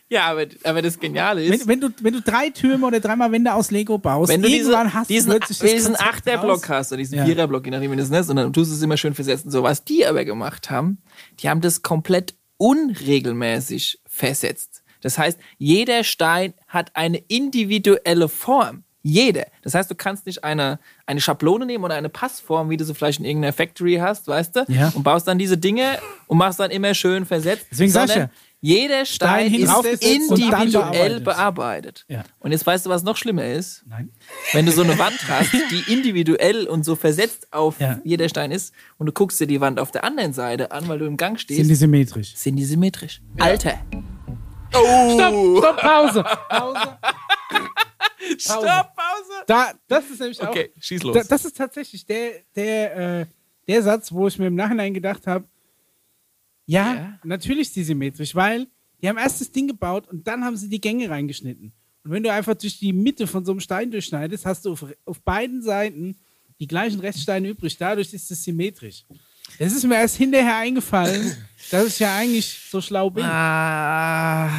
[SPEAKER 1] Ja, aber, aber das Geniale ist,
[SPEAKER 4] Wenn, wenn, du, wenn du drei Türme oder dreimal Wände aus Lego baust,
[SPEAKER 1] wenn du diese,
[SPEAKER 4] irgendwann hast
[SPEAKER 1] diesen,
[SPEAKER 4] du plötzlich das
[SPEAKER 1] diesen
[SPEAKER 4] Konzept
[SPEAKER 1] Achterblock
[SPEAKER 4] raus.
[SPEAKER 1] hast oder diesen
[SPEAKER 4] Ja.
[SPEAKER 1] Viererblock, je nachdem, wie das ist, und dann tust du es immer schön versetzen. So, was die aber gemacht haben, die haben das komplett unregelmäßig versetzt. Das heißt, jeder Stein hat eine individuelle Form. Jeder. Das heißt, du kannst nicht eine, eine Schablone nehmen oder eine Passform, wie du sie vielleicht in irgendeiner Factory hast, weißt du?
[SPEAKER 4] Ja.
[SPEAKER 1] Und baust dann diese Dinge und machst dann immer schön versetzt.
[SPEAKER 4] Deswegen sag ich
[SPEAKER 1] sondern Jeder Stein,
[SPEAKER 4] hin
[SPEAKER 1] ist
[SPEAKER 4] draufgesetzt und dann
[SPEAKER 1] individuell
[SPEAKER 4] bearbeitet.
[SPEAKER 1] bearbeitet.
[SPEAKER 4] Ja.
[SPEAKER 1] Und jetzt weißt du, was noch schlimmer ist?
[SPEAKER 4] Nein.
[SPEAKER 1] Wenn du so eine Wand hast, die individuell und so versetzt auf
[SPEAKER 4] Ja.
[SPEAKER 1] jeder Stein ist und du guckst dir die Wand auf der anderen Seite an, weil du im Gang stehst,
[SPEAKER 4] Sind die symmetrisch?
[SPEAKER 1] sind die symmetrisch. Alter,
[SPEAKER 4] Stopp, stopp, Pause. Pause.
[SPEAKER 1] Stopp, Pause.
[SPEAKER 4] Da, das ist nämlich
[SPEAKER 1] Okay, schieß
[SPEAKER 4] auch.
[SPEAKER 1] los.
[SPEAKER 4] Da, das ist tatsächlich der, der, äh, der Satz, wo ich mir im Nachhinein gedacht habe: ja, natürlich ist die symmetrisch, weil die haben erst das Ding gebaut und dann haben sie die Gänge reingeschnitten. Und wenn du einfach durch die Mitte von so einem Stein durchschneidest, hast du auf, auf beiden Seiten die gleichen Reststeine übrig. Dadurch ist es symmetrisch. Das ist mir erst hinterher eingefallen, dass ich ja eigentlich so schlau bin.
[SPEAKER 1] Ah,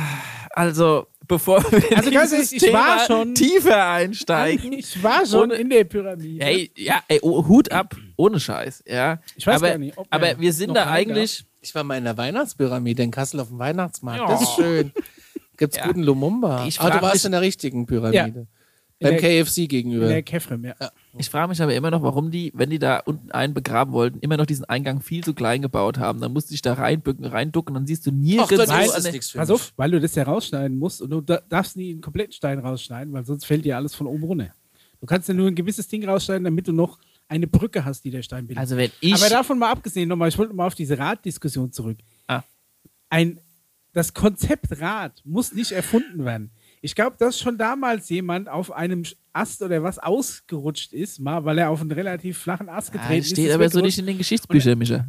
[SPEAKER 1] also, bevor wir
[SPEAKER 4] Also ganz
[SPEAKER 1] dieses
[SPEAKER 4] ehrlich, ich
[SPEAKER 1] Thema
[SPEAKER 4] war schon-
[SPEAKER 1] tiefer einsteigen.
[SPEAKER 4] Ich war schon
[SPEAKER 1] Ohne-
[SPEAKER 4] in der Pyramide.
[SPEAKER 1] Hey, ja, ey, oh, Hut ab, ohne Scheiß, ja.
[SPEAKER 4] Ich weiß
[SPEAKER 1] aber,
[SPEAKER 4] gar nicht, ob wir
[SPEAKER 1] aber wir sind
[SPEAKER 4] noch
[SPEAKER 1] da
[SPEAKER 4] einen
[SPEAKER 1] eigentlich,
[SPEAKER 2] Ich war mal in der Weihnachtspyramide in Kassel auf dem Weihnachtsmarkt. Das ist schön. Gibt's guten Lumumba.
[SPEAKER 1] Ich
[SPEAKER 2] ah, du
[SPEAKER 1] frag
[SPEAKER 2] warst
[SPEAKER 1] mich-
[SPEAKER 2] in der richtigen Pyramide.
[SPEAKER 4] In
[SPEAKER 2] Beim
[SPEAKER 4] der-
[SPEAKER 2] KFC
[SPEAKER 4] In
[SPEAKER 2] gegenüber.
[SPEAKER 4] der Kefrem, ja.
[SPEAKER 1] ich frage mich aber immer noch, warum die, wenn die da unten einen begraben wollten, immer noch diesen Eingang viel zu klein gebaut haben. Dann musst du dich da reinbücken, reinducken, dann siehst du
[SPEAKER 2] Ach,
[SPEAKER 1] nirgends.
[SPEAKER 2] dann
[SPEAKER 1] wo
[SPEAKER 2] ist
[SPEAKER 1] eine-
[SPEAKER 2] es nichts für
[SPEAKER 4] Pass
[SPEAKER 2] mich.
[SPEAKER 4] auf, weil du das ja rausschneiden musst und du da- darfst nie einen kompletten Stein rausschneiden, weil sonst fällt dir alles von oben runter. Du kannst ja nur ein gewisses Ding rausschneiden, damit du noch eine Brücke hast, die der Stein bildet.
[SPEAKER 1] also wenn ich,
[SPEAKER 4] Aber davon mal abgesehen, nochmal, ich wollte mal auf diese Raddiskussion zurück.
[SPEAKER 1] Ah.
[SPEAKER 4] Ein, das Konzept Rad muss nicht erfunden werden. Ich glaube, dass schon damals jemand auf einem Ast oder was ausgerutscht ist, mal, weil er auf einen relativ flachen Ast
[SPEAKER 1] Ah,
[SPEAKER 4] getreten ist.
[SPEAKER 1] steht
[SPEAKER 4] ist
[SPEAKER 1] aber so
[SPEAKER 4] weggerutscht.
[SPEAKER 1] nicht in den Geschichtsbüchern, Micha.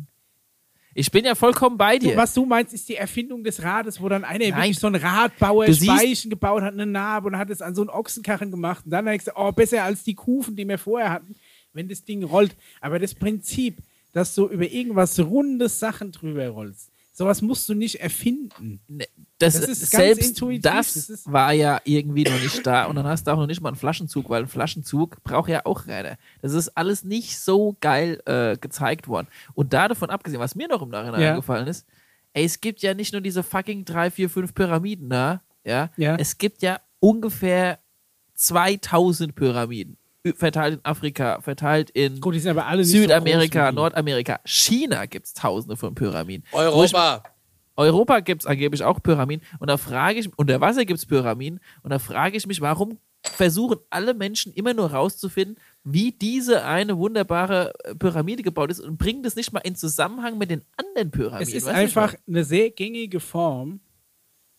[SPEAKER 1] Ich bin ja vollkommen bei dir.
[SPEAKER 4] Du, was du meinst, ist die Erfindung des Rades, wo dann einer
[SPEAKER 1] Nein.
[SPEAKER 4] wirklich so ein Radbauer
[SPEAKER 1] Du siehst-
[SPEAKER 4] Speichen gebaut hat, eine Narbe und hat es an so einen Ochsenkarren gemacht. Und dann hat er gesagt, oh, besser als die Kufen, die wir vorher hatten, wenn das Ding rollt. Aber das Prinzip, dass du über irgendwas rundes Sachen drüber rollst, sowas musst du nicht erfinden.
[SPEAKER 1] Ne, Das,
[SPEAKER 4] Das ist ganz
[SPEAKER 1] selbst
[SPEAKER 4] intuitiv,
[SPEAKER 1] das,
[SPEAKER 4] das ist-
[SPEAKER 1] war ja irgendwie noch nicht da und dann hast du auch noch nicht mal einen Flaschenzug, weil ein Flaschenzug braucht ja auch Räder. Das ist alles nicht so geil äh, gezeigt worden. Und da davon abgesehen, was mir noch im Nachhinein
[SPEAKER 4] Ja.
[SPEAKER 1] eingefallen ist, ey, es gibt ja nicht nur diese fucking drei, vier, fünf Pyramiden da, ja?
[SPEAKER 4] Ja.
[SPEAKER 1] Es gibt ja ungefähr 2000 Pyramiden Ü- verteilt in Afrika, verteilt in
[SPEAKER 4] Gut, die sind aber alle nicht
[SPEAKER 1] Südamerika,
[SPEAKER 4] so groß wie die.
[SPEAKER 1] Nordamerika, China gibt es tausende von Pyramiden. Wo ich
[SPEAKER 2] Europa.
[SPEAKER 1] Europa gibt es angeblich auch Pyramiden. Und da frage ich, unter Wasser gibt es Pyramiden. Und da frage ich mich, warum versuchen alle Menschen immer nur rauszufinden, wie diese eine wunderbare äh, Pyramide gebaut ist und bringen das nicht mal in Zusammenhang mit den anderen Pyramiden.
[SPEAKER 4] Es ist
[SPEAKER 1] Weißt du, ich
[SPEAKER 4] einfach eine sehr gängige Form,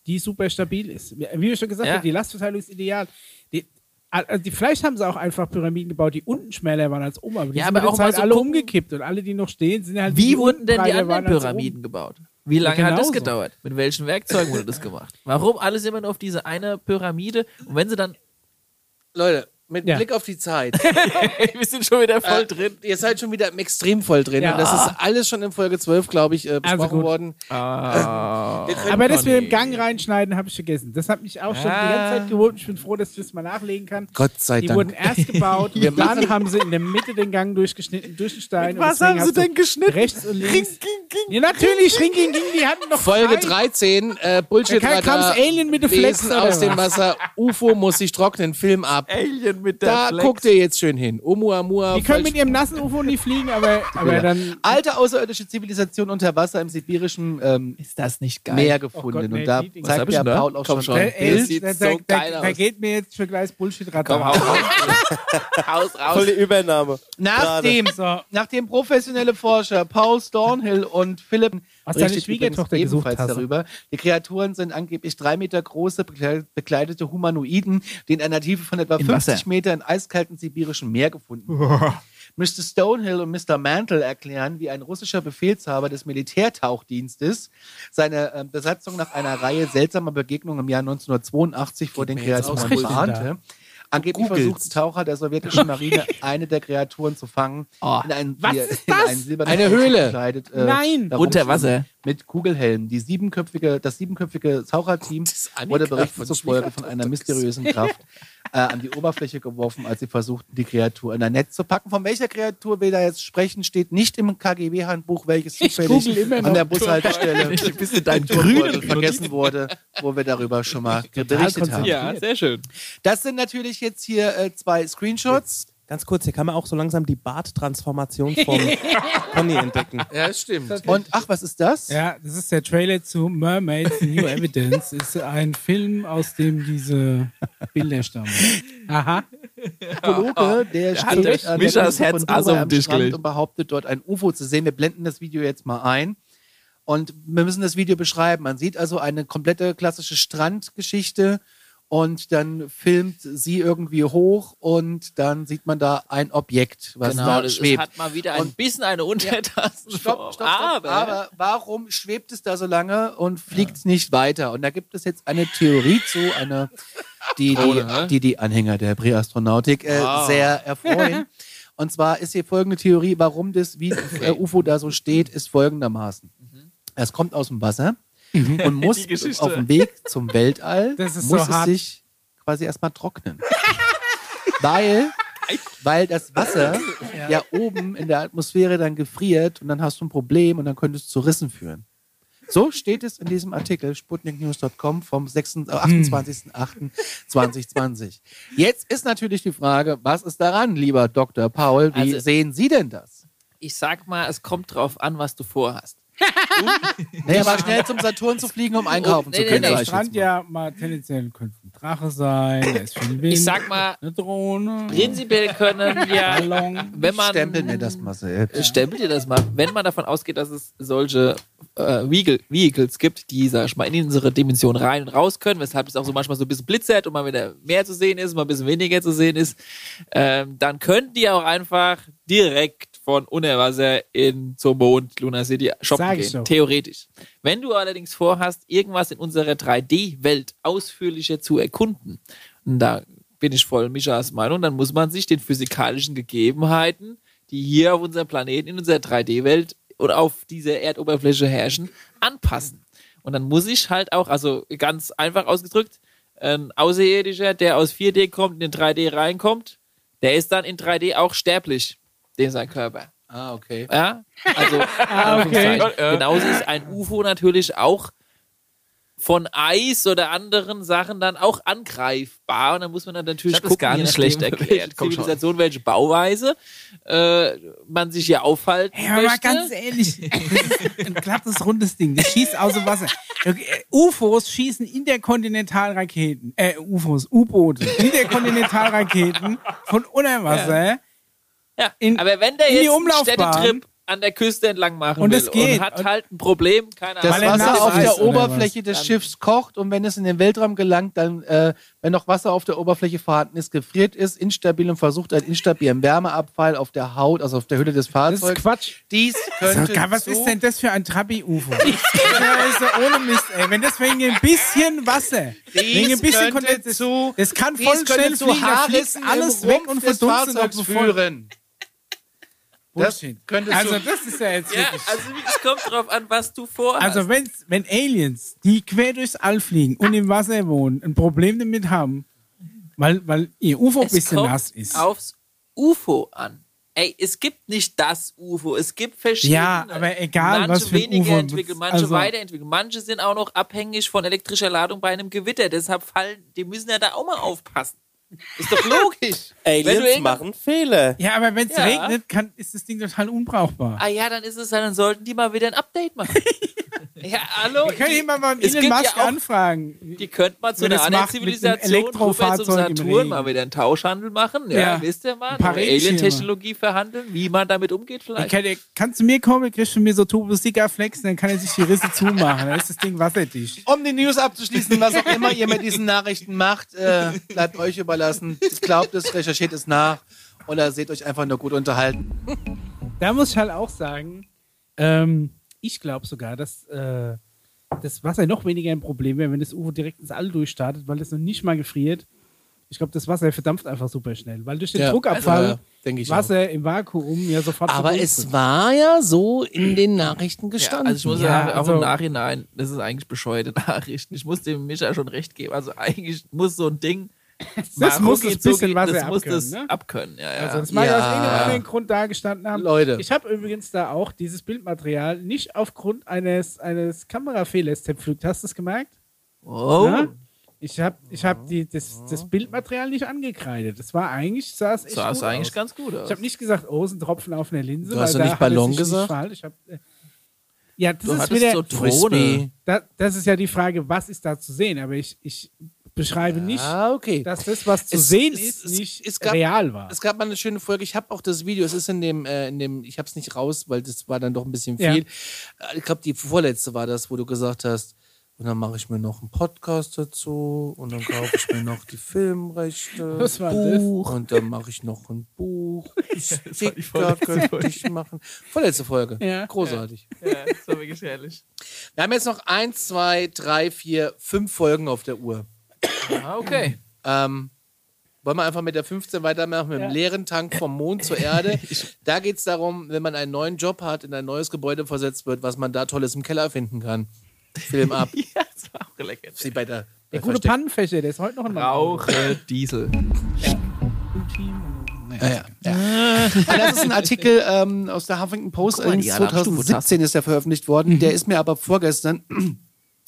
[SPEAKER 4] die super stabil ist. Wie wir schon gesagt
[SPEAKER 1] Ja.
[SPEAKER 4] haben, die Lastverteilung ist ideal. Die, also die, vielleicht haben sie auch einfach Pyramiden gebaut, die unten schneller waren als oben, aber die
[SPEAKER 1] Ja,
[SPEAKER 4] sind
[SPEAKER 1] aber
[SPEAKER 4] mit der
[SPEAKER 1] auch mal
[SPEAKER 4] Zeit
[SPEAKER 1] so
[SPEAKER 4] alle
[SPEAKER 1] gucken-
[SPEAKER 4] umgekippt und alle, die noch stehen, sind halt
[SPEAKER 1] meine? wie
[SPEAKER 4] die
[SPEAKER 1] wurden denn die
[SPEAKER 4] unten breiter
[SPEAKER 1] anderen
[SPEAKER 4] waren halt als
[SPEAKER 1] Pyramiden gebaut? Wie lange hat das
[SPEAKER 4] genauso.
[SPEAKER 1] gedauert? Mit welchen Werkzeugen wurde das gemacht? Warum alles immer nur auf diese eine Pyramide? Und wenn sie dann,
[SPEAKER 2] Leute, mit
[SPEAKER 4] Ja.
[SPEAKER 2] Blick auf die Zeit.
[SPEAKER 1] wir sind schon wieder voll
[SPEAKER 2] Äh,
[SPEAKER 1] drin.
[SPEAKER 2] Ihr seid schon wieder im Extrem voll drin.
[SPEAKER 4] Ja.
[SPEAKER 2] Und das ist alles schon in Folge 12, glaube ich, äh, besprochen
[SPEAKER 4] gut.
[SPEAKER 2] worden. Wir
[SPEAKER 4] oben.
[SPEAKER 2] können-
[SPEAKER 4] Aber das mit dem Gang reinschneiden habe ich vergessen. Das hat mich auch schon die ganze Zeit gewollt. Ich bin froh, dass ich das mal nachlegen kann.
[SPEAKER 2] Gott sei
[SPEAKER 4] die
[SPEAKER 2] Dank.
[SPEAKER 4] wurden erst gebaut und dann haben sie in der Mitte den Gang durchgeschnitten, durch den Stein. und
[SPEAKER 1] was
[SPEAKER 4] deswegen
[SPEAKER 1] haben sie
[SPEAKER 4] hast du
[SPEAKER 1] denn geschnitten?
[SPEAKER 4] Rechts und links. ja, natürlich, Ring, Ging, Ging, die hatten noch
[SPEAKER 2] Folge
[SPEAKER 4] Zeit.
[SPEAKER 2] 13, äh, Bullshit
[SPEAKER 4] Da kam- kam's Alien mit den Flex,
[SPEAKER 2] Wesen
[SPEAKER 4] oder
[SPEAKER 2] aus dem
[SPEAKER 4] was?
[SPEAKER 2] Wasser, UFO muss sich trocknen, Film ab.
[SPEAKER 1] Alien mit der
[SPEAKER 2] da
[SPEAKER 1] Flex.
[SPEAKER 2] guckt ihr jetzt schön hin. Oumuamua.
[SPEAKER 4] Die können
[SPEAKER 2] falsch-
[SPEAKER 4] mit ihrem nassen UFO nie fliegen, aber, aber dann.
[SPEAKER 2] Alte außerirdische Zivilisation unter Wasser im sibirischen ähm,
[SPEAKER 1] Ist das nicht geil?
[SPEAKER 2] Meer
[SPEAKER 4] Oh Gott,
[SPEAKER 2] gefunden.
[SPEAKER 4] nee,
[SPEAKER 2] Und da
[SPEAKER 4] die Dinger.
[SPEAKER 1] Was hab
[SPEAKER 2] zeigt
[SPEAKER 1] ich
[SPEAKER 2] ja
[SPEAKER 1] denn da?
[SPEAKER 2] Paul auch schon.
[SPEAKER 4] Da,
[SPEAKER 2] schon.
[SPEAKER 4] ey,
[SPEAKER 2] Bild.
[SPEAKER 4] da, da, da, da geht mir jetzt für gleich Bullshit radar.
[SPEAKER 3] Voll die Übernahme.
[SPEAKER 2] Nachdem,
[SPEAKER 4] So.
[SPEAKER 2] nachdem professionelle Forscher Paul Stornhill und Philipp
[SPEAKER 4] Hast deine
[SPEAKER 2] berichtet
[SPEAKER 4] Schwiegertochter
[SPEAKER 2] übrigens
[SPEAKER 4] gesucht,
[SPEAKER 2] ebenfalls
[SPEAKER 4] Hasse?
[SPEAKER 2] darüber. Die Kreaturen sind angeblich drei Meter große, bekle- bekleidete Humanoiden, die in einer Tiefe von etwa
[SPEAKER 1] In
[SPEAKER 2] 50
[SPEAKER 1] Wasser.
[SPEAKER 2] Meter im eiskalten sibirischen Meer gefunden wurden. Mr. Stonehill und Mr. Mantle erklären, wie ein russischer Befehlshaber des Militärtauchdienstes seine äh, Besatzung nach einer Reihe seltsamer Begegnungen im Jahr 1982 vor den Kreaturen
[SPEAKER 4] richtig
[SPEAKER 2] warnte. Angeblich versuchten Taucher der sowjetischen Marine, eine der Kreaturen zu fangen. in einen,
[SPEAKER 4] Oh, Was
[SPEAKER 2] in
[SPEAKER 4] ist das?
[SPEAKER 2] einen silbernen Eine Käfig Höhle. Gekleidet, äh,
[SPEAKER 4] Nein.
[SPEAKER 2] darum
[SPEAKER 1] Unter Wasser.
[SPEAKER 2] mit Kugelhelm. Die siebenköpfige, das siebenköpfige Taucherteam wurde Berichten zufolge von einer mysteriösen Kraft äh, an die Oberfläche geworfen, als sie versuchten, die Kreatur in ein Netz zu packen. Von welcher Kreatur wir da jetzt sprechen, steht nicht im KGB-Handbuch, welches
[SPEAKER 4] google
[SPEAKER 2] zufällig
[SPEAKER 4] immer
[SPEAKER 2] an
[SPEAKER 4] noch.
[SPEAKER 2] der Bushaltestelle
[SPEAKER 1] Ich bist in deinem
[SPEAKER 2] wurde,
[SPEAKER 1] grünen
[SPEAKER 2] vergessen wurde, wo wir darüber schon mal berichtet haben.
[SPEAKER 17] Ja, sehr schön.
[SPEAKER 2] Das sind natürlich jetzt hier äh, zwei Screenshots.
[SPEAKER 3] Ganz kurz, hier kann man auch so langsam die Barttransformation von Conny entdecken.
[SPEAKER 2] Ja, das stimmt. Und ach, was ist das?
[SPEAKER 4] Ja, das ist der Trailer zu Mermaids New Evidence. Ist ein Film, aus dem diese Bilder stammen. Aha.
[SPEAKER 2] Psychologe, der steht
[SPEAKER 1] echt
[SPEAKER 2] an
[SPEAKER 1] Mischas
[SPEAKER 2] Küste
[SPEAKER 1] Herz also
[SPEAKER 2] von
[SPEAKER 1] Ass auf
[SPEAKER 2] Dubai
[SPEAKER 1] den
[SPEAKER 2] am
[SPEAKER 1] Tisch
[SPEAKER 2] Strand
[SPEAKER 1] gelegt.
[SPEAKER 2] und behauptet dort ein UFO zu sehen. Wir blenden das Video jetzt mal ein. Und wir müssen das Video beschreiben. Man sieht also eine komplette klassische Strandgeschichte und dann filmt sie irgendwie hoch und dann sieht man da ein Objekt, was
[SPEAKER 1] Genau,
[SPEAKER 2] da
[SPEAKER 1] das
[SPEAKER 2] schwebt.
[SPEAKER 1] hat mal wieder ein bisschen eine Untertassen.
[SPEAKER 2] Stopp, stopp, stopp. Aber, warum schwebt es da so lange und fliegt es nicht weiter? Und da gibt es jetzt eine Theorie zu, eine, die die,
[SPEAKER 1] Ohne, ne?
[SPEAKER 2] die, die Anhänger der Präastronautik äh,
[SPEAKER 6] Ah.
[SPEAKER 2] sehr erfreuen. Und zwar ist hier folgende Theorie, warum das wie äh, UFO da so steht, ist folgendermaßen. Es kommt aus dem Wasser und muss
[SPEAKER 1] Geschichte.
[SPEAKER 2] auf dem Weg zum Weltall
[SPEAKER 4] Das ist so
[SPEAKER 2] muss es
[SPEAKER 4] hart.
[SPEAKER 2] sich quasi erstmal trocknen. weil, weil das Wasser ja. oben in der Atmosphäre dann gefriert und dann hast du ein Problem und dann könnte es zu Rissen führen. So steht es in diesem Artikel, sputniknews.com vom 6
[SPEAKER 4] Hm.
[SPEAKER 2] äh, 28.08.2020. Jetzt ist natürlich die Frage, was ist daran, lieber Dr. Paul? Wie
[SPEAKER 1] Also-
[SPEAKER 2] sehen Sie denn das?
[SPEAKER 1] Ich sag mal, es kommt drauf an, was du vorhast.
[SPEAKER 2] Naja, mal schnell zum Saturn zu fliegen, um einkaufen
[SPEAKER 1] nee,
[SPEAKER 2] zu
[SPEAKER 1] nee,
[SPEAKER 2] können.
[SPEAKER 1] nee,
[SPEAKER 2] sag
[SPEAKER 4] Der
[SPEAKER 2] ich
[SPEAKER 4] Strand
[SPEAKER 2] jetzt mal.
[SPEAKER 4] ja mal tendenziell könnte ein Drache sein, da ist viel Wind,
[SPEAKER 1] Ich sag mal,
[SPEAKER 4] eine Drohne,
[SPEAKER 1] prinzipiell können wir,
[SPEAKER 4] Ballon.
[SPEAKER 1] wenn man. Äh,
[SPEAKER 2] Stempel mir das mal selbst.
[SPEAKER 1] Stempel dir das mal. Wenn man davon ausgeht, dass es solche äh, Vehicle, Vehicles gibt, die, sag ich mal, in unsere Dimension rein und raus können, weshalb es auch so manchmal so ein bisschen blitzert und mal wieder mehr zu sehen ist, mal ein bisschen weniger zu sehen ist, ähm, dann könnten die auch einfach direkt von Unterwasser in zum Mond Luna City shoppen
[SPEAKER 4] Sag ich
[SPEAKER 1] gehen.
[SPEAKER 4] doch.
[SPEAKER 1] Theoretisch. Wenn du allerdings vorhast, irgendwas in unserer 3D-Welt ausführlicher zu erkunden, und da bin ich voll Michas Meinung, dann muss man sich den physikalischen Gegebenheiten, die hier auf unserem Planeten, in unserer 3D-Welt oder auf dieser Erdoberfläche herrschen, anpassen. Und dann muss ich halt auch, also ganz einfach ausgedrückt, ein Außerirdischer, der aus 4D kommt, in den 3D reinkommt, der ist dann in 3D auch sterblich, dem sein Körper.
[SPEAKER 2] Ah, okay.
[SPEAKER 1] Ja? Also,
[SPEAKER 4] Ah,
[SPEAKER 1] Anführungszeichen. genauso ist ein UFO natürlich auch von Eis oder anderen Sachen dann auch angreifbar. Und dann muss man dann natürlich
[SPEAKER 5] hab das
[SPEAKER 1] gucken,
[SPEAKER 5] gar
[SPEAKER 1] je
[SPEAKER 5] nicht
[SPEAKER 1] nachdem,
[SPEAKER 5] schlecht erklärt.
[SPEAKER 1] Welche
[SPEAKER 5] Komm schon.
[SPEAKER 1] Zivilisation, welche Bauweise äh, man sich hier aufhalten
[SPEAKER 4] Hey, aber mal
[SPEAKER 1] möchte.
[SPEAKER 4] ganz ehrlich, das ist ein glattes, rundes Ding. Das schießt aus dem Wasser. UFOs schießen Interkontinentalraketen, äh, UFOs, U-Boote, Interkontinentalraketen von Unterwasser.
[SPEAKER 1] ja.
[SPEAKER 4] in-
[SPEAKER 1] Aber wenn der
[SPEAKER 4] in die
[SPEAKER 1] jetzt einen
[SPEAKER 4] Umlaufbahn.
[SPEAKER 1] Städtetrip an der Küste entlang machen
[SPEAKER 4] Und
[SPEAKER 1] will
[SPEAKER 4] es geht.
[SPEAKER 1] und hat
[SPEAKER 4] Und-
[SPEAKER 1] halt ein Problem, keine
[SPEAKER 2] Das
[SPEAKER 4] Weil er
[SPEAKER 1] Ahnung.
[SPEAKER 4] nass
[SPEAKER 2] Wasser auf
[SPEAKER 4] ist
[SPEAKER 2] der
[SPEAKER 4] oder was?
[SPEAKER 2] Oberfläche des Schiffs kocht und wenn es in den Weltraum gelangt, dann, äh, wenn noch Wasser auf der Oberfläche vorhanden ist, gefriert ist, instabil und versucht einen instabilen Wärmeabfall auf der Haut, also auf der Hülle des
[SPEAKER 4] Das ist
[SPEAKER 2] Fahrzeugs.
[SPEAKER 4] Quatsch.
[SPEAKER 2] Dies könnte
[SPEAKER 4] Sag, was
[SPEAKER 2] zu-
[SPEAKER 4] ist denn das für ein Trabi-UFO? das ist ja Also ohne Mist, ey. Wenn das wegen ein bisschen Wasser, wegen ein bisschen
[SPEAKER 2] könnte
[SPEAKER 4] Kondens,
[SPEAKER 2] zu-
[SPEAKER 4] das kann
[SPEAKER 2] dies
[SPEAKER 4] voll schnell
[SPEAKER 2] könnte zu
[SPEAKER 4] fliegen, da fliegt
[SPEAKER 2] Haarrissen
[SPEAKER 4] alles
[SPEAKER 2] im
[SPEAKER 4] weg
[SPEAKER 2] Rumpf
[SPEAKER 4] und
[SPEAKER 2] des
[SPEAKER 4] verdunstet auf
[SPEAKER 2] Fahrzeugs
[SPEAKER 4] dem Feuer.
[SPEAKER 2] führen. Das könnte
[SPEAKER 4] Also
[SPEAKER 2] zu
[SPEAKER 4] das ist ja jetzt
[SPEAKER 1] Ja,
[SPEAKER 4] wirklich...
[SPEAKER 1] also es kommt drauf an, was du vorhast.
[SPEAKER 4] Also wenn's, wenn Aliens, die quer durchs All fliegen und im Wasser wohnen, ein Problem damit haben, weil, weil ihr UFO ein
[SPEAKER 1] es
[SPEAKER 4] bisschen
[SPEAKER 1] kommt
[SPEAKER 4] nass ist.
[SPEAKER 1] aufs UFO an. Ey, es gibt nicht das UFO, es gibt verschiedene.
[SPEAKER 4] Ja, aber egal,
[SPEAKER 1] manche
[SPEAKER 4] was für ein
[SPEAKER 1] weniger
[SPEAKER 4] UFO
[SPEAKER 1] entwickelt, manche
[SPEAKER 4] also-
[SPEAKER 1] weiterentwickelt, manche sind auch noch abhängig von elektrischer Ladung bei einem Gewitter. Deshalb fallen, die müssen ja da auch mal aufpassen. Ist doch logisch. Wenn du
[SPEAKER 3] Aliens
[SPEAKER 1] irgendwas-
[SPEAKER 3] machen Fehler.
[SPEAKER 4] Ja, aber wenn es
[SPEAKER 1] Ja.
[SPEAKER 4] regnet, kann, ist das Ding total unbrauchbar.
[SPEAKER 1] Ah ja, dann ist es dann, dann sollten die mal wieder ein Update machen. ja, hallo.
[SPEAKER 4] Wir können
[SPEAKER 1] die-
[SPEAKER 4] ihn mal beim
[SPEAKER 1] es
[SPEAKER 4] Elon
[SPEAKER 1] gibt
[SPEAKER 4] Musk
[SPEAKER 1] ja auch-
[SPEAKER 4] anfragen.
[SPEAKER 1] Die könnten mal zu
[SPEAKER 4] Wenn
[SPEAKER 1] einer
[SPEAKER 4] es
[SPEAKER 1] anderen
[SPEAKER 4] macht, mit einem
[SPEAKER 1] Zivilisation rüber zum
[SPEAKER 4] Elektrofahrzeug im
[SPEAKER 1] Saturn
[SPEAKER 4] Regen.
[SPEAKER 1] mal wieder einen Tauschhandel machen. Ja,
[SPEAKER 4] Ja.
[SPEAKER 1] wisst ihr mal.
[SPEAKER 4] Ein paar
[SPEAKER 1] Oder
[SPEAKER 4] Regenschirme.
[SPEAKER 1] Alien-Technologie verhandeln, wie man damit umgeht
[SPEAKER 4] Er
[SPEAKER 1] vielleicht.
[SPEAKER 4] Kann, er- kannst du mir kommen, kriegst du mir so Turbo-Sticker-Flex, dann kann er sich die Risse zumachen. Dann ist das Ding wasserdicht.
[SPEAKER 2] um die News abzuschließen, was auch immer ihr mit diesen Nachrichten macht, äh, bleibt euch überlassen. Glaubt es, recherchiert es nach oder seht euch einfach nur gut unterhalten.
[SPEAKER 4] Da muss ich halt auch sagen, ähm, ich glaube sogar, dass äh, das Wasser noch weniger ein Problem wäre, wenn das UFO direkt ins All durchstartet, weil es noch nicht mal gefriert. Ich glaube, das Wasser verdampft einfach super schnell, weil durch den
[SPEAKER 2] Ja,
[SPEAKER 4] Druckabfall
[SPEAKER 2] äh, denke ich
[SPEAKER 4] Wasser im Vakuum ja sofort
[SPEAKER 2] Aber
[SPEAKER 4] verdunstet.
[SPEAKER 2] es war ja so in den Nachrichten
[SPEAKER 1] Ja,
[SPEAKER 2] gestanden.
[SPEAKER 1] also ich muss
[SPEAKER 4] Ja,
[SPEAKER 1] sagen, auch
[SPEAKER 4] also-
[SPEAKER 1] im Nachhinein, das ist eigentlich bescheuerte Nachrichten. Ich muss dem Micha schon recht geben. Also eigentlich muss so ein Ding.
[SPEAKER 4] Das muss
[SPEAKER 1] Maruki
[SPEAKER 4] das bisschen
[SPEAKER 1] Zugi-
[SPEAKER 4] Wasser
[SPEAKER 1] das muss
[SPEAKER 4] abkönnen,
[SPEAKER 1] das
[SPEAKER 4] ne?
[SPEAKER 1] abkönnen. Ja, ja.
[SPEAKER 4] Also das mag ja aus
[SPEAKER 2] Ja.
[SPEAKER 4] irgendeinem anderen Grund da gestanden haben.
[SPEAKER 2] Leute.
[SPEAKER 4] Ich habe übrigens da auch dieses Bildmaterial nicht aufgrund eines, eines Kamerafehlers zerpflückt. Hast du es gemerkt?
[SPEAKER 1] oh.
[SPEAKER 4] Na? Ne? Ich habe ich hab die, das, das Bildmaterial nicht angekreidet. Das war eigentlich, sah es echt
[SPEAKER 1] Sah es
[SPEAKER 4] gut
[SPEAKER 1] eigentlich
[SPEAKER 4] aus.
[SPEAKER 1] ganz gut aus.
[SPEAKER 4] Ich habe nicht gesagt, oh, es sind Tropfen auf einer Linse.
[SPEAKER 2] Du hast doch
[SPEAKER 4] weil da
[SPEAKER 2] nicht
[SPEAKER 4] hat es
[SPEAKER 2] Ballon
[SPEAKER 4] sich
[SPEAKER 2] gesagt?
[SPEAKER 4] verhalten. Ich hab, äh, ja, das
[SPEAKER 1] du
[SPEAKER 4] ist
[SPEAKER 1] hattest
[SPEAKER 4] wieder,
[SPEAKER 1] so Drohne.
[SPEAKER 4] da, das ist ja die Frage, was ist da zu sehen? Aber ich, ich
[SPEAKER 8] beschreibe nicht,
[SPEAKER 2] Ah, okay.
[SPEAKER 8] dass das, was zu
[SPEAKER 2] Es-
[SPEAKER 8] sehen
[SPEAKER 2] es-
[SPEAKER 8] ist,
[SPEAKER 2] es-
[SPEAKER 8] nicht
[SPEAKER 2] es gab-
[SPEAKER 8] real war.
[SPEAKER 2] Es gab mal eine schöne Folge. Ich habe auch das Video. Es ist in dem, äh, in dem, ich habe es nicht raus, weil das war dann doch ein bisschen
[SPEAKER 8] Ja.
[SPEAKER 2] viel. Äh, Ich glaube, die vorletzte war das, wo du gesagt hast, und dann mache ich mir noch einen Podcast dazu und dann kaufe ich mir noch die Filmrechte.
[SPEAKER 8] Was war
[SPEAKER 2] Buch. Und dann mache ich noch ein Buch. Sticker könnte ich machen. Vorletzte Folge.
[SPEAKER 8] Ja.
[SPEAKER 2] Großartig.
[SPEAKER 1] Ja, das war wirklich herrlich.
[SPEAKER 2] Wir haben jetzt noch eins, zwei, drei, vier, fünf Folgen auf der Uhr.
[SPEAKER 1] Ah, okay.
[SPEAKER 2] Ähm, wollen wir einfach mit der 15 weitermachen, mit dem leeren Tank vom Mond zur Erde. Da geht es darum, wenn man einen neuen Job hat, in ein neues Gebäude versetzt wird, was man da Tolles im Keller finden kann. Film ab.
[SPEAKER 1] Ja, das war auch lecker.
[SPEAKER 2] Sie bei der, bei
[SPEAKER 8] Der gute
[SPEAKER 2] Versteck-
[SPEAKER 8] Pannenfächer, der ist heute noch ein
[SPEAKER 1] Rauche Diesel.
[SPEAKER 5] Ja, ja. Ah, Das ist ein Artikel ähm, aus der Huffington Post,
[SPEAKER 1] Guck mal, die
[SPEAKER 5] allerdings
[SPEAKER 1] Alarmstufe
[SPEAKER 5] 2017 ist er veröffentlicht worden. Der ist mir aber vorgestern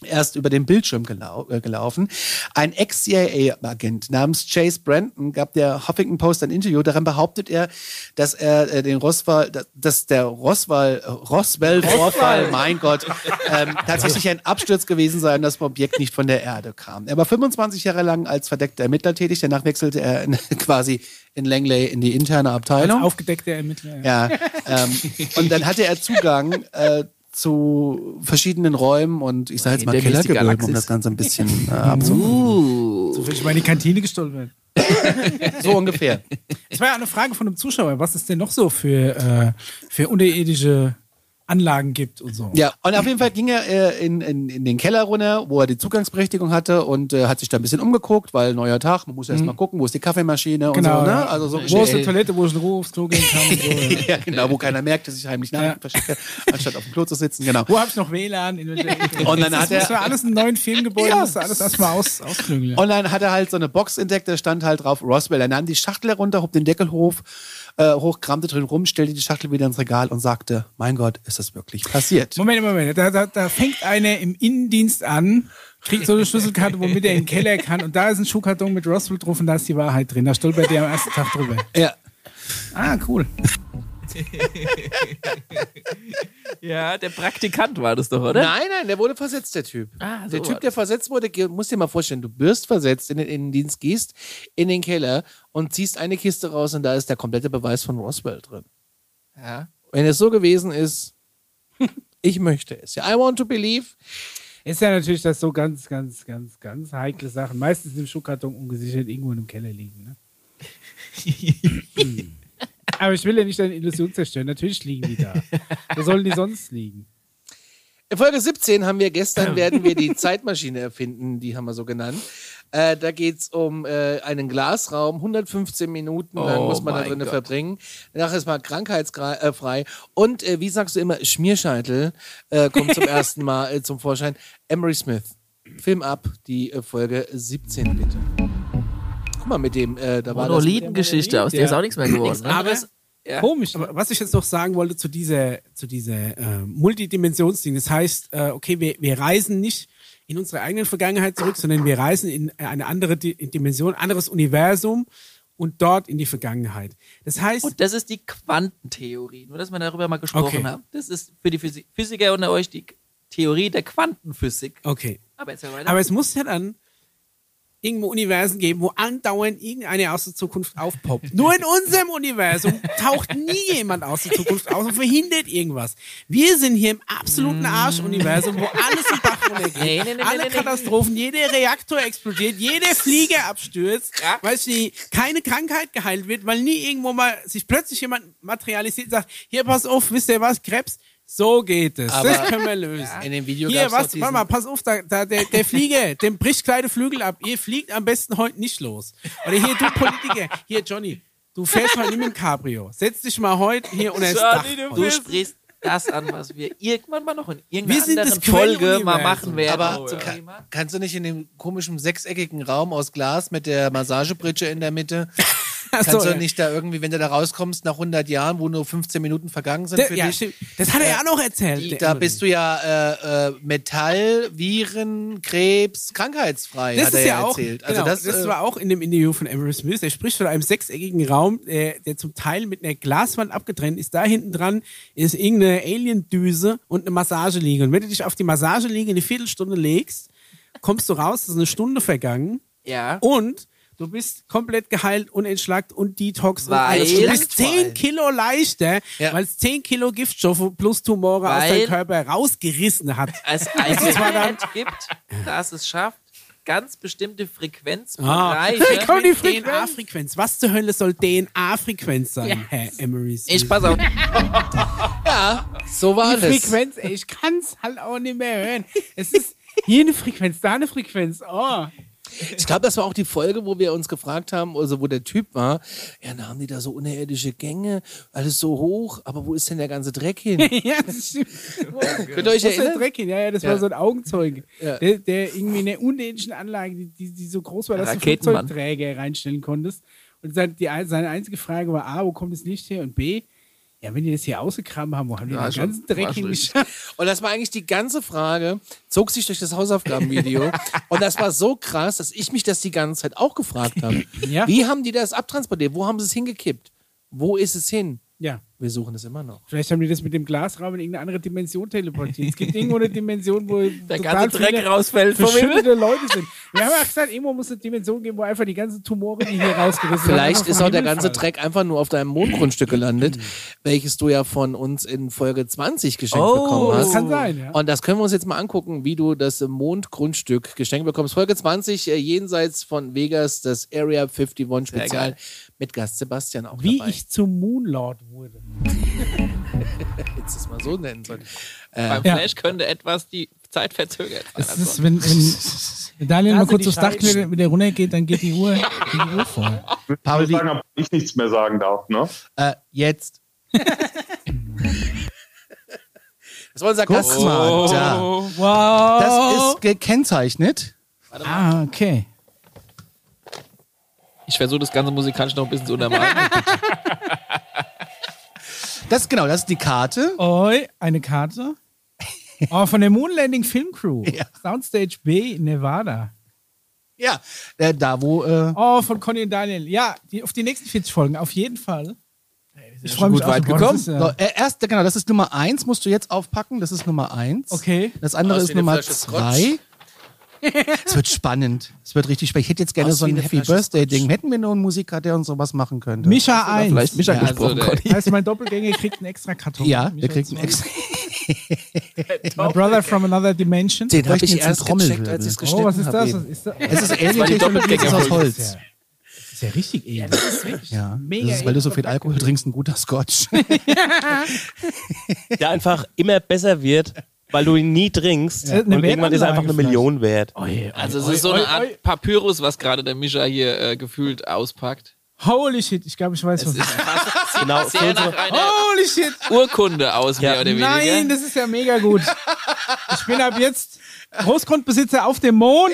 [SPEAKER 5] erst über den Bildschirm gelau äh, gelaufen. Ein Ex-CIA-Agent namens Chase Brandon gab der Huffington Post ein Interview. Darin behauptet er, dass er äh, den Roswell, dass der Roswell, äh, Roswell-Vorfall, mein Gott, ähm, tatsächlich ein Absturz gewesen sei und das Objekt nicht von der Erde kam. Er war 25 Jahre lang als verdeckter Ermittler tätig. Danach wechselte er in, quasi in Langley in die interne Abteilung.
[SPEAKER 8] Aufgedeckter Ermittler. Ja.
[SPEAKER 5] Ja. Ähm, und dann hatte er Zugang äh, zu verschiedenen Räumen und ich sage jetzt
[SPEAKER 1] In
[SPEAKER 5] mal
[SPEAKER 1] der
[SPEAKER 5] Kellergewölben,
[SPEAKER 1] Mystik-Galaxis.
[SPEAKER 5] um das Ganze ein bisschen äh, abzuholen.
[SPEAKER 8] So will ich mal in die Kantine gestolpert.
[SPEAKER 5] So ungefähr.
[SPEAKER 8] Es war ja eine Frage von einem Zuschauer, was es denn noch so für, äh, für unterirdische Anlagen gibt und so.
[SPEAKER 5] Ja, und auf jeden Fall ging er äh, in, in, in den Keller runter, wo er die Zugangsberechtigung hatte und äh, hat sich da ein bisschen umgeguckt, weil neuer Tag, man muss erst mal gucken, wo ist die Kaffeemaschine
[SPEAKER 8] Mhm. Genau,
[SPEAKER 5] und so,
[SPEAKER 8] ja.
[SPEAKER 5] ne? Also so
[SPEAKER 8] Wo ist die
[SPEAKER 5] schnell-
[SPEAKER 8] Toilette, wo ich in Ruhe aufs Klo gehen kann? Und so, ja.
[SPEAKER 5] ja, genau, wo keiner merkt, dass ich heimlich Nachrichten verschicke, anstatt auf dem Klo zu sitzen, genau.
[SPEAKER 8] Wo habe ich noch WLAN? In welcher-
[SPEAKER 5] Und dann
[SPEAKER 8] das
[SPEAKER 5] hat er-
[SPEAKER 8] musst du alles in neuen Firmengebäuden,
[SPEAKER 5] Ja.
[SPEAKER 8] musst du alles erstmal aus, ausklügeln.
[SPEAKER 5] Und dann hat er halt so eine Box entdeckt, da stand halt drauf Roswell. Er nahm die Schachtel herunter, hob den Deckel hoch, äh, hoch, kramte drin rum, stellte die Schachtel wieder ins Regal und sagte, mein Gott, ist das wirklich passiert?
[SPEAKER 8] Moment, Moment, da, da, da fängt einer im Innendienst an, kriegt so eine Schlüsselkarte, womit er in den Keller kann und da ist ein Schuhkarton mit Roswell drauf und da ist die Wahrheit drin. Da stolpert der am ersten Tag drüber.
[SPEAKER 5] Ja.
[SPEAKER 8] Ah, cool.
[SPEAKER 1] Ja, der Praktikant war das doch, oder?
[SPEAKER 2] Nein, nein, der wurde versetzt, der Typ.
[SPEAKER 1] Ne? Ah, so
[SPEAKER 2] der
[SPEAKER 1] war
[SPEAKER 2] Typ, der versetzt wurde, ge- musst dir mal vorstellen, du wirst versetzt in den Innendienst, gehst in den Keller und ziehst eine Kiste raus und da ist der komplette Beweis von Roswell drin.
[SPEAKER 1] Ja.
[SPEAKER 2] Wenn es so gewesen ist, ich möchte es. Ja, I want to believe.
[SPEAKER 8] Ist ja natürlich das so ganz, ganz, ganz, ganz heikle Sachen. Meistens im Schuhkarton ungesichert irgendwo in einem Keller liegen. Ne? Hm. Aber ich will ja nicht deine Illusion zerstören. Natürlich liegen die da. Wo sollen die sonst liegen?
[SPEAKER 2] In Folge 17 haben wir gestern, werden wir die Zeitmaschine erfinden, die haben wir so genannt. Äh, da geht es um äh, einen Glasraum, 115 Minuten lang
[SPEAKER 1] Oh
[SPEAKER 2] muss man da
[SPEAKER 1] mein
[SPEAKER 2] drin
[SPEAKER 1] Gott.
[SPEAKER 2] verbringen. Danach ist man krankheitsfrei. Und äh, wie sagst du immer, Schmierscheitel äh, kommt zum ersten Mal äh, zum Vorschein. Emery Smith, Film ab, die äh, Folge 17 bitte. Guck mal mit dem, äh, da war das.
[SPEAKER 1] Monolithengeschichte, aus der ist auch nichts mehr geworden. Ne?
[SPEAKER 4] Aber
[SPEAKER 8] Komisch. ne?
[SPEAKER 4] Aber was ich jetzt noch sagen wollte zu dieser, zu dieser äh, Multidimensionsding, das heißt, äh, okay, wir, wir reisen nicht in unsere eigene Vergangenheit zurück, sondern wir reisen in äh, eine andere Di Dimension, anderes Universum und dort in die Vergangenheit. Das heißt,
[SPEAKER 1] Und das ist die Quantentheorie, nur dass wir darüber mal gesprochen
[SPEAKER 4] Okay.
[SPEAKER 1] haben. Das ist für die Physi- Physiker unter euch die K- Theorie der Quantenphysik.
[SPEAKER 4] okay,
[SPEAKER 1] Aber jetzt mal weiter.
[SPEAKER 4] aber es muss ja dann irgendwo Universen geben, wo andauernd irgendeine aus der Zukunft aufpoppt. Nur in unserem Universum taucht nie jemand aus der Zukunft auf und verhindert irgendwas. Wir sind hier im absoluten Arschuniversum, wo alles im Bach runtergeht.
[SPEAKER 1] Nee, nee, nee, nee,
[SPEAKER 4] alle
[SPEAKER 1] nee, nee.
[SPEAKER 4] Katastrophen, jeder Reaktor explodiert, jeder Flieger abstürzt, weißt du, die- keine Krankheit geheilt wird, weil nie irgendwo mal sich plötzlich jemand materialisiert und sagt, hier, pass auf, wisst ihr was, Krebs? So geht es. das können wir lösen.
[SPEAKER 2] In dem Video
[SPEAKER 4] Hier,
[SPEAKER 2] gab's doch
[SPEAKER 4] was,
[SPEAKER 2] diesen-
[SPEAKER 4] warte mal, pass auf, da, da, der, der Flieger, dem bricht kleine Flügel ab. Ihr fliegt am besten heute nicht los. Oder hier, du Politiker, hier, Johnny, du fährst heute nicht mit dem Cabrio. Setz dich mal heute hier unter das Dach.
[SPEAKER 1] Johnny, du sprichst das an, was wir irgendwann mal noch in
[SPEAKER 4] Wir
[SPEAKER 1] irgendeiner
[SPEAKER 4] sind das
[SPEAKER 1] anderen Folge mal
[SPEAKER 4] Quellenuniversum.
[SPEAKER 1] machen werden.
[SPEAKER 2] Aber
[SPEAKER 1] Oh,
[SPEAKER 2] zu-
[SPEAKER 1] ja.
[SPEAKER 2] kann, kannst du nicht in dem komischen sechseckigen Raum aus Glas mit der Massagebritsche in der Mitte?
[SPEAKER 4] Ach so,
[SPEAKER 2] Kannst
[SPEAKER 4] ja.
[SPEAKER 2] du nicht da irgendwie, wenn du da rauskommst nach 100 Jahren, wo nur 15 Minuten vergangen sind
[SPEAKER 4] Der,
[SPEAKER 2] für
[SPEAKER 4] ja,
[SPEAKER 2] dich?
[SPEAKER 4] stimmt. das hat er ja auch noch erzählt. der
[SPEAKER 2] Da
[SPEAKER 4] Emmerich.
[SPEAKER 2] bist du ja äh, äh, Metall, Viren, Krebs, krankheitsfrei,
[SPEAKER 4] das
[SPEAKER 2] hat
[SPEAKER 4] ist
[SPEAKER 2] er
[SPEAKER 4] ja auch,
[SPEAKER 2] erzählt.
[SPEAKER 4] Genau,
[SPEAKER 2] also das,
[SPEAKER 4] das,
[SPEAKER 2] äh,
[SPEAKER 4] war auch in dem Interview von Emery Smith. Er spricht von einem sechseckigen Raum, der, der zum Teil mit einer Glaswand abgetrennt ist. Da hinten dran ist irgendeine Alien-Düse und eine Massageliege. Und wenn du dich auf die Massageliege eine Viertelstunde legst, kommst du raus, es ist eine Stunde vergangen.
[SPEAKER 1] Ja.
[SPEAKER 7] Und du bist komplett geheilt und entschlackt und detox. und
[SPEAKER 1] Weil-
[SPEAKER 7] alles. du bist
[SPEAKER 1] vor allem.
[SPEAKER 7] 10 Kilo leichter, weil es 10 Kilo Giftstoffe plus Tumore aus
[SPEAKER 1] Weil-
[SPEAKER 7] deinem Körper rausgerissen hat.
[SPEAKER 1] als Einzelheit gibt, dass es schafft, ganz bestimmte Frequenzbereiche.
[SPEAKER 7] Wie kommt die
[SPEAKER 1] Frequenz?
[SPEAKER 7] DNA-Frequenz. Was zur Hölle soll DNA-Frequenz sein, Herr Emery?
[SPEAKER 1] Ich pass auf.
[SPEAKER 2] So war
[SPEAKER 8] Die
[SPEAKER 2] das.
[SPEAKER 8] Frequenz, ey, ich kann es halt auch nicht mehr hören. Es ist hier eine Frequenz, da eine Frequenz. Oh.
[SPEAKER 2] Ich glaube, das war auch die Folge, wo wir uns gefragt haben, also wo der Typ war, ja, da haben die da so unterirdische Gänge, alles so hoch, aber wo ist denn der ganze Dreck hin?
[SPEAKER 8] ja, das stimmt.
[SPEAKER 2] Könnt ihr euch
[SPEAKER 4] genau.
[SPEAKER 8] Das ist ein
[SPEAKER 2] erinnern?
[SPEAKER 8] Dreck hin. halt Ja, ja, das
[SPEAKER 2] Ja.
[SPEAKER 8] war so ein Augenzeuge.
[SPEAKER 2] Ja.
[SPEAKER 8] Der, der irgendwie in der unendlichen Anlage, die, die, die so groß war, dass du
[SPEAKER 1] Raketenmann.
[SPEAKER 8] Flugzeugträger reinstellen konntest. Und sein, die, ein- seine einzige Frage war: A, wo kommt das Licht her? Und B, ja, wenn die das hier ausgekramt haben, wo haben die den
[SPEAKER 1] schon-
[SPEAKER 8] ganzen Dreck
[SPEAKER 1] also war schon
[SPEAKER 8] hingeschafft?
[SPEAKER 2] Und das war eigentlich die ganze Frage, zog sich durch das Hausaufgabenvideo. und das war so krass, dass ich mich das die ganze Zeit auch gefragt habe.
[SPEAKER 8] Ja.
[SPEAKER 2] Wie haben die das abtransportiert? Wo haben sie es hingekippt? Wo ist es hin?
[SPEAKER 8] Ja.
[SPEAKER 2] Wir suchen es immer noch.
[SPEAKER 8] Vielleicht haben die das mit dem Glasraum in irgendeine andere Dimension teleportiert. Es gibt irgendwo eine Dimension, wo
[SPEAKER 1] Der
[SPEAKER 8] total
[SPEAKER 1] ganze Dreck
[SPEAKER 8] viele
[SPEAKER 1] rausfällt vom Himmel.
[SPEAKER 8] verschüttete Leute sind. Wir haben ja gesagt, irgendwo muss eine Dimension geben, wo einfach die ganzen Tumore, die hier rausgerissen werden,
[SPEAKER 2] Vielleicht
[SPEAKER 8] einfach
[SPEAKER 2] ist
[SPEAKER 8] vom
[SPEAKER 2] auch der
[SPEAKER 8] Himmel
[SPEAKER 2] ganze
[SPEAKER 8] fallen.
[SPEAKER 2] Dreck einfach nur auf deinem Mondgrundstück gelandet, welches du ja von uns in Folge 20 geschenkt
[SPEAKER 1] Oh.
[SPEAKER 2] bekommen
[SPEAKER 8] Das
[SPEAKER 2] hast.
[SPEAKER 8] kann sein, ja.
[SPEAKER 2] Und das können wir uns jetzt mal angucken, wie du das Mondgrundstück geschenkt bekommst. Folge 20, äh, jenseits von Vegas, das Area 51 Spezial
[SPEAKER 1] geil.
[SPEAKER 2] mit Gast Sebastian auch
[SPEAKER 8] Wie
[SPEAKER 2] dabei.
[SPEAKER 8] ich zum Moonlord wurde.
[SPEAKER 2] jetzt das mal so nennen soll.
[SPEAKER 1] Beim
[SPEAKER 4] Ja.
[SPEAKER 1] Flash könnte etwas die Zeit verzögert sein.
[SPEAKER 4] Es ist, wenn, wenn, wenn Daniel mal
[SPEAKER 8] Also
[SPEAKER 4] kurz
[SPEAKER 8] die
[SPEAKER 4] aufs Dach klettert, wenn der runtergeht, dann geht die Uhr, geht die Uhr voll.
[SPEAKER 5] Pauli,
[SPEAKER 18] sagen, aber ich nichts mehr sagen darf, ne?
[SPEAKER 5] äh, jetzt.
[SPEAKER 2] Das war unser
[SPEAKER 5] Guck
[SPEAKER 2] Gast.
[SPEAKER 5] mal, da.
[SPEAKER 4] Wow.
[SPEAKER 5] Das ist gekennzeichnet.
[SPEAKER 4] ah, okay.
[SPEAKER 1] Ich versuche das Ganze musikalisch noch ein bisschen zu untermalen.
[SPEAKER 5] Das genau, das ist die Karte.
[SPEAKER 4] Oi, eine Karte. Oh, von der Moonlanding Film Crew.
[SPEAKER 5] Ja.
[SPEAKER 4] Soundstage B, Nevada.
[SPEAKER 5] Ja, äh, da wo äh,
[SPEAKER 4] Oh, von Conny und Daniel. Ja, die, auf die nächsten 40 Folgen, auf jeden Fall. Ich
[SPEAKER 5] schon gut
[SPEAKER 4] auch
[SPEAKER 5] weit
[SPEAKER 4] schon. Boah,
[SPEAKER 5] gekommen.
[SPEAKER 4] das ist ja-
[SPEAKER 5] so, äh, erst genau, das ist Nummer eins. Musst du jetzt aufpacken. Das ist Nummer eins.
[SPEAKER 4] Okay.
[SPEAKER 5] Das andere
[SPEAKER 2] Aus wie
[SPEAKER 5] ist
[SPEAKER 2] eine
[SPEAKER 5] Nummer
[SPEAKER 2] Flasche Scotch.
[SPEAKER 5] zwei. Es wird spannend. Es wird richtig spannend. Ich hätte jetzt gerne
[SPEAKER 2] Aus
[SPEAKER 5] so
[SPEAKER 2] wie
[SPEAKER 5] ein
[SPEAKER 2] eine
[SPEAKER 5] Happy
[SPEAKER 2] Flasche
[SPEAKER 5] Birthday Ding. Hätten wir nur einen Musiker, der uns sowas machen könnte.
[SPEAKER 4] Micha 1.
[SPEAKER 1] Vielleicht mich
[SPEAKER 5] Ja,
[SPEAKER 1] angesprochen,
[SPEAKER 2] also
[SPEAKER 1] Conny.
[SPEAKER 4] Heißt, mein Doppelgänger kriegt einen extra Karton.
[SPEAKER 5] Ja,
[SPEAKER 4] Micha
[SPEAKER 5] der kriegt einen
[SPEAKER 4] zwei.
[SPEAKER 5] extra.
[SPEAKER 4] My brother from another dimension.
[SPEAKER 2] Den habe
[SPEAKER 5] bräuchten
[SPEAKER 2] ich
[SPEAKER 5] jetzt einen
[SPEAKER 2] erst gecheckt,
[SPEAKER 5] Trommelwirbel.
[SPEAKER 2] als ich es
[SPEAKER 4] Oh,
[SPEAKER 2] geschnitten
[SPEAKER 4] was ist
[SPEAKER 2] habe
[SPEAKER 4] das?
[SPEAKER 2] eben.
[SPEAKER 4] Was ist das?
[SPEAKER 5] Es ist Alien-Technologie, es ist aus Holz.
[SPEAKER 4] Das ist ja richtig ähnlich.
[SPEAKER 5] Ja,
[SPEAKER 4] mega
[SPEAKER 5] das ist, weil du so viel Alkohol trinkst, ein guter Scotch.
[SPEAKER 3] Der einfach immer besser wird, weil du ihn nie trinkst.
[SPEAKER 4] Ja.
[SPEAKER 3] Und
[SPEAKER 4] Eine
[SPEAKER 3] irgendwann ist er einfach eine
[SPEAKER 4] Wertanlage
[SPEAKER 3] Million wert.
[SPEAKER 1] Also es ist so eine Art Papyrus, was gerade der Mischa hier äh, gefühlt auspackt.
[SPEAKER 4] Holy shit, ich glaube, ich weiß, was
[SPEAKER 1] Es
[SPEAKER 4] das
[SPEAKER 1] ist
[SPEAKER 4] ist.
[SPEAKER 1] fast
[SPEAKER 3] Genau, so
[SPEAKER 1] sehr nach einer
[SPEAKER 4] Holy shit!
[SPEAKER 1] Urkunde aus, mehr oder weniger.
[SPEAKER 4] Nein, das ist ja mega gut. Ich bin ab jetzt Großgrundbesitzer auf dem Mond.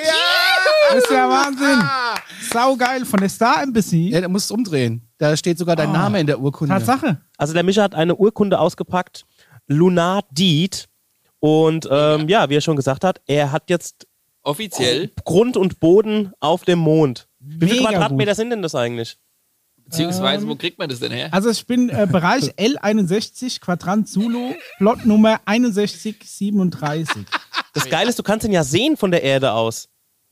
[SPEAKER 4] Das ist ja Wahnsinn. Saugeil von der Star Embassy.
[SPEAKER 5] ja, da musst du umdrehen. Da steht sogar
[SPEAKER 8] Ah.
[SPEAKER 5] dein Name in der Urkunde.
[SPEAKER 4] Tatsache.
[SPEAKER 3] Also der Mischa hat eine Urkunde ausgepackt, Lunar Deed. Und ähm, ja. wie er schon gesagt hat, er hat jetzt
[SPEAKER 1] Offiziell.
[SPEAKER 3] Grund und Boden auf dem Mond. Wie viele
[SPEAKER 4] Mega
[SPEAKER 3] Quadratmeter sind denn das eigentlich?
[SPEAKER 1] Beziehungsweise, wo kriegt man das denn her?
[SPEAKER 4] Also ich bin äh, Bereich L61, Quadrant Zulu, Plot Nummer 6137.
[SPEAKER 3] Das Geile ist, du kannst ihn ja sehen von der Erde aus.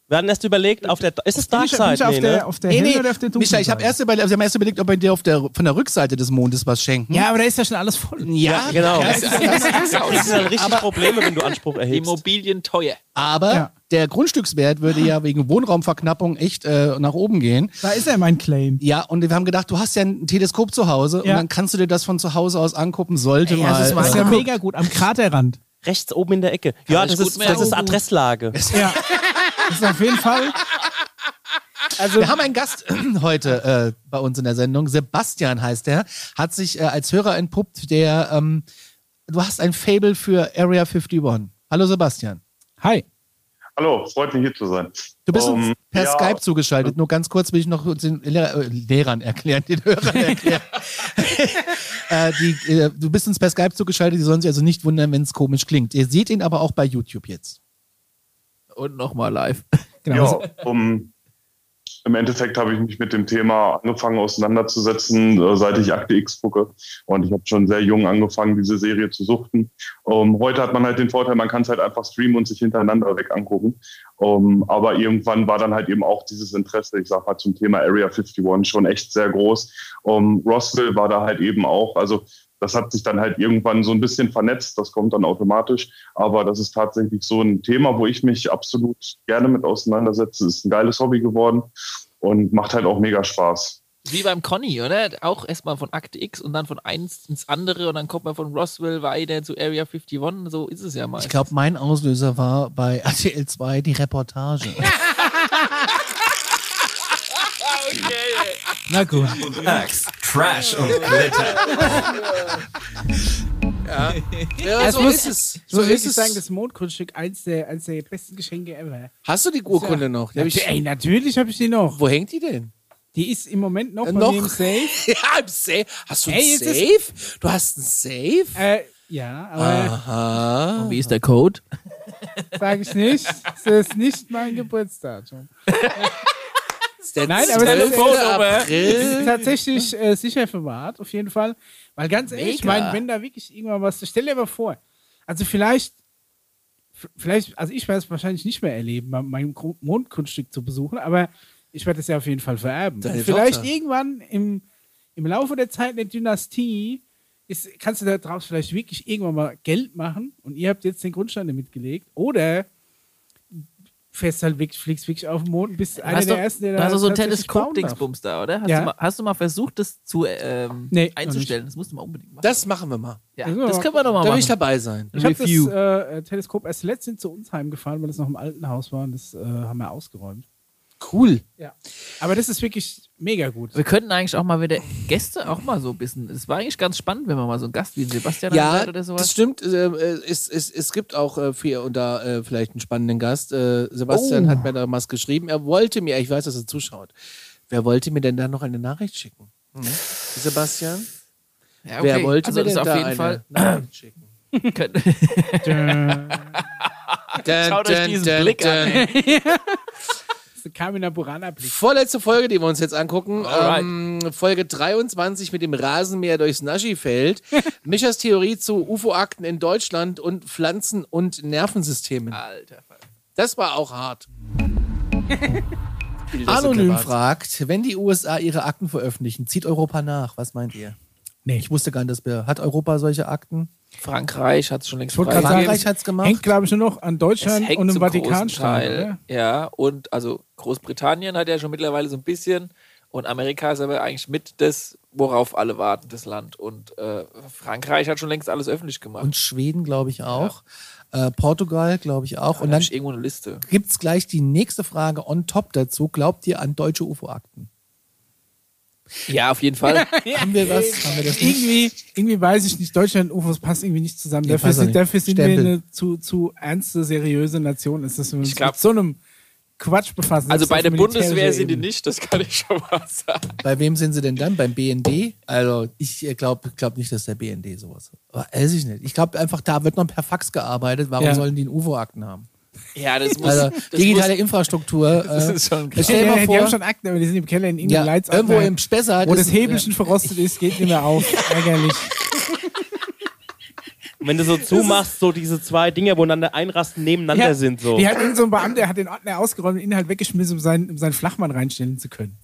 [SPEAKER 3] Wir hatten erst überlegt, auf der ist es
[SPEAKER 4] Bin ich, bin ich
[SPEAKER 3] Darkseid?
[SPEAKER 4] auf,
[SPEAKER 3] Nee,
[SPEAKER 4] der,
[SPEAKER 3] ne?
[SPEAKER 4] auf der
[SPEAKER 5] Nee,
[SPEAKER 4] hellen
[SPEAKER 5] nee,
[SPEAKER 4] oder auf der dunklen
[SPEAKER 5] Micha, ich habe
[SPEAKER 4] Seite?
[SPEAKER 5] erst, überle- also wir haben erst überlegt, ob wir dir auf der, von der Rückseite des Mondes was schenken.
[SPEAKER 4] Ja, aber da ist ja schon alles voll.
[SPEAKER 5] Ja,
[SPEAKER 3] Genau.
[SPEAKER 5] Ja,
[SPEAKER 3] Das sind dann richtig Probleme, wenn du Anspruch erhebst.
[SPEAKER 1] Immobilien teuer.
[SPEAKER 5] aber
[SPEAKER 4] Ja.
[SPEAKER 5] der Grundstückswert würde ja wegen Wohnraumverknappung echt äh, nach oben gehen.
[SPEAKER 4] Da ist ja mein Claim.
[SPEAKER 5] Ja, und wir haben gedacht, du hast ja ein Teleskop zu Hause und
[SPEAKER 4] Ja.
[SPEAKER 5] dann kannst du dir das von zu Hause aus angucken, sollte
[SPEAKER 4] Ey,
[SPEAKER 5] mal.
[SPEAKER 4] das ist
[SPEAKER 5] äh,
[SPEAKER 4] ja mega gut, am Kraterrand.
[SPEAKER 3] Rechts oben in der Ecke. Ja,
[SPEAKER 1] ich
[SPEAKER 3] das
[SPEAKER 1] gut
[SPEAKER 3] ist,
[SPEAKER 1] merken.
[SPEAKER 3] das
[SPEAKER 4] Oh.
[SPEAKER 3] ist Adresslage.
[SPEAKER 4] Ja. Das ist auf jeden Fall.
[SPEAKER 5] Also wir haben einen Gast heute äh, bei uns in der Sendung. Sebastian heißt er, hat sich äh, als Hörer entpuppt, der ähm, du hast ein Fable für Area 51. Hallo Sebastian.
[SPEAKER 4] Hi.
[SPEAKER 18] Hallo, freut mich hier zu sein.
[SPEAKER 5] Du bist
[SPEAKER 18] Ähm,
[SPEAKER 5] uns per
[SPEAKER 18] ja,
[SPEAKER 5] Skype zugeschaltet. Nur ganz kurz will ich noch den Lehrer, äh, Lehrern erklären, den Hörern erklären. äh, die, äh, du bist uns per Skype zugeschaltet. Die sollen sich also nicht wundern, wenn es komisch klingt. Ihr seht ihn aber auch bei YouTube jetzt.
[SPEAKER 1] Und nochmal live.
[SPEAKER 4] Genau.
[SPEAKER 18] Ja, um, im Endeffekt habe ich mich mit dem Thema angefangen auseinanderzusetzen, äh, seit ich Akte X gucke. Und ich habe schon sehr jung angefangen, diese Serie zu suchten. Ähm, heute hat man halt den Vorteil, man kann es halt einfach streamen und sich hintereinander weg angucken. Ähm, aber irgendwann war dann halt eben auch dieses Interesse, ich sag mal, zum Thema Area 51 schon echt sehr groß. Ähm, Roswell war da halt eben auch, also das hat sich dann halt irgendwann so ein bisschen vernetzt, das kommt dann automatisch. Aber das ist tatsächlich so ein Thema, wo ich mich absolut gerne mit auseinandersetze. Ist ein geiles Hobby geworden und macht halt auch mega Spaß.
[SPEAKER 1] Wie beim Conny, oder? Auch erstmal von Akte X und dann von eins ins andere und dann kommt man von Roswell weiter zu Area 51. So ist es ja mal.
[SPEAKER 19] Ich glaube, mein Auslöser war bei RTL 2 die Reportage.
[SPEAKER 4] Na gut.
[SPEAKER 20] Axt, Trash und Glitter.
[SPEAKER 2] Ja. Ja,
[SPEAKER 4] Es
[SPEAKER 2] so
[SPEAKER 4] muss-
[SPEAKER 2] ist es.
[SPEAKER 4] ich
[SPEAKER 2] So
[SPEAKER 4] muss
[SPEAKER 2] ist
[SPEAKER 4] wirklich
[SPEAKER 2] es.
[SPEAKER 4] sagen, das Mondgrundstück, eins der, eins der besten Geschenke ever.
[SPEAKER 2] Hast du die Urkunde
[SPEAKER 4] Ja.
[SPEAKER 2] noch? Die hab
[SPEAKER 4] Natu
[SPEAKER 2] ich-
[SPEAKER 4] ey, natürlich habe ich die noch.
[SPEAKER 2] Wo hängt die denn?
[SPEAKER 4] Die ist im Moment noch,
[SPEAKER 2] Äh,
[SPEAKER 4] bei
[SPEAKER 2] noch?
[SPEAKER 4] mir im Safe.
[SPEAKER 2] ja, im Safe. Hast du
[SPEAKER 4] Ey,
[SPEAKER 2] einen
[SPEAKER 4] jetzt ist-
[SPEAKER 2] Safe? Du hast einen Safe?
[SPEAKER 4] Äh, ja,
[SPEAKER 5] Ah.
[SPEAKER 4] aber
[SPEAKER 2] Aha.
[SPEAKER 1] Und wie ist der Code?
[SPEAKER 4] sage ich nicht. Es ist nicht mein Geburtsdatum.
[SPEAKER 2] der
[SPEAKER 4] Nein, aber das
[SPEAKER 2] 12.
[SPEAKER 4] ist, das
[SPEAKER 2] April.
[SPEAKER 4] ist tatsächlich äh, sicher verwahrt, auf jeden Fall. Weil ganz ehrlich, ich
[SPEAKER 2] Mega.
[SPEAKER 4] meine, wenn da wirklich irgendwann was, stell dir mal vor, also vielleicht, f- vielleicht, also ich werde es wahrscheinlich nicht mehr erleben, mein- mein Gru- Mondkunststück zu besuchen, aber ich werde es ja auf jeden Fall vererben.
[SPEAKER 2] Deine
[SPEAKER 4] Und vielleicht
[SPEAKER 2] Tochter.
[SPEAKER 4] irgendwann im, im Laufe der Zeit der Dynastie ist, kannst du da draus vielleicht wirklich irgendwann mal Geld machen und ihr habt jetzt den Grundstein damit gelegt. Oder fährst halt wirklich, fliegst wirklich auf den Mond und bist einer
[SPEAKER 1] hast
[SPEAKER 4] der
[SPEAKER 1] du,
[SPEAKER 4] ersten, der
[SPEAKER 1] du hast doch so ein
[SPEAKER 4] tatsächlich bauen darf.
[SPEAKER 1] Teleskop-Dingsbums da, oder? Hast,
[SPEAKER 4] Ja.
[SPEAKER 1] du mal, hast du mal versucht, das zu ähm,
[SPEAKER 4] Nee, noch
[SPEAKER 1] einzustellen? Das musst du mal unbedingt machen.
[SPEAKER 2] Das machen wir mal.
[SPEAKER 1] Ja,
[SPEAKER 4] Das müssen wir
[SPEAKER 1] das
[SPEAKER 4] mal
[SPEAKER 1] können wir doch mal
[SPEAKER 2] Da will ich
[SPEAKER 1] machen.
[SPEAKER 2] dabei sein.
[SPEAKER 4] Ich habe das äh, äh, Teleskop erst letztens zu uns heimgefahren, weil das noch im alten Haus war und das äh, haben wir ausgeräumt.
[SPEAKER 2] Cool.
[SPEAKER 4] Ja. Aber das ist wirklich mega gut.
[SPEAKER 1] Wir könnten eigentlich auch mal wieder Gäste auch mal so ein bisschen. Es war eigentlich ganz spannend, wenn man mal so einen Gast wie den Sebastian
[SPEAKER 2] Ja,
[SPEAKER 1] hat oder sowas.
[SPEAKER 2] das stimmt. Ähm, äh, es, es, es gibt auch äh, für und da äh, vielleicht einen spannenden Gast. Äh, Sebastian
[SPEAKER 1] Oh.
[SPEAKER 2] hat mir da was geschrieben. Er wollte mir, ich weiß, dass er zuschaut. Wer wollte mir denn da noch eine Nachricht schicken? Hm? Sebastian?
[SPEAKER 1] Ja,
[SPEAKER 2] Wer wollte
[SPEAKER 1] also
[SPEAKER 2] mir
[SPEAKER 1] das
[SPEAKER 2] denn
[SPEAKER 1] auf
[SPEAKER 2] da
[SPEAKER 1] jeden
[SPEAKER 2] eine
[SPEAKER 1] Fall.
[SPEAKER 2] Nachricht schicken?
[SPEAKER 1] Könnt-
[SPEAKER 2] Dun,
[SPEAKER 1] Schaut euch
[SPEAKER 2] dun,
[SPEAKER 1] diesen
[SPEAKER 2] dun,
[SPEAKER 1] Blick an.
[SPEAKER 2] dun.
[SPEAKER 1] Ey.
[SPEAKER 4] Das ist ein Carmina Burana-Blick.
[SPEAKER 2] Vorletzte Folge, die wir uns jetzt angucken.
[SPEAKER 1] Alright.
[SPEAKER 2] Ähm, Folge 23 mit dem Rasenmäher durchs Naschifeld. Mischas Theorie zu UFO-Akten in Deutschland und Pflanzen- und Nervensystemen.
[SPEAKER 1] Alter.
[SPEAKER 2] Das war auch hart. Bilder sind
[SPEAKER 19] Anonym
[SPEAKER 2] privat.
[SPEAKER 19] fragt, wenn die USA ihre Akten veröffentlichen, zieht Europa nach. Was meint ihr?
[SPEAKER 4] Nee.
[SPEAKER 19] Ich wusste gar nicht, dass wir. Hat Europa solche Akten?
[SPEAKER 1] Frankreich hat es schon längst
[SPEAKER 4] Ich wollte gerade sagen,
[SPEAKER 19] Frankreich hat's gemacht.
[SPEAKER 4] Hängt, glaube ich, nur noch an
[SPEAKER 1] Es
[SPEAKER 4] Deutschland
[SPEAKER 1] hängt
[SPEAKER 4] und
[SPEAKER 1] zum
[SPEAKER 4] im
[SPEAKER 1] großen
[SPEAKER 4] Vatikanstaat.
[SPEAKER 1] Teil.
[SPEAKER 4] oder?
[SPEAKER 1] Ja, und also Großbritannien hat ja schon mittlerweile so ein bisschen und Amerika ist aber eigentlich mit das, worauf alle warten, das Land. Und äh, Frankreich hat schon längst alles öffentlich gemacht.
[SPEAKER 19] Und Schweden, glaube ich, auch. Äh, Portugal, glaube ich, auch. Und
[SPEAKER 1] da hab
[SPEAKER 19] dann
[SPEAKER 1] ich irgendwo eine Liste.
[SPEAKER 19] gibt es gleich die nächste Frage on top dazu. Glaubt ihr an deutsche UFO-Akten?
[SPEAKER 1] Ja, auf jeden Fall.
[SPEAKER 19] Haben wir was? Haben wir das nicht?
[SPEAKER 4] Irgendwie, irgendwie weiß ich nicht, Deutschland und UFOs passt irgendwie nicht zusammen.
[SPEAKER 19] Nee,
[SPEAKER 4] dafür
[SPEAKER 19] passt auch
[SPEAKER 4] sind,
[SPEAKER 19] nicht.
[SPEAKER 4] dafür sind wir
[SPEAKER 19] Stempel.
[SPEAKER 4] eine zu, zu ernste, seriöse Nation. Ist das, wenn wir uns
[SPEAKER 1] Ich glaub-
[SPEAKER 4] mit so einem Quatsch befassen.
[SPEAKER 1] Also
[SPEAKER 4] selbst auf
[SPEAKER 1] bei der
[SPEAKER 4] militärischer
[SPEAKER 1] Bundeswehr sind die
[SPEAKER 4] Ebene.
[SPEAKER 1] nicht, das kann ich schon mal sagen.
[SPEAKER 19] Bei wem sind sie denn dann? Beim BND? Also, ich glaube glaub nicht, dass der BND sowas hat. Aber Weiß ich nicht. Ich glaube einfach, da wird noch per Fax gearbeitet. Warum
[SPEAKER 4] Ja.
[SPEAKER 19] sollen die einen UFO-Akten haben?
[SPEAKER 1] Ja, das muss.
[SPEAKER 19] Also,
[SPEAKER 1] das
[SPEAKER 19] digitale
[SPEAKER 1] muss
[SPEAKER 19] Infrastruktur.
[SPEAKER 1] das
[SPEAKER 19] äh,
[SPEAKER 1] ist schon krass.
[SPEAKER 19] Stell dir
[SPEAKER 4] Ja,
[SPEAKER 19] mal
[SPEAKER 4] die
[SPEAKER 19] vor,
[SPEAKER 4] haben schon Akten, aber die sind im Keller in Indian
[SPEAKER 19] ja,
[SPEAKER 4] Lights.
[SPEAKER 19] irgendwo
[SPEAKER 4] abgehangen.
[SPEAKER 19] im Spessart
[SPEAKER 4] Wo
[SPEAKER 19] ist
[SPEAKER 4] das
[SPEAKER 19] ein-
[SPEAKER 4] Hebelchen verrostet ist, geht nicht mehr auf. Ärgerlich.
[SPEAKER 3] Und wenn du so zumachst, so diese zwei Dinge, wo dann der Einrasten nebeneinander
[SPEAKER 4] Ja,
[SPEAKER 3] sind, so.
[SPEAKER 4] Die hat irgend so ein Beamter, der hat den Ordner ausgeräumt und ihn halt weggeschmissen, um seinen, um seinen Flachmann reinstellen zu können.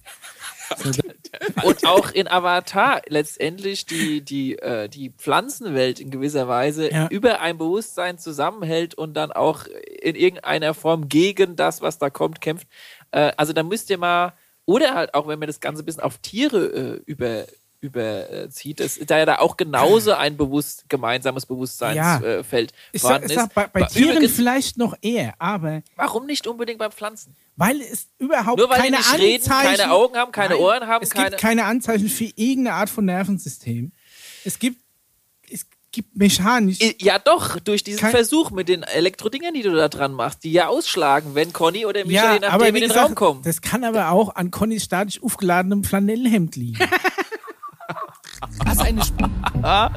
[SPEAKER 1] Und auch in Avatar letztendlich die, die, äh, die Pflanzenwelt in gewisser Weise
[SPEAKER 4] Ja.
[SPEAKER 1] über ein Bewusstsein zusammenhält und dann auch in irgendeiner Form gegen das, was da kommt, kämpft. Äh, also da müsst ihr mal, oder halt auch, wenn man das Ganze ein bisschen auf Tiere äh, über überzieht, ist da ja da auch genauso ein bewusst gemeinsames Bewusstseinsfeld
[SPEAKER 4] Ja.
[SPEAKER 1] äh, Feld
[SPEAKER 4] Ich sag,
[SPEAKER 1] vorhanden
[SPEAKER 4] ich sag
[SPEAKER 1] ist.
[SPEAKER 4] bei, bei
[SPEAKER 1] Wa-
[SPEAKER 4] Tieren
[SPEAKER 1] übrigens,
[SPEAKER 4] vielleicht noch eher, aber
[SPEAKER 1] warum nicht unbedingt bei Pflanzen?
[SPEAKER 4] weil es überhaupt
[SPEAKER 1] Nur weil
[SPEAKER 4] keine
[SPEAKER 1] die nicht
[SPEAKER 4] Anzeichen,
[SPEAKER 1] reden, keine Augen haben, keine
[SPEAKER 4] Nein,
[SPEAKER 1] Ohren haben,
[SPEAKER 4] es
[SPEAKER 1] keine-
[SPEAKER 4] gibt keine Anzeichen für irgendeine Art von Nervensystem. Es gibt, es gibt mechanisch.
[SPEAKER 1] I- Ja, doch, durch diesen
[SPEAKER 4] Kein-
[SPEAKER 1] Versuch mit den Elektrodingern, die du da dran machst, die ja ausschlagen, wenn Conny oder Micha, je
[SPEAKER 4] ja,
[SPEAKER 1] nachdem,
[SPEAKER 4] aber
[SPEAKER 1] in
[SPEAKER 4] wie
[SPEAKER 1] den
[SPEAKER 4] gesagt,
[SPEAKER 1] Raum kommen.
[SPEAKER 4] das kann aber auch an Connys statisch aufgeladenem Flanellhemd liegen.
[SPEAKER 19] Was eine Sp
[SPEAKER 1] Naja,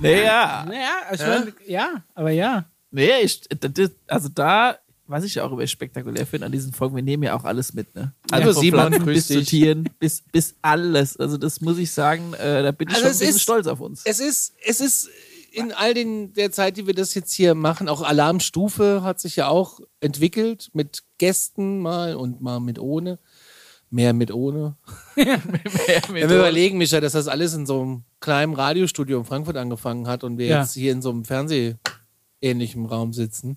[SPEAKER 4] naja, ich mein, ja, aber ja.
[SPEAKER 1] nee, ich, das, das- also da was ich ja auch immer spektakulär finde an diesen Folgen, wir nehmen ja auch alles mit, ne?
[SPEAKER 2] Ja,
[SPEAKER 1] Also von
[SPEAKER 2] Simon,
[SPEAKER 1] Pflanzen
[SPEAKER 2] grüß
[SPEAKER 1] bis zu
[SPEAKER 2] dich.
[SPEAKER 1] Tieren, bis, bis alles. Also das muss ich sagen, äh, da bin ich
[SPEAKER 2] Also
[SPEAKER 1] schon ein
[SPEAKER 2] es
[SPEAKER 1] bisschen
[SPEAKER 2] ist-
[SPEAKER 1] stolz auf uns.
[SPEAKER 2] Es ist, es ist in all den, der Zeit, die wir das jetzt hier machen, auch Alarmstufe hat sich ja auch entwickelt mit Gästen mal und mal mit ohne. Mehr mit ohne. Wenn wir überlegen, Micha, dass das alles in so einem kleinen Radiostudio in Frankfurt angefangen hat und wir
[SPEAKER 1] Ja.
[SPEAKER 2] jetzt hier in so einem fernsehähnlichen Raum sitzen.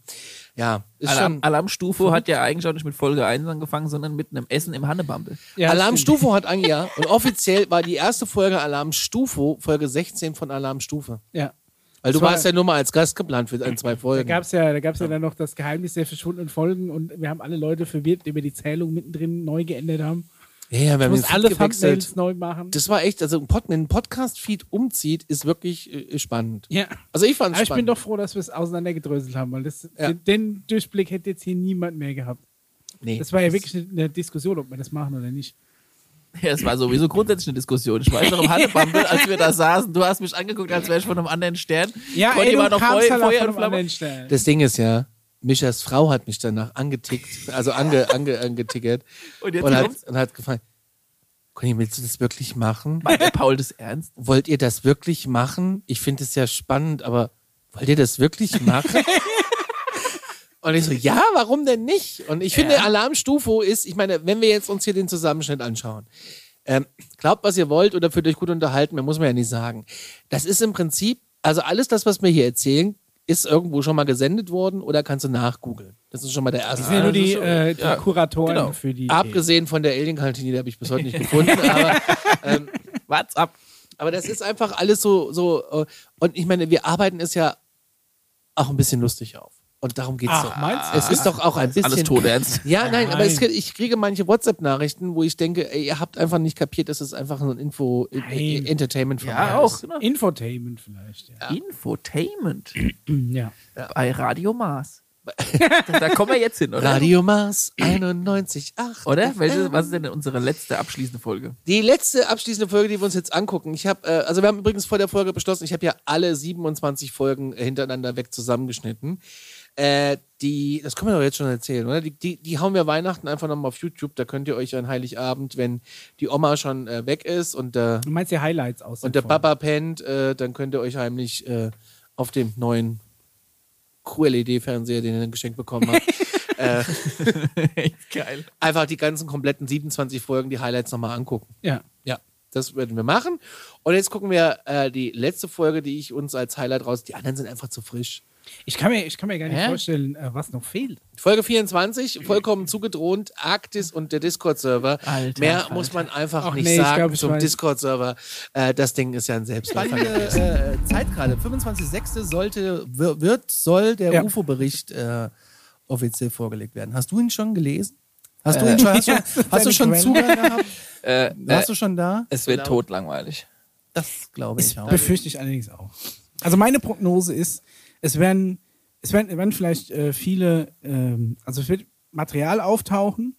[SPEAKER 2] Ja, ist
[SPEAKER 1] Alarm, Ah,
[SPEAKER 2] schon.
[SPEAKER 1] Alarmstufe hat ja eigentlich auch nicht mit Folge 1 angefangen, sondern mit einem Essen im Hannebambel.
[SPEAKER 2] Alarmstufe hat ein Jahr und offiziell war die erste Folge Alarmstufe, Folge 16 von Alarmstufe.
[SPEAKER 4] Ja.
[SPEAKER 2] Weil du
[SPEAKER 4] Das war-
[SPEAKER 2] warst ja nur mal als Gast geplant für ein, zwei
[SPEAKER 4] Da
[SPEAKER 1] Hm.
[SPEAKER 2] Folgen.
[SPEAKER 4] gab es ja, da gab's ja dann noch das Geheimnis der verschwundenen Folgen und wir haben alle Leute verwirrt, indem wir die Zählung mittendrin neu geändert haben.
[SPEAKER 2] Ja, ja, wir
[SPEAKER 4] ich
[SPEAKER 2] haben
[SPEAKER 4] muss
[SPEAKER 2] den Feed
[SPEAKER 4] alle
[SPEAKER 2] gewechselt.
[SPEAKER 4] Thumbnails neu machen.
[SPEAKER 2] Das war echt, also ein Pod, wenn ein Podcast-Feed umzieht, ist wirklich äh, spannend.
[SPEAKER 4] ja.
[SPEAKER 2] Also ich fand's
[SPEAKER 4] Aber Ah, ich bin
[SPEAKER 2] spannend.
[SPEAKER 4] doch froh, dass wir es auseinandergedröselt haben, weil das, den, den Durchblick hätte jetzt hier niemand mehr gehabt.
[SPEAKER 2] Nee.
[SPEAKER 4] Das war ja wirklich eine, eine Diskussion, ob wir das machen oder nicht.
[SPEAKER 1] Ja, es war sowieso grundsätzlich eine Diskussion. Ich weiß noch im Hannebambel, als wir da saßen, du hast mich angeguckt, als wäre ich von einem anderen Stern.
[SPEAKER 4] Ja,
[SPEAKER 1] Conny
[SPEAKER 4] ey, du
[SPEAKER 1] war noch
[SPEAKER 4] kamst
[SPEAKER 1] Feu-
[SPEAKER 4] halt auch
[SPEAKER 1] Feuer
[SPEAKER 4] von
[SPEAKER 1] und
[SPEAKER 4] einem
[SPEAKER 1] Flamme.
[SPEAKER 4] anderen Stern.
[SPEAKER 2] Das Ding ist ja, Michas Frau hat mich danach angetickt, also ange, ange, angetickert
[SPEAKER 1] Und jetzt
[SPEAKER 2] hat,
[SPEAKER 1] kommt's?
[SPEAKER 2] und hat gefragt, Conny, willst du das wirklich machen?
[SPEAKER 1] Meint der Paul das ernst?
[SPEAKER 2] Wollt ihr das wirklich machen? Ich finde es ja spannend, aber wollt ihr das wirklich machen? Und ich so, ja, warum denn nicht? Und ich finde, Alarmstufe ist, ich meine, wenn wir jetzt uns hier den Zusammenschnitt anschauen, ähm, glaubt, was ihr wollt oder fühlt euch gut unterhalten, mehr muss man ja nicht sagen. Das ist im Prinzip, also alles das, was wir hier erzählen, ist irgendwo schon mal gesendet worden oder kannst du nachgoogeln. Das ist schon mal der erste.
[SPEAKER 4] sind ja nur
[SPEAKER 2] Also
[SPEAKER 4] die,
[SPEAKER 2] schon-
[SPEAKER 4] äh, die
[SPEAKER 2] ja,
[SPEAKER 4] Kuratoren
[SPEAKER 2] genau.
[SPEAKER 4] für die.
[SPEAKER 2] Abgesehen von der Alien-Kantine, die habe ich bis heute nicht gefunden. aber, ähm,
[SPEAKER 1] What's up?
[SPEAKER 2] Aber das ist einfach alles so, so äh, und ich meine, wir arbeiten es ja auch ein bisschen lustig auf. Und darum geht es
[SPEAKER 1] Ach,
[SPEAKER 2] doch.
[SPEAKER 1] meinst du?
[SPEAKER 2] Es ist doch auch ein
[SPEAKER 1] Ist
[SPEAKER 2] bisschen.
[SPEAKER 1] alles todernst.
[SPEAKER 2] Ja, nein, aber es,
[SPEAKER 1] Nein.
[SPEAKER 2] ich kriege manche WhatsApp-Nachrichten, wo ich denke, ey, ihr habt einfach nicht kapiert, dass es einfach so ein Info, äh,
[SPEAKER 4] Nein.
[SPEAKER 2] entertainment
[SPEAKER 1] Ja, auch. Genau.
[SPEAKER 4] Infotainment vielleicht. Ja.
[SPEAKER 1] Infotainment.
[SPEAKER 4] ja.
[SPEAKER 1] Bei Radio Mars. da, da kommen wir jetzt hin, oder?
[SPEAKER 2] Radio Mars 91.8.
[SPEAKER 1] Oder? Welche,
[SPEAKER 2] FM.
[SPEAKER 1] was ist denn unsere letzte abschließende Folge?
[SPEAKER 2] Die letzte abschließende Folge, die wir uns jetzt angucken. Ich habe, äh, also wir haben übrigens vor der Folge beschlossen, ich habe ja alle 27 Folgen äh, hintereinander weg zusammengeschnitten. Äh, die, das können wir doch jetzt schon erzählen, oder? Die, die, die hauen wir Weihnachten einfach nochmal auf YouTube. Da könnt ihr euch an Heiligabend, wenn die Oma schon äh, weg ist und der,
[SPEAKER 4] Du meinst die Highlights aus.
[SPEAKER 2] und der Papa pennt, äh, dann könnt ihr euch heimlich äh, auf dem neuen QLED-Fernseher, den ihr dann geschenkt bekommen habt, äh,
[SPEAKER 1] Geil.
[SPEAKER 2] einfach die ganzen kompletten 27 Folgen, die Highlights nochmal angucken.
[SPEAKER 4] Ja.
[SPEAKER 2] Ja, das werden wir machen. Und jetzt gucken wir äh, die letzte Folge, die ich uns als Highlight raus. Die anderen sind einfach zu frisch.
[SPEAKER 4] Ich kann mir, ich kann mir gar nicht
[SPEAKER 2] Hä?
[SPEAKER 4] vorstellen, äh, was noch fehlt.
[SPEAKER 2] Folge 24, vollkommen zugedroht, Arktis und der Discord-Server.
[SPEAKER 4] Alter,
[SPEAKER 2] Mehr
[SPEAKER 4] Alter.
[SPEAKER 2] muss man einfach
[SPEAKER 4] Ach,
[SPEAKER 2] nicht
[SPEAKER 4] nee, ich
[SPEAKER 2] sagen
[SPEAKER 4] glaub, ich
[SPEAKER 2] zum
[SPEAKER 4] weiß.
[SPEAKER 2] Discord-Server. Äh, das Ding ist ja ein Selbstläufer gewesen.
[SPEAKER 21] Spannende äh, Zeit gerade. 25.06. sollte, wir- wird, soll der UFO-Bericht äh, offiziell vorgelegt werden. Hast du ihn schon gelesen? Hast du
[SPEAKER 1] Äh,
[SPEAKER 21] ihn schon, hast
[SPEAKER 1] ja,
[SPEAKER 21] du, hast du schon
[SPEAKER 1] seine
[SPEAKER 21] Zugang
[SPEAKER 1] Quelle.
[SPEAKER 21] gehabt?
[SPEAKER 1] Äh,
[SPEAKER 21] Warst
[SPEAKER 1] äh,
[SPEAKER 21] du schon da?
[SPEAKER 1] Es wird
[SPEAKER 21] Genau.
[SPEAKER 1] totlangweilig.
[SPEAKER 21] Das glaube ich auch.
[SPEAKER 4] Befürchte ich allerdings auch. Also meine Prognose ist, es werden, es werden, werden vielleicht äh, viele, ähm, also es wird Material auftauchen,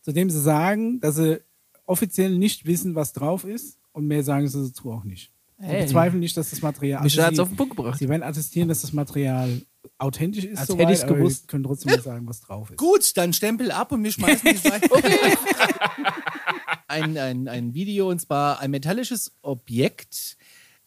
[SPEAKER 4] zu dem sie sagen, dass sie offiziell nicht wissen, was drauf ist und mehr sagen sie dazu auch nicht. Sie
[SPEAKER 1] Hey.
[SPEAKER 4] bezweifeln nicht, dass das Material. also
[SPEAKER 1] Michel hat's
[SPEAKER 4] sie-
[SPEAKER 1] auf den Punkt gebracht.
[SPEAKER 4] Sie werden attestieren, dass das Material authentisch ist.
[SPEAKER 21] Als
[SPEAKER 4] soweit,
[SPEAKER 21] hätte ich's
[SPEAKER 4] aber wir
[SPEAKER 21] gewusst.
[SPEAKER 4] Können trotzdem nicht sagen, was drauf ist.
[SPEAKER 21] Gut, dann Stempel ab und wir schmeißen die Seite. ein, ein, ein Video und zwar ein metallisches Objekt